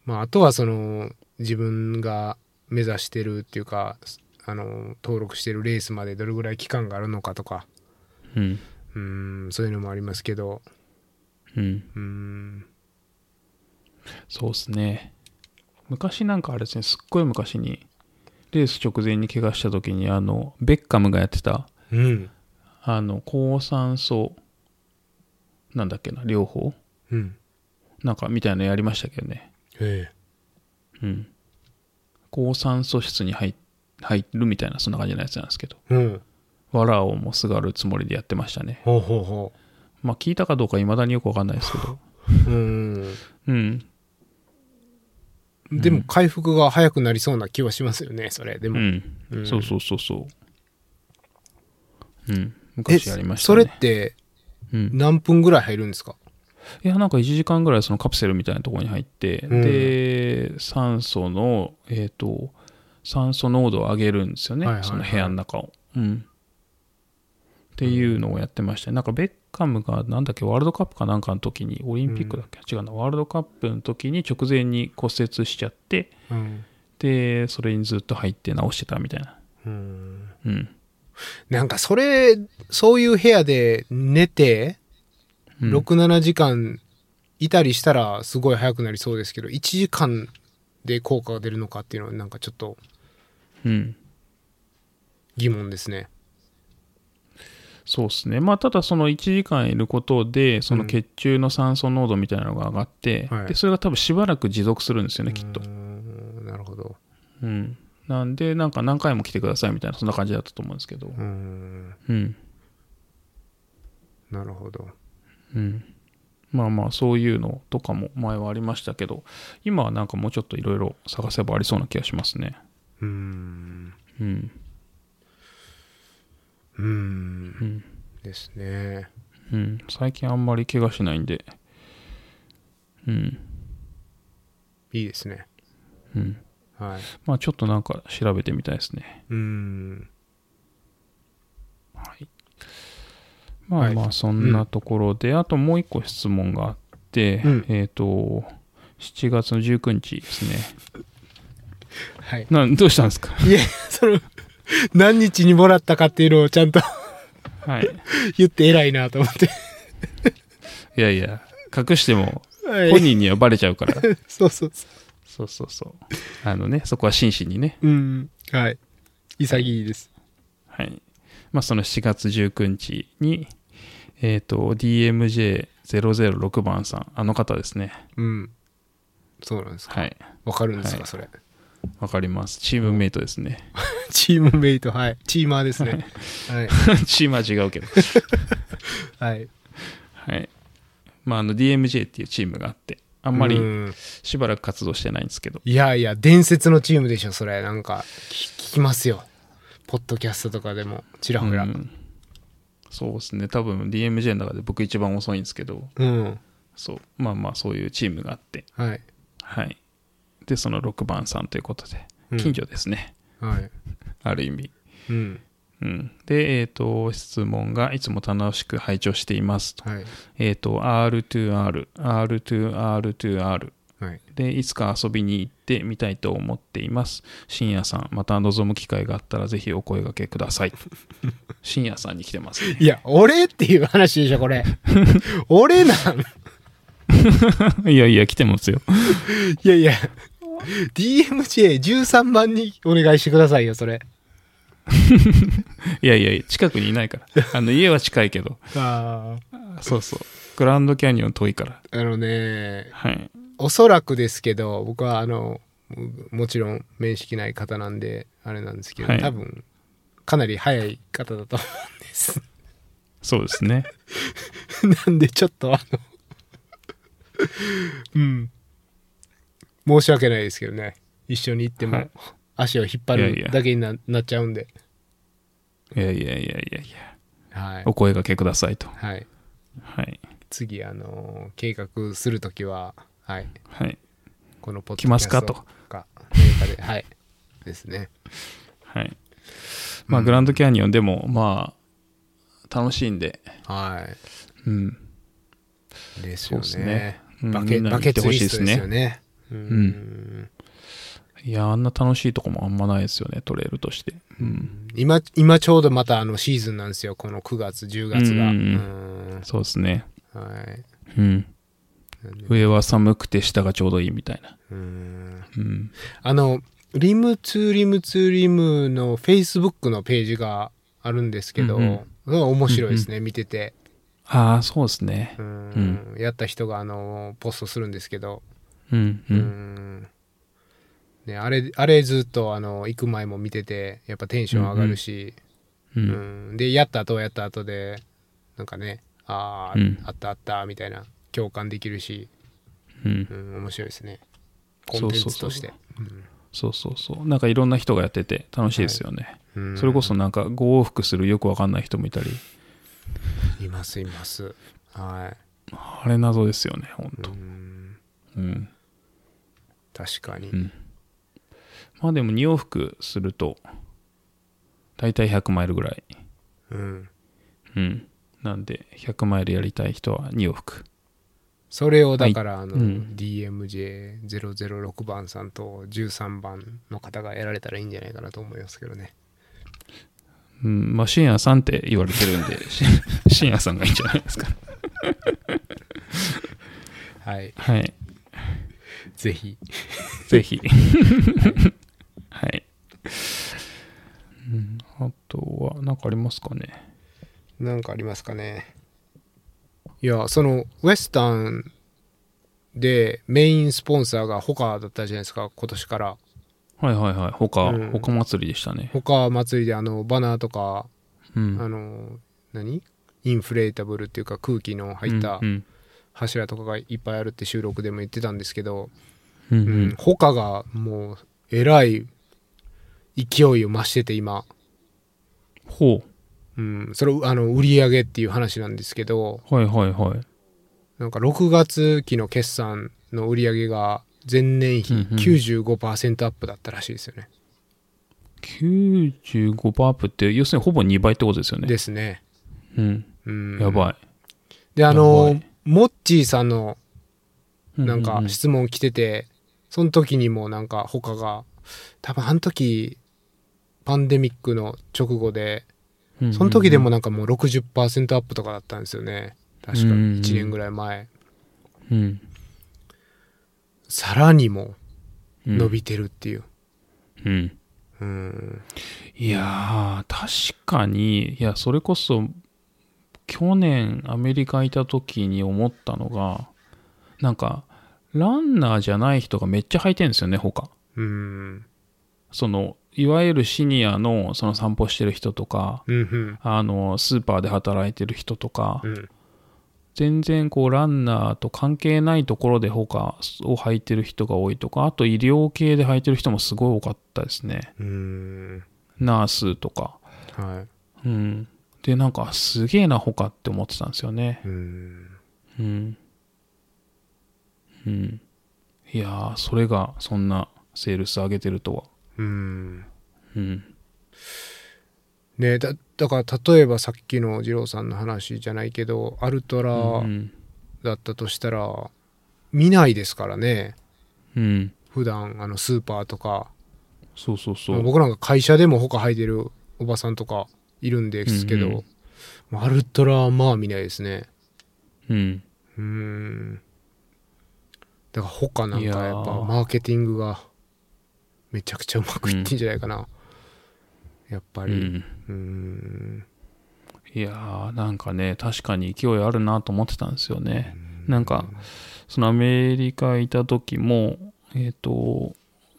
Speaker 1: まあ、あとはその自分が目指してるっていうかあの登録してるレースまでどれぐらい期間があるのかとか
Speaker 2: うん。
Speaker 1: うんそういうのもありますけど
Speaker 2: うん。
Speaker 1: うん
Speaker 2: そうですね。昔なんかあれですね、すっごい昔に、レース直前に怪我した時に、あの、ベッカムがやってた、
Speaker 1: うん
Speaker 2: あの、高酸素、なんだっけな、療法
Speaker 1: うん
Speaker 2: なんかみたいなのやりましたけどね。
Speaker 1: ええ
Speaker 2: うん。高酸素室に入入るみたいな、そんな感じのやつなんですけど。
Speaker 1: うん
Speaker 2: 藁をもすがるつもりでやってましたね。
Speaker 1: ほうほうほ
Speaker 2: まあ聞いたかどうか未だによくわかんないですけど。
Speaker 1: ううん
Speaker 2: うん。
Speaker 1: でも回復が早くなりそうな気はしますよねそれで
Speaker 2: う
Speaker 1: も、
Speaker 2: ん。
Speaker 1: うん
Speaker 2: そうそうそうそう。うん。
Speaker 1: え
Speaker 2: 昔やりました
Speaker 1: そ
Speaker 2: ね。
Speaker 1: れって
Speaker 2: うん、
Speaker 1: 何分ぐらい入るんですか
Speaker 2: いや、なんか1時間ぐらいそのカプセルみたいなところに入って、
Speaker 1: ん
Speaker 2: で、酸素の、えっ、と、酸素濃度を上げるんですよね、
Speaker 1: はいはいはい
Speaker 2: その部屋の中を。うん。っていうのをやってましたねなんかベッカムが、なんだっけ、ワールドカップかなんかの時に、オリンピックだっけ、違うな、ワールドカップの時に直前に骨折しちゃって、
Speaker 1: うん、
Speaker 2: で、それにずっと入って直してたみたいな。
Speaker 1: うん、
Speaker 2: うん。
Speaker 1: なんかそれそういう部屋で寝て
Speaker 2: うん
Speaker 1: 67時間いたりしたらすごい早くなりそうですけど1時間で効果が出るのかっていうのはなんかちょっと
Speaker 2: うん。
Speaker 1: 疑問ですね
Speaker 2: そうですね、まあ、ただその1時間いることで、その血中の酸素濃度みたいなのが上がって、
Speaker 1: はい
Speaker 2: でそれが多分しばらく持続するんですよね、きっと
Speaker 1: うー。んなるほど
Speaker 2: うん、なんで、なんか何回も来てくださいみたいな、そんな感じだったと思うんですけど
Speaker 1: うー。ん
Speaker 2: うん
Speaker 1: なるほど
Speaker 2: うんまあまあ、そういうのとかも前はありましたけど、今はなんかもうちょっといろいろ探せばありそうな気がしますね。
Speaker 1: うーん
Speaker 2: うん。
Speaker 1: うーん
Speaker 2: うん。
Speaker 1: ですね
Speaker 2: うん。最近あんまり怪我しないんで。うん。
Speaker 1: いいですね
Speaker 2: うん。
Speaker 1: はい
Speaker 2: まあ、ちょっとなんか調べてみたいですね。
Speaker 1: うーん
Speaker 2: はい、ま
Speaker 1: は
Speaker 2: あ
Speaker 1: い
Speaker 2: まあそんなところで、あともう一個質問があって、
Speaker 1: うん
Speaker 2: えっ、と7月の19日ですね
Speaker 1: はい
Speaker 2: なんどうしたんですか
Speaker 1: いやその何日にもらったかっていうのをちゃんと
Speaker 2: はい
Speaker 1: 言って偉いなと思って
Speaker 2: いやいや隠しても
Speaker 1: は
Speaker 2: 本人にはバレちゃうから
Speaker 1: そうそうそ
Speaker 2: そうそうそうあのねそこは真摯にね
Speaker 1: ううんはい潔いです
Speaker 2: はいまあその7月19日にえっ、と DMJ006 番さんあの方ですね
Speaker 1: うんそうなんですか
Speaker 2: はい
Speaker 1: わかるんですか、
Speaker 2: はい
Speaker 1: それ。
Speaker 2: わかりますチームメイトですね
Speaker 1: チームメイト、はい。チーマーですね。はい。
Speaker 2: チームは違うけど
Speaker 1: はい。
Speaker 2: はい。まあ、あの、DMJ っていうチームがあって、あんま
Speaker 1: う
Speaker 2: り
Speaker 1: ん
Speaker 2: しばらく活動してないんですけど。
Speaker 1: いやいや、伝説のチームでしょ、それ。なんか、聞聞きますよ。ポッドキャストとかでも、ちらほら。
Speaker 2: う
Speaker 1: うん。
Speaker 2: んそうですね。多分 DMJ の中で僕一番遅いんですけど、そう。まあまあ、そういうチームがあって、
Speaker 1: はい。
Speaker 2: はい。で、その6番さんということで
Speaker 1: うん、
Speaker 2: 近所ですね。
Speaker 1: はい。
Speaker 2: ある意味。
Speaker 1: うん。
Speaker 2: うん、で、えっ、と、質問が、いつも楽しく拝聴していますと。
Speaker 1: はい。
Speaker 2: えっ、と、R2R、R2R2R、
Speaker 1: はい。
Speaker 2: で、いつか遊びに行ってみたいと思っています。深夜さん、また望む機会があったらぜひお声掛けくだ さい。深夜さんに来てますね。
Speaker 1: いや、俺っていう話でしょ、 これ。俺なん。い
Speaker 2: いやい や、来てますよ。
Speaker 1: やいや。DMJ13 番にお願いしてくださいよ、それ。
Speaker 2: いやいやいや、近くにいないから。あの、家は近いけど。
Speaker 1: あ
Speaker 2: そうそう。グランドキャニオン遠いから。
Speaker 1: あのね、
Speaker 2: はい。
Speaker 1: おそらくですけど僕はあのももちろん面識ない方なんであれなんですけど、
Speaker 2: はい
Speaker 1: 多分かなり早い方だと思うんです
Speaker 2: そうですね。
Speaker 1: なんでちょっとあの うん申し訳ないですけどね一緒に行っても
Speaker 2: はい
Speaker 1: 足を引っ張
Speaker 2: いやいや
Speaker 1: るだけにななっちゃうんで
Speaker 2: いやいやいやいやいや。
Speaker 1: はい
Speaker 2: お、声掛けくださいと。
Speaker 1: はい、
Speaker 2: はい。
Speaker 1: 次あの計画するときははい
Speaker 2: はい。
Speaker 1: このポッド
Speaker 2: 来ますか
Speaker 1: キャスト
Speaker 2: と
Speaker 1: か何かではいですね
Speaker 2: はい。まあ、グランドキャニオンでも、まあ、楽しいんで。
Speaker 1: はい
Speaker 2: うん。
Speaker 1: です
Speaker 2: そう
Speaker 1: よ
Speaker 2: ですね。うん
Speaker 1: バ
Speaker 2: み
Speaker 1: ケ
Speaker 2: んな
Speaker 1: バ
Speaker 2: に行
Speaker 1: ケ
Speaker 2: って
Speaker 1: ツ
Speaker 2: ほ
Speaker 1: イ
Speaker 2: しいで
Speaker 1: ス
Speaker 2: す
Speaker 1: トですよ
Speaker 2: ね。
Speaker 1: ね。う
Speaker 2: うんいや、あんな楽しいとこもあんまないですよね、トレイルとして。うん。
Speaker 1: 今、今ちょうどまたあのシーズンなんですよ。この9月、10月が。
Speaker 2: うんうん
Speaker 1: うん
Speaker 2: そうですね。
Speaker 1: はい。
Speaker 2: うん。
Speaker 1: なんで
Speaker 2: 上は寒くて下がちょうどいいみたいな。
Speaker 1: うん
Speaker 2: うん。
Speaker 1: あの、リムツーリムツーリムの Facebook のページがあるんですけど、
Speaker 2: うんうん
Speaker 1: それは面白いですね、見てて。
Speaker 2: ああ、そうですね
Speaker 1: う。んやった人があのポストするんですけど、
Speaker 2: うん、う。
Speaker 1: うんんね、あれあれずっとあの行く前も見ててやっぱテンション上がるし、
Speaker 2: う
Speaker 1: うん
Speaker 2: ん。
Speaker 1: でやった後はやった後でなんかねああ、
Speaker 2: うん
Speaker 1: あったあったみたいな共感できるし、
Speaker 2: うん
Speaker 1: う。ん、面白いですねコンテンツとして
Speaker 2: そうそうそう。なんかいろんな人がやってて楽しいですよね。
Speaker 1: うん
Speaker 2: それこそなんか5往復するよくわかんない人もいたり、
Speaker 1: いますいますは
Speaker 2: あれ謎ですよね、ほん
Speaker 1: い、う
Speaker 2: と。
Speaker 1: ん、
Speaker 2: うん。
Speaker 1: 確かに、
Speaker 2: うん。まあでも2往復すると、大体100マイルぐらい。
Speaker 1: うん、
Speaker 2: うん。なんで、100マイルやりたい人は2往復。
Speaker 1: それをだから、あの、
Speaker 2: うん
Speaker 1: DMJ006 番さんと13番の方がやられたらいいんじゃないかなと思いますけどね。
Speaker 2: うん、まあ、深夜さんって言われてる んで、し深夜さんがいいんじゃないですか。
Speaker 1: はい。
Speaker 2: はい。
Speaker 1: ぜひ。
Speaker 2: ぜひ。はい。うん、あとは、なんかありますかね。
Speaker 1: なんかありますかね。いや、その、ウエスタンでメインスポンサーがホカだったじゃないですか、今年から。
Speaker 2: はいはいはい。他、
Speaker 1: うん
Speaker 2: 他祭りでしたね。
Speaker 1: ホカ祭りであの、バナーとか、
Speaker 2: うん。
Speaker 1: あの、何インフレータブルっていうか空気の入った
Speaker 2: うんうん。
Speaker 1: 柱とかがいっぱいあるって収録でも言ってたんですけど、
Speaker 2: うんう
Speaker 1: うん
Speaker 2: ん、
Speaker 1: 他がもうえらい勢いを増してて今、
Speaker 2: ほ
Speaker 1: うん、それあの売り上げっていう話なんですけど
Speaker 2: う。はいはいはい。
Speaker 1: なんか6月期の決算の売り上げが前年比
Speaker 2: うんうん
Speaker 1: 95%アップだったらしいですよね。
Speaker 2: 95%アップって、要するにほぼ2倍ってことですよね。
Speaker 1: ですね。
Speaker 2: うん。
Speaker 1: うん、
Speaker 2: やばい。
Speaker 1: であ
Speaker 2: やば
Speaker 1: の
Speaker 2: い
Speaker 1: モッチーさんのなん
Speaker 2: う
Speaker 1: か
Speaker 2: うう
Speaker 1: 質問来てて、その時にもなんか他が多分あの時パンデミックの直後でその時でも、なんかもう60%アップとかだったんですよね。確か
Speaker 2: うんうんうん
Speaker 1: 1年ぐらい前。
Speaker 2: うん
Speaker 1: さらにも
Speaker 2: うん
Speaker 1: 伸びてるっていう。
Speaker 2: うん。
Speaker 1: うん。
Speaker 2: いやー、確かに、いや、それこそ、去年アメリカいた時に思ったのが、なんか、ランナーじゃない人がめっちゃ履いてるんですよね、他。
Speaker 1: うん。
Speaker 2: その、いわゆるシニアの、その散歩してる人とか、
Speaker 1: うん。うん。
Speaker 2: あの、スーパーで働いてる人とか、
Speaker 1: うん。
Speaker 2: 全然こう、ランナーと関係ないところで他を履いてる人が多いとか、あと医療系で履いてる人もすごい多かったですね。
Speaker 1: うん。
Speaker 2: ナースとか。
Speaker 1: は
Speaker 2: うん。で、なんか、すげえな、ほかって思ってたんですよね。
Speaker 1: い。うん。
Speaker 2: うん。うん。いやー、それが、そんな、セールス上げてるとは。
Speaker 1: うん。
Speaker 2: うん。
Speaker 1: ねだ、だから例えばさっきの二郎さんの話じゃないけど、アルト
Speaker 2: う
Speaker 1: ラ
Speaker 2: ん。
Speaker 1: だったとしたら、見ないですからね。
Speaker 2: うん。
Speaker 1: 普段、あの、スーパーとか。
Speaker 2: そうそうそ
Speaker 1: まあ
Speaker 2: う。
Speaker 1: 僕なんか会社でも他履いてるおばさんとかいるんですけ
Speaker 2: うんうん
Speaker 1: ど、まあアルトラはまあ見ないですね。
Speaker 2: うん。
Speaker 1: うーんだから他なん
Speaker 2: い
Speaker 1: か
Speaker 2: やー
Speaker 1: やっぱマーケティングがめちゃくちゃうまくいってんじゃないかな、やっぱ
Speaker 2: う
Speaker 1: り
Speaker 2: ん。
Speaker 1: うーん
Speaker 2: いやー、なんかね、確かに勢いあるなと思ってたんですよね。なんか、そのアメリカいた時も、えっ、と、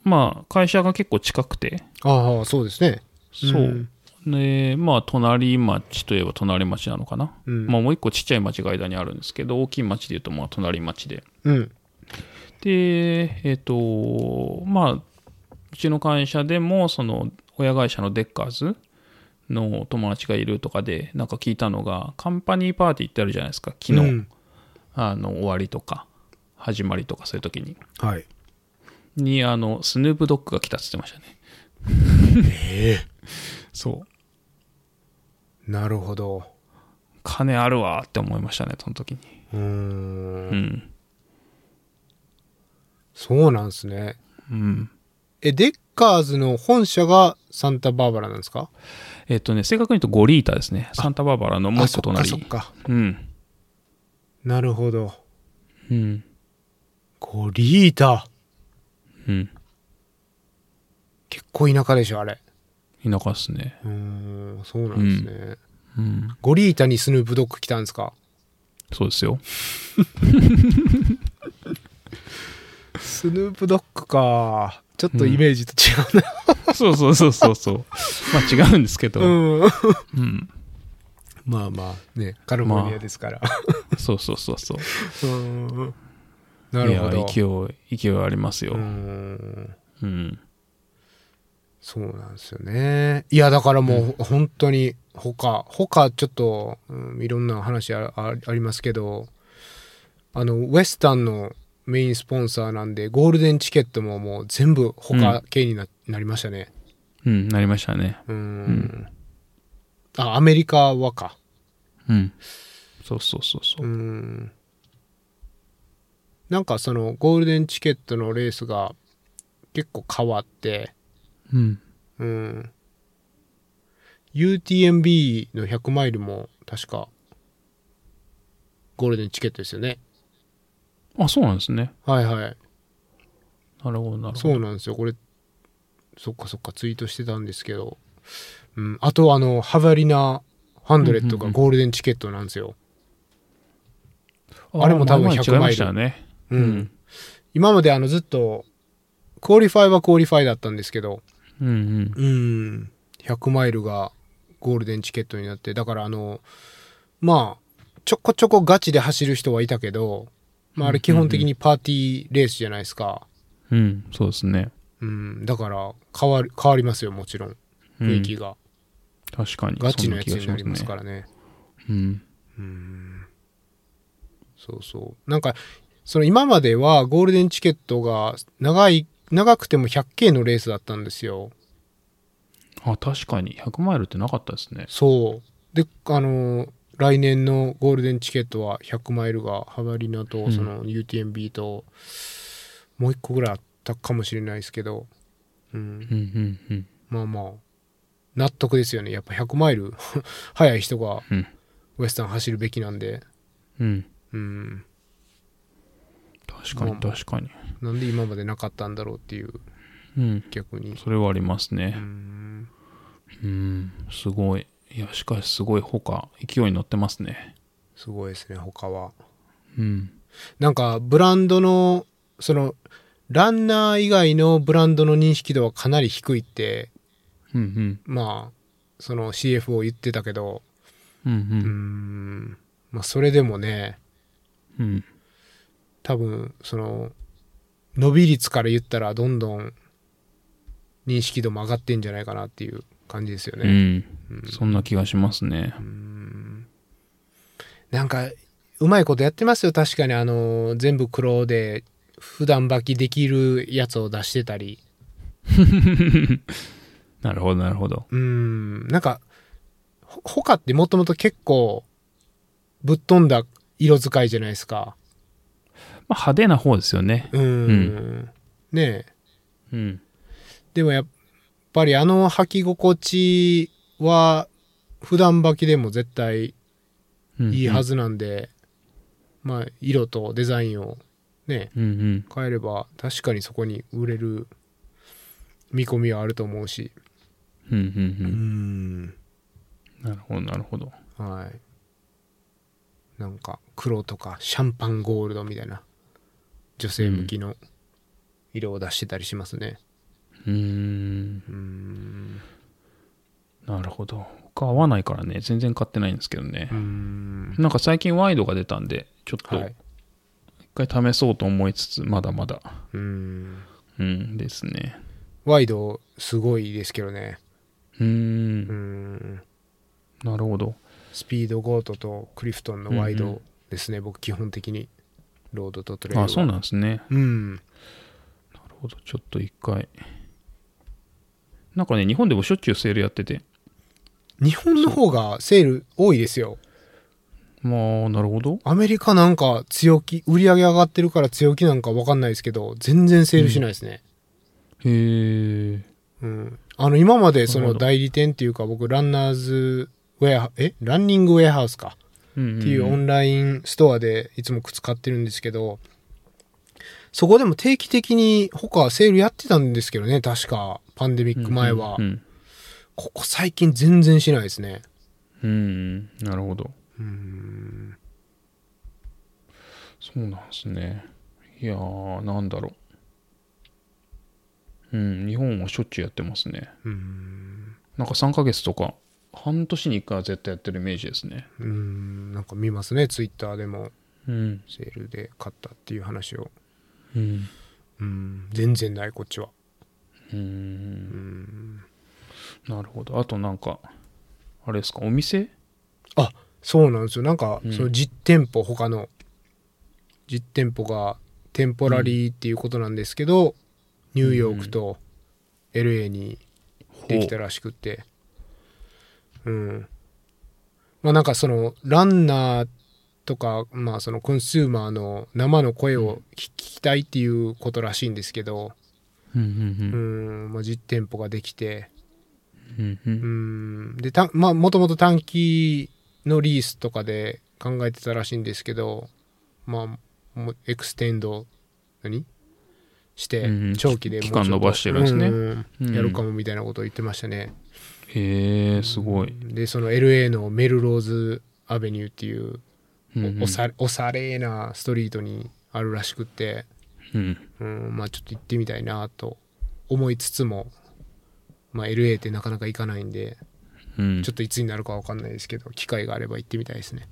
Speaker 2: まあ、会社が結構近くて、
Speaker 1: ああそうですね
Speaker 2: そう。
Speaker 1: うん
Speaker 2: で、まあ、隣町といえば隣町なのかな。
Speaker 1: うん、
Speaker 2: まあ、もう一個ちっちゃい町が間にあるんですけど大きい町でいうとまあ隣町で
Speaker 1: うん
Speaker 2: でえっ、とまあうちの会社でもその親会社のデッカーズの友達がいるとかでなんか聞いたのがカンパニーパーティーってあるじゃないですか昨日、
Speaker 1: うん
Speaker 2: あの終わりとか始まりとかそういう時に
Speaker 1: はい
Speaker 2: にあのスヌープドッグが来たって言ってましたね
Speaker 1: え
Speaker 2: そう
Speaker 1: えなるほど
Speaker 2: 金あるわって思いましたねその時に
Speaker 1: うーん
Speaker 2: うん
Speaker 1: そうなんですね。
Speaker 2: うん。
Speaker 1: え、デッカーズの本社がサンタバーバラなんですか
Speaker 2: えっとね、正確に言うとゴリータですね。サンタバーバラのもう一個
Speaker 1: あ
Speaker 2: 隣。
Speaker 1: そっかそっか。
Speaker 2: うん。
Speaker 1: なるほど。
Speaker 2: うん。
Speaker 1: ゴリータ。
Speaker 2: うん。
Speaker 1: 結構田舎でしょ、あれ。
Speaker 2: 田舎っすね。
Speaker 1: うーん、そうなんですね。
Speaker 2: うん。
Speaker 1: ゴリータにスヌープドッグ来たんですか
Speaker 2: そうで すよ。
Speaker 1: スヌープドッグか。ちょっとイメージと違うな。
Speaker 2: そうそうそうそうそう。 まあ違うんですけど。
Speaker 1: うん。
Speaker 2: うん。
Speaker 1: まあまあ、ね、カルフォルニアですから。
Speaker 2: そうそうそうそう。
Speaker 1: うん。なるほ
Speaker 2: い
Speaker 1: ど。
Speaker 2: や、勢い、勢いありますよ
Speaker 1: う。ん。
Speaker 2: うん。
Speaker 1: そうなんですよね。いや、だからもう、本当に、他、他、ちょっと、うんいろんな話ああありますけど、あの、ウエスタンのメインスポンサーなんで、ゴールデンチケットももう全部他系にな,、なりましたね。
Speaker 2: うん、なりましたね。
Speaker 1: うん。あ、アメリカはか。
Speaker 2: うん。そうそうそうそうう。
Speaker 1: ん。なんかその、ゴールデンチケットのレースが結構変わって、
Speaker 2: うん。
Speaker 1: うん。UTMB の100マイルも確かゴールデンチケットですよね。
Speaker 2: あ、そうなんですね。
Speaker 1: はいはい。
Speaker 2: なるほど、なるほど。
Speaker 1: そうなんですよ。これ、そっかそっかツイートしてたんですけど。うん。あとあの、ハヴァリナ100がゴールデンチケットなんですよ。あれも多分
Speaker 2: 前々
Speaker 1: 100
Speaker 2: 違いましたよね。
Speaker 1: うん。今まであのずっと、クオリファイはクオリファイだったんですけど、
Speaker 2: うんうん。
Speaker 1: うん、100マイルがゴールデンチケットになって、だからあの、まあ、ちょこちょこガチで走る人はいたけど、まああれ基本的にパーティーレースじゃないですか。
Speaker 2: うん、そうですね。
Speaker 1: うん、だから変わる、変わりますよ、もちろん。雰囲気が。
Speaker 2: 確かに。
Speaker 1: ガチのやつ
Speaker 2: そん
Speaker 1: になり
Speaker 2: 気が
Speaker 1: ま
Speaker 2: し
Speaker 1: す
Speaker 2: ね。
Speaker 1: からね。
Speaker 2: うん。
Speaker 1: そうそう。なんか、その今まではゴールデンチケットが長い、長くても 100K のレースだったんですよ。
Speaker 2: あ、確かに。100マイルってなかったですね。
Speaker 1: そう。で、あのー来年のゴールデンチケットは100マイルがハバリナと
Speaker 2: ん
Speaker 1: その UTMB と、もう一個ぐらいあったかもしれないですけど、うん、
Speaker 2: うんうんうん。
Speaker 1: まあまあ、納得ですよね。やっぱ100マイル 速い人が
Speaker 2: うん
Speaker 1: ウエスタン走るべきなんで、
Speaker 2: うん。
Speaker 1: うん、
Speaker 2: 確かに、確かに。
Speaker 1: なんで今までなかったんだろうっていう、
Speaker 2: うん。
Speaker 1: 逆に。
Speaker 2: それはあります
Speaker 1: う
Speaker 2: ね。
Speaker 1: ん、
Speaker 2: うん。すごい。いや、しかし、すごい、他、勢いに乗ってますね。
Speaker 1: すごいですね、他は。
Speaker 2: うん。
Speaker 1: なんかブランドのそのランナー以外のブランドの認識度はかなり低いって
Speaker 2: うんうん。
Speaker 1: まあその CFO 言ってたけど
Speaker 2: う
Speaker 1: うー
Speaker 2: ん
Speaker 1: んまあそれでもね
Speaker 2: うん。うん。
Speaker 1: 多分その伸び率から言ったらどんどん認識度も上がってんじゃないかなっていう感じですよ
Speaker 2: う
Speaker 1: ね。
Speaker 2: ん。そんな気がしますね。
Speaker 1: なんかうまいことやってますよ確かにあの全部黒で普段履きできるやつを出してたり。
Speaker 2: なるほど、なるほど。
Speaker 1: うーん、なんか、ほ他ってもともと結構、ぶっ飛んだ色使いじゃないですか。
Speaker 2: まあ、派手な方ですよね。
Speaker 1: うーん。、
Speaker 2: うん
Speaker 1: ねえ。
Speaker 2: うん。
Speaker 1: でもやっぱりあの履き心地は、普段履きでも絶対
Speaker 2: うん
Speaker 1: いいはずなんで、まあ、色とデザインをね、
Speaker 2: うんうん。
Speaker 1: 変えれば、確かにそこに売れる見込みはあると思うし。
Speaker 2: うんう
Speaker 1: う
Speaker 2: んうん
Speaker 1: ー。ん。
Speaker 2: なるほど、なるほど。
Speaker 1: はい。なんか、黒とかシャンパンゴールドみたいな、女性向きの色を出してたりしますね。
Speaker 2: うーん。
Speaker 1: うーん。
Speaker 2: なるほど。他合わないからね、全然買ってないんですけどね
Speaker 1: うー。ん。
Speaker 2: なんか最近ワイドが出たんで、ちょっ
Speaker 1: はい。
Speaker 2: と一回試そうと思いつつ、まだまだ。
Speaker 1: うーん。
Speaker 2: うんですね。
Speaker 1: ワイド、すごいですけどね。
Speaker 2: う
Speaker 1: うー
Speaker 2: ーん。
Speaker 1: ん。
Speaker 2: なるほど。
Speaker 1: スピードゴートとクリフトンのワイ
Speaker 2: うんう
Speaker 1: ドですね、僕、基本的に。ロードとトレイルは。
Speaker 2: あ、そうなんですね。
Speaker 1: うん。
Speaker 2: なるほど。ちょっと一回。なんかね、日本でもしょっちゅうセールやってて。
Speaker 1: 日本の方がセール多いですよ。
Speaker 2: まあ、なるほど。
Speaker 1: アメリカなんか強気、売り上げ上がってるから強気なんかわかんないですけど、全然セールしないですね。
Speaker 2: へえ。
Speaker 1: うん。あの、今までそ
Speaker 2: なる
Speaker 1: の
Speaker 2: ほど
Speaker 1: 代理店っていうか、僕、ランナーズウェア、えランニングウェアハウスか。
Speaker 2: うん。
Speaker 1: っていうオ
Speaker 2: ん
Speaker 1: ンラインストアでいつも靴買ってるんですけど、そこでも定期的に他セールやってたんですけどね、確か、パンデミック前は
Speaker 2: う。ん。
Speaker 1: ここ最近全然しないですね。
Speaker 2: うんうん。なるほど。
Speaker 1: うん。
Speaker 2: そうなんですね。いやー、なんだろう。うん、日本はしょっちゅうやってますね。
Speaker 1: うん。
Speaker 2: なんか3ヶ月とか、半年に1回は絶対やってるイメージですね。
Speaker 1: うん。なんか見ますね、ツイッターでも、
Speaker 2: うん。
Speaker 1: セールで買ったっていう話を。
Speaker 2: うん。
Speaker 1: うん。全然ない、こっちは。
Speaker 2: うん。
Speaker 1: うん。
Speaker 2: なるほど。あとなんか、あれですか、お店
Speaker 1: あ、そうなんですよ。なんか、
Speaker 2: うん
Speaker 1: その実店舗、他の、実店舗がテンポラリーっていうことなんですけど、ニューヨークと LA にできたらしくって、うん。まあなんかその、ランナーとか、まあそのコンスーマーの生の声を聞聞きたいっていうことらしいんですけど、
Speaker 2: うん
Speaker 1: う
Speaker 2: う
Speaker 1: んん、まあ実店舗ができて、
Speaker 2: うん。う
Speaker 1: うんんでたまあもともと短期のリースとかで考えてたらしいんですけどまあもうエクステンド何し
Speaker 2: うん
Speaker 1: て長期で
Speaker 2: 期
Speaker 1: もうちょっと
Speaker 2: 間延ばしてるんですね
Speaker 1: うん
Speaker 2: うん
Speaker 1: やるかもみたいなことを言ってましたね、
Speaker 2: へえ、すごい。
Speaker 1: でその LA のメルローズアベニューっていう
Speaker 2: うんうん
Speaker 1: おおさおされーなストリートにあるらしくって、
Speaker 2: うん。
Speaker 1: うん、まあちょっと行ってみたいなと思いつつも、まあ、LA ってなかなか行かないんで
Speaker 2: うん
Speaker 1: ちょっといつになるかわかんないですけど、機会があれば行ってみたいですね。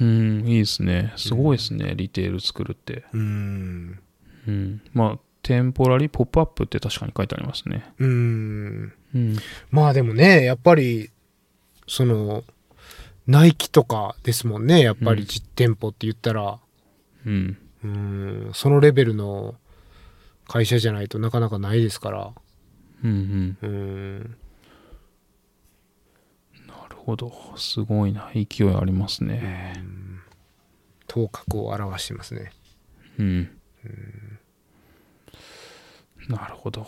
Speaker 2: うん、いいですね。すごいですね、リテール作るって。
Speaker 1: うん。
Speaker 2: うん。まあ、テンポラリーポップアップって確かに書いてありますね。
Speaker 1: うん。
Speaker 2: うん。
Speaker 1: まあでもね、やっぱり、その、ナイキとかですもんね、やっぱり実店舗って言ったら、
Speaker 2: うん。
Speaker 1: うん、そのレベルの会社じゃないとなかなかないですから、
Speaker 2: うんう
Speaker 1: う
Speaker 2: ん。
Speaker 1: ん。
Speaker 2: なるほど。すごいな。勢いありますね。
Speaker 1: 頭角を表してますね。
Speaker 2: うん。なるほど。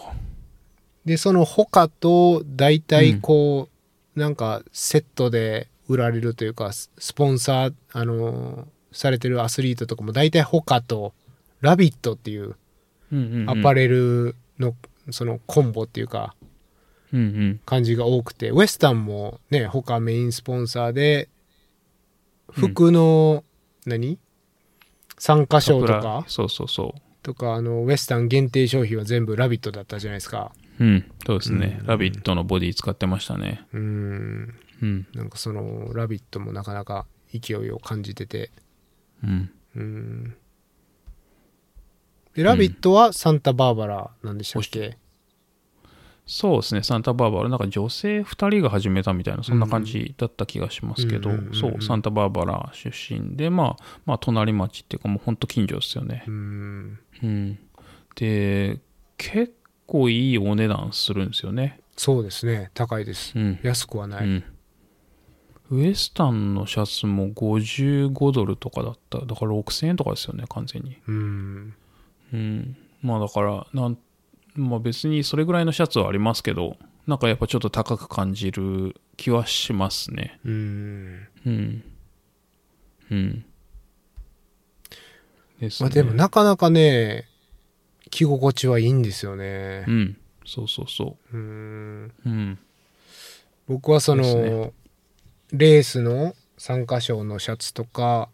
Speaker 1: で、その他と大体こう、なんかセットで売られるというか、ススポンサー、あのーされてるアスリートとかも大体他と、ラビットっていう
Speaker 2: うんうん、うん。
Speaker 1: アパレ
Speaker 2: レ。
Speaker 1: ルの、そのコンボっていうか、
Speaker 2: うん
Speaker 1: 感じが多くて、ウエスタンもね、他メインスポンサーで、服の、何参加
Speaker 2: うん。
Speaker 1: 賞と
Speaker 2: カプラ
Speaker 1: か、
Speaker 2: そうそうそ
Speaker 1: とか、あの、ウエスタン限定商品は全部ラビットだったじゃないですか。
Speaker 2: う。うん。そうですね。
Speaker 1: うん
Speaker 2: ラビットのボディ使ってましたね。
Speaker 1: うん。
Speaker 2: うん。
Speaker 1: なんかその「ラビット!」もなかなか勢いを感じてて
Speaker 2: うん。
Speaker 1: うんで「ラビット!」はサンタバーバラなんでしたっけ、
Speaker 2: そうですね、サンタバーバラ、なんか女性2人が始めたみたいな、そんな感じだった気がしますけど
Speaker 1: うんうんうんう、ん
Speaker 2: そう、サンタバーバラ出身で、まあ、まあ、隣町っていうか、もう本当近所ですよね
Speaker 1: う。ん
Speaker 2: うん。で、結構いいお値段するんですよね。
Speaker 1: そうですね高いです
Speaker 2: うん。
Speaker 1: 安くはない、
Speaker 2: うんウエスタンのシャツも55ドルとかだった。だから6000円とかですよね、完全に。
Speaker 1: うん
Speaker 2: うん、まあだからなん、まあ、別にそれぐらいのシャツはありますけどなんかやっぱちょっと高く感じる気はしますね
Speaker 1: うん
Speaker 2: うんうんです
Speaker 1: ま
Speaker 2: ね
Speaker 1: あ、でもなかなかね着心地はいいんですよね
Speaker 2: うんそうそうそ
Speaker 1: うん
Speaker 2: ううん
Speaker 1: 僕はその、
Speaker 2: ですね
Speaker 1: レースの参加賞のシャツとか、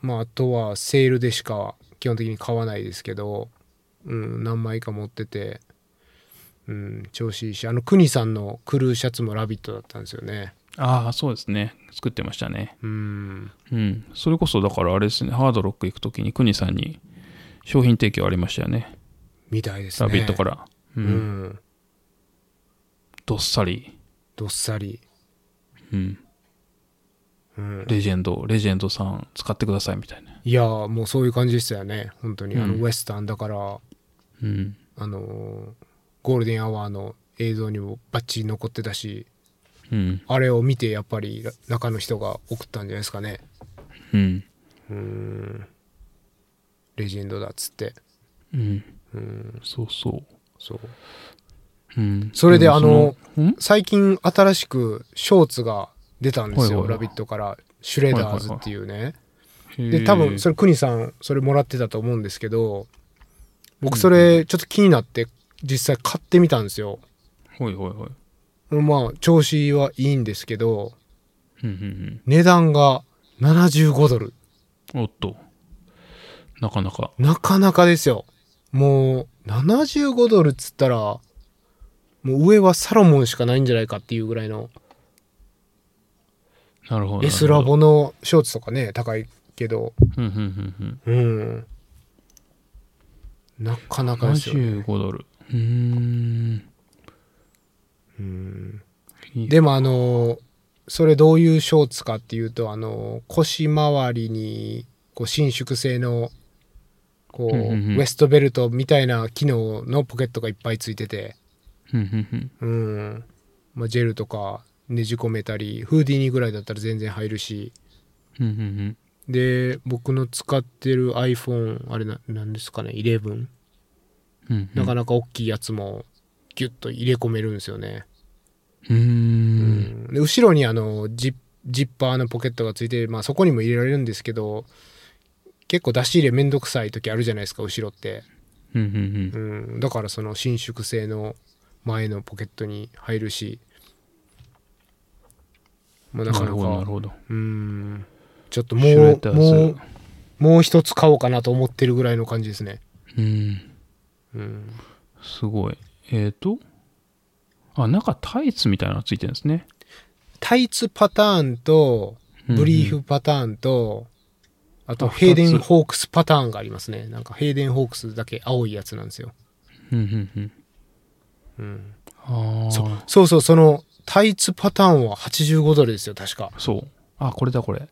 Speaker 1: まあ、あとはセールでしか基本的に買わないですけど、うん、何枚か持ってて、うん、調子いいしあのクニさんのクルーシャツも「ラビット!」だったんですよね
Speaker 2: ああそうですね作ってましたね
Speaker 1: うん
Speaker 2: うんそれこそだからあれですねハードロック行く時にクニさんに商品提供ありましたよね
Speaker 1: みたいです
Speaker 2: ラ
Speaker 1: ね
Speaker 2: ビットからう、
Speaker 1: うんん、
Speaker 2: どっさり、
Speaker 1: どっさり、
Speaker 2: うん、
Speaker 1: うん、
Speaker 2: レジェンドレジェンドさん使ってくださいみたいない
Speaker 1: やーもうそういう感じでしたよね本当に、あの
Speaker 2: うん
Speaker 1: ウエスタンだから
Speaker 2: うん
Speaker 1: あのーゴールデンアワーの映像にもバッチリ残ってたし
Speaker 2: うん
Speaker 1: あれを見てやっぱり中の人が送ったんじゃないですかね。
Speaker 2: うん。
Speaker 1: うんレジェンドだっつって
Speaker 2: うん。
Speaker 1: うん
Speaker 2: そうそ
Speaker 1: そう
Speaker 2: う。うん。
Speaker 1: それで
Speaker 2: も
Speaker 1: あの
Speaker 2: その、ん
Speaker 1: 最近新しくショーツが出たんですよ「
Speaker 2: はいはいはい
Speaker 1: ラビット!」から「シュレダーズ」っていうね、
Speaker 2: へ
Speaker 1: で
Speaker 2: ー
Speaker 1: 多分それ邦さんそれもらってたと思うんですけど僕それちょっと気になって実際買ってみたんですよ
Speaker 2: はいはいはい。
Speaker 1: まあ調子はいいんですけど
Speaker 2: うんうん
Speaker 1: 値段が75ドル
Speaker 2: うん。おっと。なかなか。
Speaker 1: なかなかですよもう75ドルっつったらもう上はサロモンしかないんじゃないかっていうぐらいの
Speaker 2: なるほど。
Speaker 1: S ラボのショーツとかね高いけど
Speaker 2: うんうんうん
Speaker 1: うんなかな
Speaker 2: うん。
Speaker 1: かですよ、
Speaker 2: 75ドル。うーん。
Speaker 1: うん
Speaker 2: いい
Speaker 1: でもあのそれどういうショーツかっていうとあの腰回りにこう伸縮性のこう、
Speaker 2: うんうんうん
Speaker 1: ウエストベルトみたいな機能のポケットがいっぱいついてて、
Speaker 2: うんうんうん。
Speaker 1: うんまあ、ジェルとかねじ込めたりフーディニぐらいだったら全然入るし
Speaker 2: うんうんうん。
Speaker 1: で僕の使ってる iPhone あれななんですかね11
Speaker 2: うんうん
Speaker 1: なかなか大きいやつもギュッと入れ込めるんですよね。
Speaker 2: うーん。
Speaker 1: で後ろにあのジッジッパーのポケットがついて、まあ、そこにも入れられるんですけど結構出し入れめんどくさい時あるじゃないですか後ろって、
Speaker 2: うんうん
Speaker 1: う
Speaker 2: うん。
Speaker 1: ん、だからその伸縮性の前のポケットに入るし、まあ、な
Speaker 2: な
Speaker 1: か
Speaker 2: る
Speaker 1: な
Speaker 2: ほど、なる
Speaker 1: か
Speaker 2: ほど。
Speaker 1: うんちょっと
Speaker 2: シュレ
Speaker 1: も
Speaker 2: ッ
Speaker 1: う
Speaker 2: ダーズ
Speaker 1: もうもう一つ買おうかなと思ってるぐらいの感じですね、
Speaker 2: うん。
Speaker 1: うん、
Speaker 2: すごい。えっ、と。あ、中タイツみたいなのついてるんですね。
Speaker 1: タイツパターンと
Speaker 2: うんうん
Speaker 1: ブリーフパターンと、あと
Speaker 2: あ
Speaker 1: ヘイデ
Speaker 2: 二
Speaker 1: ン・
Speaker 2: つ
Speaker 1: ホークスパターンがありますね。なんかヘイデン・ホークスだけ青いやつなんですよ。
Speaker 2: うんうんうん。
Speaker 1: うん、
Speaker 2: ああ。
Speaker 1: そそうそう、そのタイツパターンは85ドルですよ、確か。
Speaker 2: そう。あ、これだ、これ。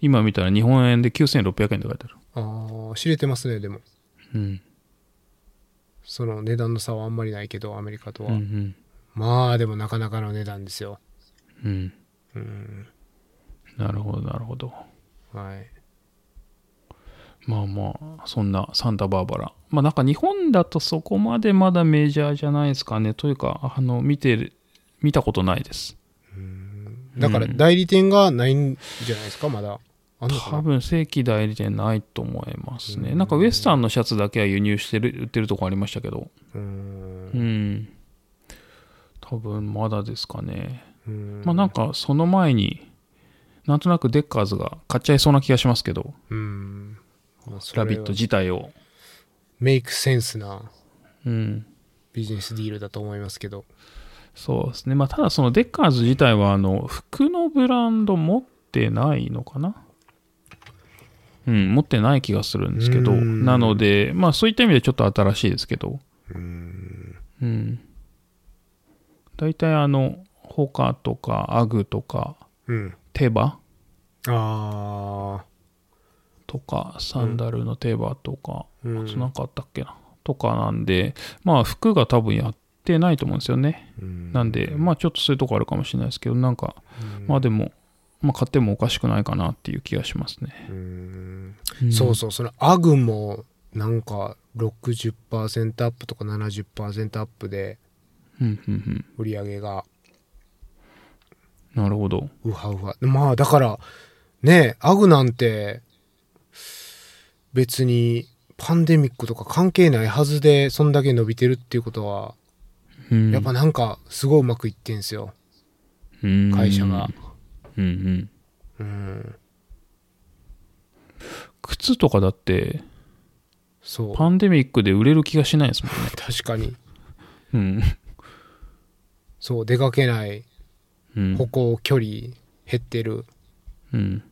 Speaker 2: 今見たら日本円で9600円って書いてある。
Speaker 1: ああ、知れてますね、でも。
Speaker 2: うん。
Speaker 1: その値段の差はあんまりないけど、アメリカとは。
Speaker 2: うんうん。
Speaker 1: まあ、でもなかなかの値段ですよ。
Speaker 2: うん。
Speaker 1: うん。
Speaker 2: なるほど、なるほど。
Speaker 1: はい。
Speaker 2: まあまあ、そんなサンタバーバラ。まあなんか日本だとそこまでまだメジャーじゃないですかね。というか、あの、見てる、見たことないです。
Speaker 1: だから
Speaker 2: うん
Speaker 1: 代理店がないんじゃないですか、まだ。あんのか
Speaker 2: 多
Speaker 1: な
Speaker 2: 分正規代理店ないと思いますね。
Speaker 1: うん
Speaker 2: なんかウエスタンのシャツだけは輸入してる、売ってるとこありましたけど。
Speaker 1: うん
Speaker 2: うん。多分まだですかね。
Speaker 1: うん。
Speaker 2: まあなんかその前に、なんとなくデッカーズが買っちゃいそうな気がしますけど、
Speaker 1: うん。まあそれ
Speaker 2: ラ
Speaker 1: は
Speaker 2: ビット自体を。
Speaker 1: メイクセンスな
Speaker 2: うん。
Speaker 1: ビジネスディールだと思いますけど。
Speaker 2: そうですね。まあただそのデッカーズ自体は、あの、服のブランド持ってないのかなうん、持ってない気がするんですけど、
Speaker 1: うん
Speaker 2: なので、まあそういった意味でちょっと新しいですけど、うん。大体あの、ホカとかアグとか、
Speaker 1: うん。
Speaker 2: テバ
Speaker 1: ああ。
Speaker 2: とか、サンダルのテバとか、
Speaker 1: う
Speaker 2: あ
Speaker 1: ん
Speaker 2: となんかあったっけな、とかなんで、まあ服が多分やってないと思うんですよね。なんで、まあちょっとそういうとこあるかもしれないですけど、なんか、まあでも、まあ買ってもおかしくないかなっていう気がしますね。
Speaker 1: うん
Speaker 2: ん
Speaker 1: そうそう、そのアグもなんか60%アップとか70%アップで
Speaker 2: うんうんうん。
Speaker 1: 売り上げが
Speaker 2: なるほど。
Speaker 1: うはうは。まあだから、ねえアグなんて別にパンデミックとか関係ないはずでそんだけ伸びてるっていうことは、
Speaker 2: うん、
Speaker 1: やっぱなんかすごいうまくいってんすよ、
Speaker 2: うん
Speaker 1: 会社が。。
Speaker 2: うん
Speaker 1: う
Speaker 2: うん。
Speaker 1: ん。
Speaker 2: 靴とかだって、
Speaker 1: そう。
Speaker 2: パンデミックで売れる気がしないですもんね。
Speaker 1: 確かに。
Speaker 2: うん。
Speaker 1: そう、出かけない、
Speaker 2: うん
Speaker 1: 歩行距離減ってる。
Speaker 2: うん。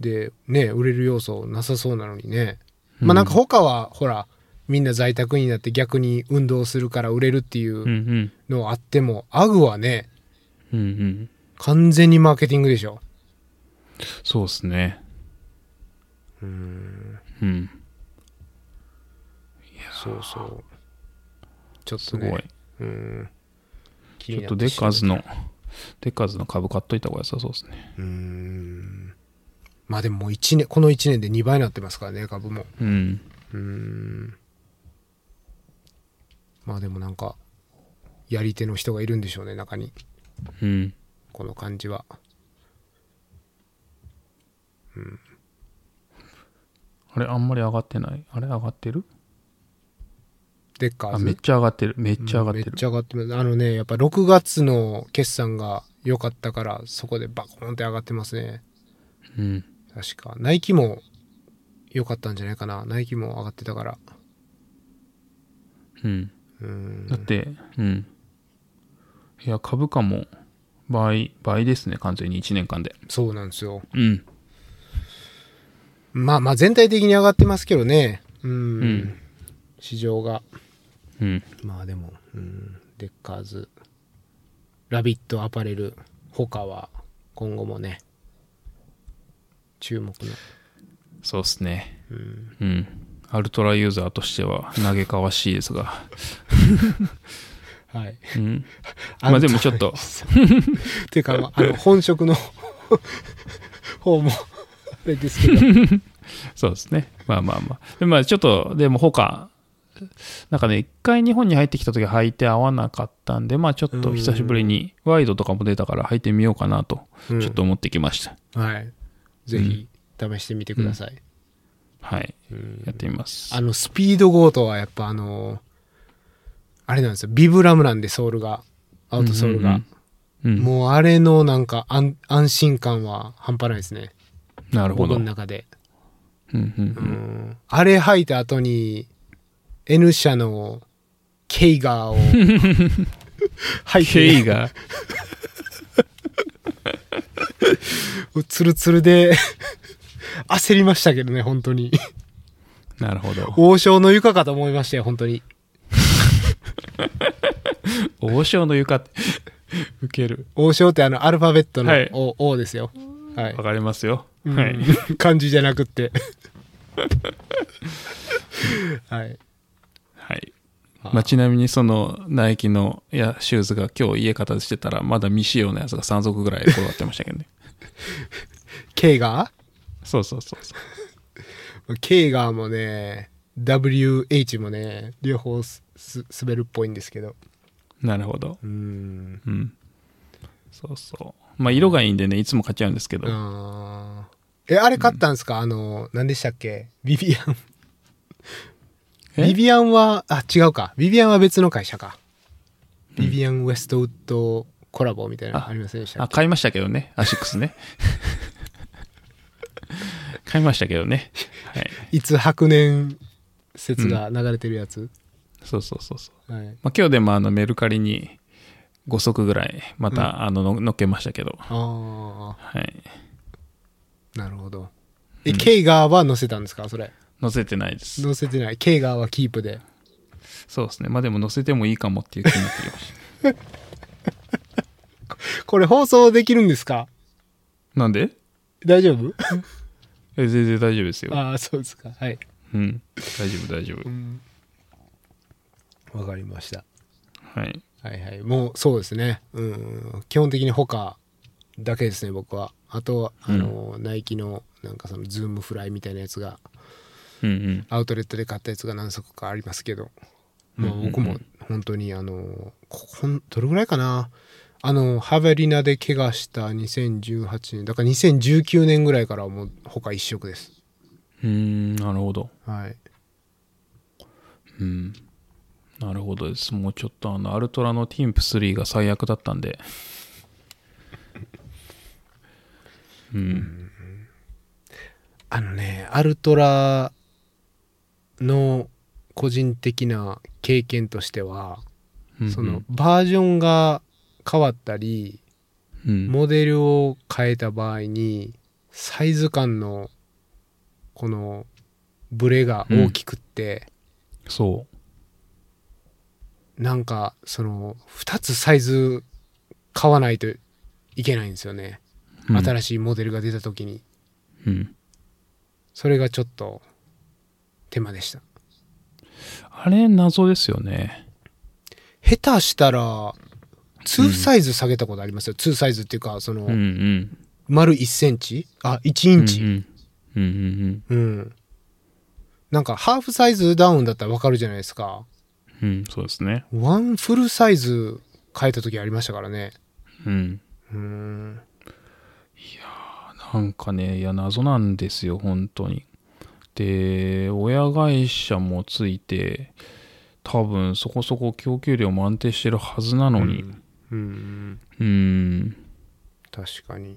Speaker 1: で、ね、売れる要素なさそうなのにね。まあなんか他は、ほら、みんな在宅になって逆に運動するから売れるってい
Speaker 2: うんう
Speaker 1: うんのはあっても、アグはね、
Speaker 2: うんうん。
Speaker 1: 完全にマーケティングでしょ。
Speaker 2: そうですね。
Speaker 1: うん。
Speaker 2: うん。
Speaker 1: そうそう。ちょっ
Speaker 2: す
Speaker 1: と
Speaker 2: ご
Speaker 1: ね。
Speaker 2: い。
Speaker 1: うん。気
Speaker 2: ち
Speaker 1: に
Speaker 2: ょっ
Speaker 1: な
Speaker 2: と
Speaker 1: て
Speaker 2: デッカーズ
Speaker 1: しま
Speaker 2: の、デッカーズの株買っといた方が良さそうですね。
Speaker 1: う。うん。まあでももう1年この1年で2倍になってますからね株も
Speaker 2: うん
Speaker 1: うーんまあでもなんかやり手の人がいるんでしょうね中に
Speaker 2: うん
Speaker 1: この感じは
Speaker 2: あれあんまり上がってないあれ上がってる
Speaker 1: デッカー
Speaker 2: あ
Speaker 1: ズ
Speaker 2: めっちゃ上がってるめっちゃ上がって
Speaker 1: めっ
Speaker 2: る
Speaker 1: ちゃ上がってますあのねやっぱ6月の決算が良かったからそこでバコーンって上がってますね
Speaker 2: うん
Speaker 1: 確かナイキも良かったんじゃないかなナイキも上がってたから
Speaker 2: うん
Speaker 1: うーん
Speaker 2: だってうんいや株価も倍倍ですね完全に1年間で
Speaker 1: そうなんですよ
Speaker 2: うん
Speaker 1: まあまあ全体的に上がってますけどねうん、
Speaker 2: うん
Speaker 1: 市場が
Speaker 2: うん
Speaker 1: まあでも、うん、レッカーズ、ラビットアパレル、他は今後もね、注目の。
Speaker 2: そうっすね
Speaker 1: うん、
Speaker 2: うんアルトラユーザーとしては嘆かわしいですが
Speaker 1: はい。
Speaker 2: うんまあでもちょっと
Speaker 1: っていうか、まあ、あの、本職の方も、あれです けど、
Speaker 2: そうですね。まあまあまあ。でまあちょっと、でも他、なんかね、一回日本に入ってきた時は履いて合わなかったんで、まあちょっと久しぶりにワイドとかも出たから履いてみようかなと、
Speaker 1: うん
Speaker 2: ちょっと思ってきました。
Speaker 1: はい。ぜひ、試してみてください。
Speaker 2: はい。
Speaker 1: うん
Speaker 2: やってみます
Speaker 1: あ。の、スピードゴートはやっぱあの、あれなんですよ、ビブラムなんで、ソールが、アウトソールが。
Speaker 2: うん。うん
Speaker 1: もうあれのなんか安安心感は半端ないですね。
Speaker 2: なるほ
Speaker 1: 僕
Speaker 2: ど。う
Speaker 1: の
Speaker 2: ん
Speaker 1: 中で。
Speaker 2: うんう。
Speaker 1: うんんあれ履いた後に N 社のケイガーを履い
Speaker 2: 経緯
Speaker 1: て、
Speaker 2: が、
Speaker 1: ツルツルで焦りましたけどね、本当に。
Speaker 2: なる ほど。
Speaker 1: 王将の床かと思いましたよ、本当に。
Speaker 2: 王将の床って、受ける。
Speaker 1: 王将ってあのアルファベットの
Speaker 2: はい
Speaker 1: O, O ですよ。はい
Speaker 2: わ。かりますよ。
Speaker 1: うん
Speaker 2: はい。
Speaker 1: 漢字じゃなくって。はい。
Speaker 2: はい。まあ、ちなみにそのナイキのいやシューズが今日家形してたらまだ未使用のやつが3足ぐらい転がってましたけどね
Speaker 1: ケイガ
Speaker 2: そうそうそうそう
Speaker 1: ーケイガーもね、WH もね、両方すす滑るっぽいんですけど。
Speaker 2: なるほど。
Speaker 1: うん。
Speaker 2: うん。そうそう。まあ、色がいいんでね、いつも買っちゃうんですけど。
Speaker 1: あーえ、あれ買ったんですか、あの、何でしたっけビビアン。
Speaker 2: え
Speaker 1: ビビアンは、あ、違うか。ビビアンは別の会社か。ビビアン・ウェストウッドコラボみたいなの
Speaker 2: あ
Speaker 1: ありませんでした
Speaker 2: あ、
Speaker 1: っけ
Speaker 2: 買いましたけどね。アシックスね。 買いましたけどね。はい。
Speaker 1: いつ白年説が流れてるやつ、
Speaker 2: そうそうそうそう。
Speaker 1: はい。
Speaker 2: まあ、今日でもあのメルカリに5足ぐらい、またあのの乗っけましたけど。
Speaker 1: あ
Speaker 2: はい。
Speaker 1: あ、なるほど。え、ケイガーは載せたんですかそれ。
Speaker 2: 載せてないです。
Speaker 1: 載せてない。ケイガーはキープで。
Speaker 2: そうですね。まあ、でも載せてもいいかもっていう気になってきました。
Speaker 1: これ放送できるんですか
Speaker 2: なんで
Speaker 1: 大丈 夫
Speaker 2: え全然大丈夫ですよ。
Speaker 1: ああ、そうですか。はい。
Speaker 2: うん。大丈夫、大丈夫。
Speaker 1: わかりました。
Speaker 2: はい。
Speaker 1: はいはい。もうそうですね。うん。基本的に他だけですね、僕は。あと、あの、ナイキの、なんかその、ズームフライみたいなやつが、
Speaker 2: うんうん。
Speaker 1: アウトレットで買ったやつが何足かありますけど、まあ僕も本当に、あの、ここん、どれぐらいかな。あの、ハベリナで怪我した2018年、だから2019年ぐらいからはもう他一色です。
Speaker 2: うーん、なるほど。
Speaker 1: はい。
Speaker 2: うん。なるほどです。もうちょっとあの、アルトラのティンプ3が最悪だったんで。うん。
Speaker 1: あのね、アルトラの個人的な経験としては、
Speaker 2: うん
Speaker 1: その、バージョンが変わったり、
Speaker 2: うん、
Speaker 1: モデルを変えた場合に、サイズ感のこのブレが大きくって、
Speaker 2: そ
Speaker 1: なんかその2つサイズ買わないといけないんですよね。
Speaker 2: う。うん、
Speaker 1: 新しいモデルが出た時に。
Speaker 2: うん。
Speaker 1: それがちょっと手間でした。
Speaker 2: あれ、謎ですよね。
Speaker 1: 下手したら2サイズ下げたことありますよ、2サイズっていうかその、
Speaker 2: うんうん。
Speaker 1: 丸1センチあ1インチ、
Speaker 2: うんうんうんうん
Speaker 1: うん。なんか、ハーフサイズダウンだったらわかるじゃないですか。
Speaker 2: うんうんそうですね
Speaker 1: ワンフルサイズ変えた時ありましたからね。
Speaker 2: うん
Speaker 1: うん。
Speaker 2: なんかねいや謎なんですよ本当にで親会社もついて多分そこそこ供給量も安定してるはずなのに
Speaker 1: うん。
Speaker 2: うん
Speaker 1: 確かに。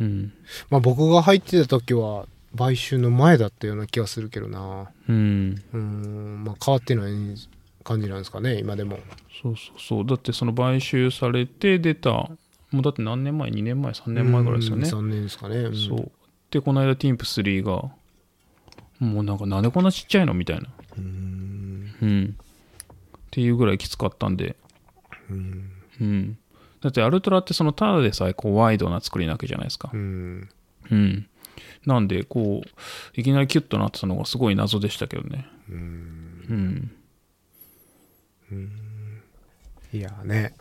Speaker 2: うん
Speaker 1: まあ僕が入ってた時は、買収の前だったような気がするけどな。
Speaker 2: うん
Speaker 1: うん。まあ変わってない感じなんですかね、今でも。
Speaker 2: そうそうそうだってその買収されて出たもうだって何年前2年前3年前ぐらいですよね
Speaker 1: 3年ですかね。うん
Speaker 2: そう。で、この間、ティンプ3が、もうなんか、なんでこんなちっちゃいのみたいな。
Speaker 1: うん。
Speaker 2: うん。っていうぐらいきつかったんで。
Speaker 1: うん。
Speaker 2: うん。だって、アルトラって、その、ただでさえ、こう、ワイドな作りなわけじゃないですか
Speaker 1: う。ん。
Speaker 2: うん。なんで、こう、いきなりキュッとなってたのが、すごい謎でしたけどね。うん。
Speaker 1: いやーね。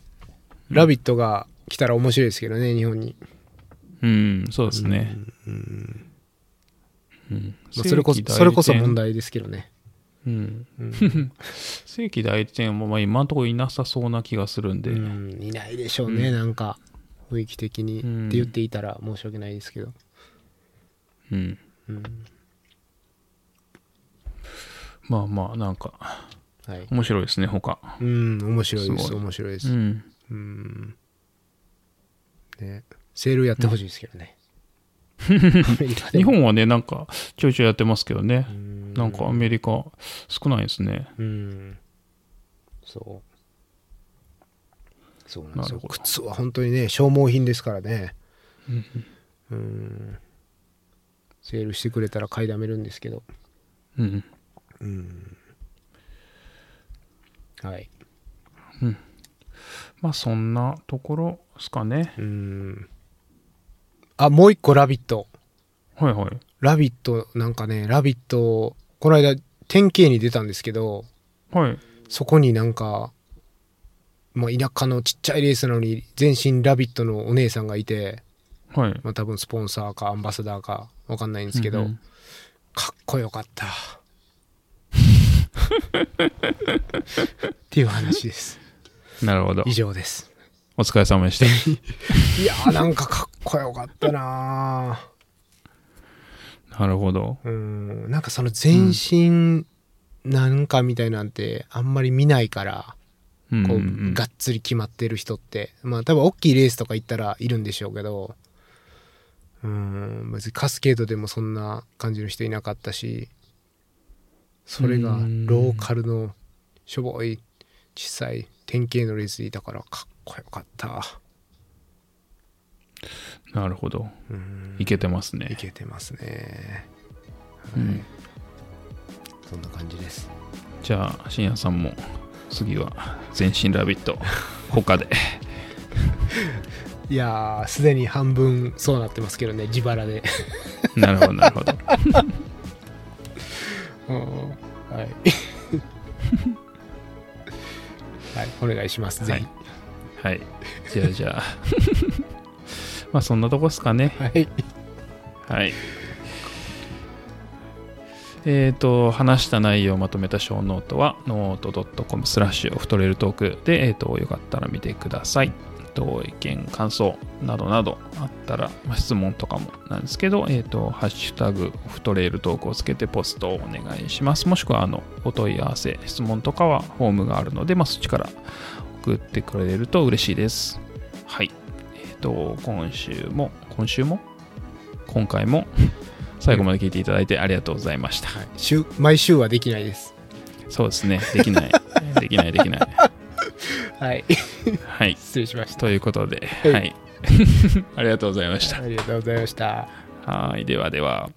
Speaker 1: ラビットが来たら面白いですけどね、日本に。
Speaker 2: うん、そうですね。うん。
Speaker 1: まあ、それこそ、
Speaker 2: 正規代理店
Speaker 1: それこそ問題ですけどね。
Speaker 2: うん。
Speaker 1: うん
Speaker 2: 正規代理店も、まあ、今のところいなさそうな気がするんで。
Speaker 1: うん、いないでしょうね、なんか雰囲気的に、
Speaker 2: うん
Speaker 1: って言っていたら申し訳ないですけど、
Speaker 2: うん
Speaker 1: うん、
Speaker 2: まあまあなんか
Speaker 1: はい、
Speaker 2: 面白いですね他
Speaker 1: うん面白いです
Speaker 2: すごい
Speaker 1: 面白いで
Speaker 2: う
Speaker 1: す、うん
Speaker 2: ん
Speaker 1: ね、セールやってほしいですけどね、アメリカで
Speaker 2: 日本はねなんかちょいちょいやってますけどね
Speaker 1: うん
Speaker 2: なんかアメリカ少ないですね
Speaker 1: うんそうそうなんですよ
Speaker 2: なるほど
Speaker 1: 靴は本当にね消耗品ですからねうんセールしてくれたら買いだめるんですけど
Speaker 2: うん
Speaker 1: うんはい
Speaker 2: まあそんなところですかね
Speaker 1: うんあもう一個「ラビット!
Speaker 2: はいはい」
Speaker 1: ラビットなんかね「ラビット!」この間典型に出たんですけど
Speaker 2: はい
Speaker 1: そこになんか、まあ、田舎のちっちゃいレースなのに全身「ラビット!」のお姉さんがいて、
Speaker 2: はい
Speaker 1: まあ、多分スポンサーかアンバサダーかわかんないんですけど、
Speaker 2: うんうん
Speaker 1: かっこよかったっていう話です
Speaker 2: なるほど
Speaker 1: 以上です
Speaker 2: お疲れ様でした
Speaker 1: いやーなんかかっこよかったなー
Speaker 2: なるほど
Speaker 1: うんなんかその全身なんかみたいなんてあんまり見ないから、
Speaker 2: うん
Speaker 1: こ
Speaker 2: う
Speaker 1: うんがっつり決まってる人ってまあ多分大きいレースとか行ったらいるんでしょうけどうん別にカスケードでもそんな感じの人いなかったしそれが
Speaker 2: うん
Speaker 1: ローカルのしょぼい小さい典型のレースでいたからかっこよかった
Speaker 2: なるほど
Speaker 1: うん
Speaker 2: いけてます
Speaker 1: い
Speaker 2: ね
Speaker 1: けてますね
Speaker 2: うん
Speaker 1: そんな感じです
Speaker 2: じゃあ深夜さんも次は全身ラビット他で
Speaker 1: いやーすでに半分そうなってますけどね自腹で
Speaker 2: なるほどなるほど
Speaker 1: はい。 はい、お願いします。
Speaker 2: は
Speaker 1: ぜ
Speaker 2: いはい。じゃあじゃあ。 まあそんなとこですかね。
Speaker 1: ひ。はい。
Speaker 2: はい。えっ、と、話した内容をまとめた小ノートは、ノート .com スラッシュオフトレールトークで、えっ、と、よかったら見てください。えっと意見、感想などなどあったら、まあ、質問とかもなんですけど、えっ、と、ハッシュタグ、オフトレールトークをつけてポストをお願いします。もしくは、あの、お問い合わせ、質問とかは、フォームがあるので、まあ、そっちから送ってくれると嬉しいです。はい。えっ、と、今週も、今週も今回 も最後まで聞いていただいてありがとうございました。
Speaker 1: 週毎週はできないです。
Speaker 2: そうですね。で きない。できない、できない。
Speaker 1: はい。
Speaker 2: はい。
Speaker 1: 失礼しまし
Speaker 2: という ことで、
Speaker 1: はい。
Speaker 2: はい。ありがとうございました
Speaker 1: ありがとうございました。
Speaker 2: た。はい。ではでは。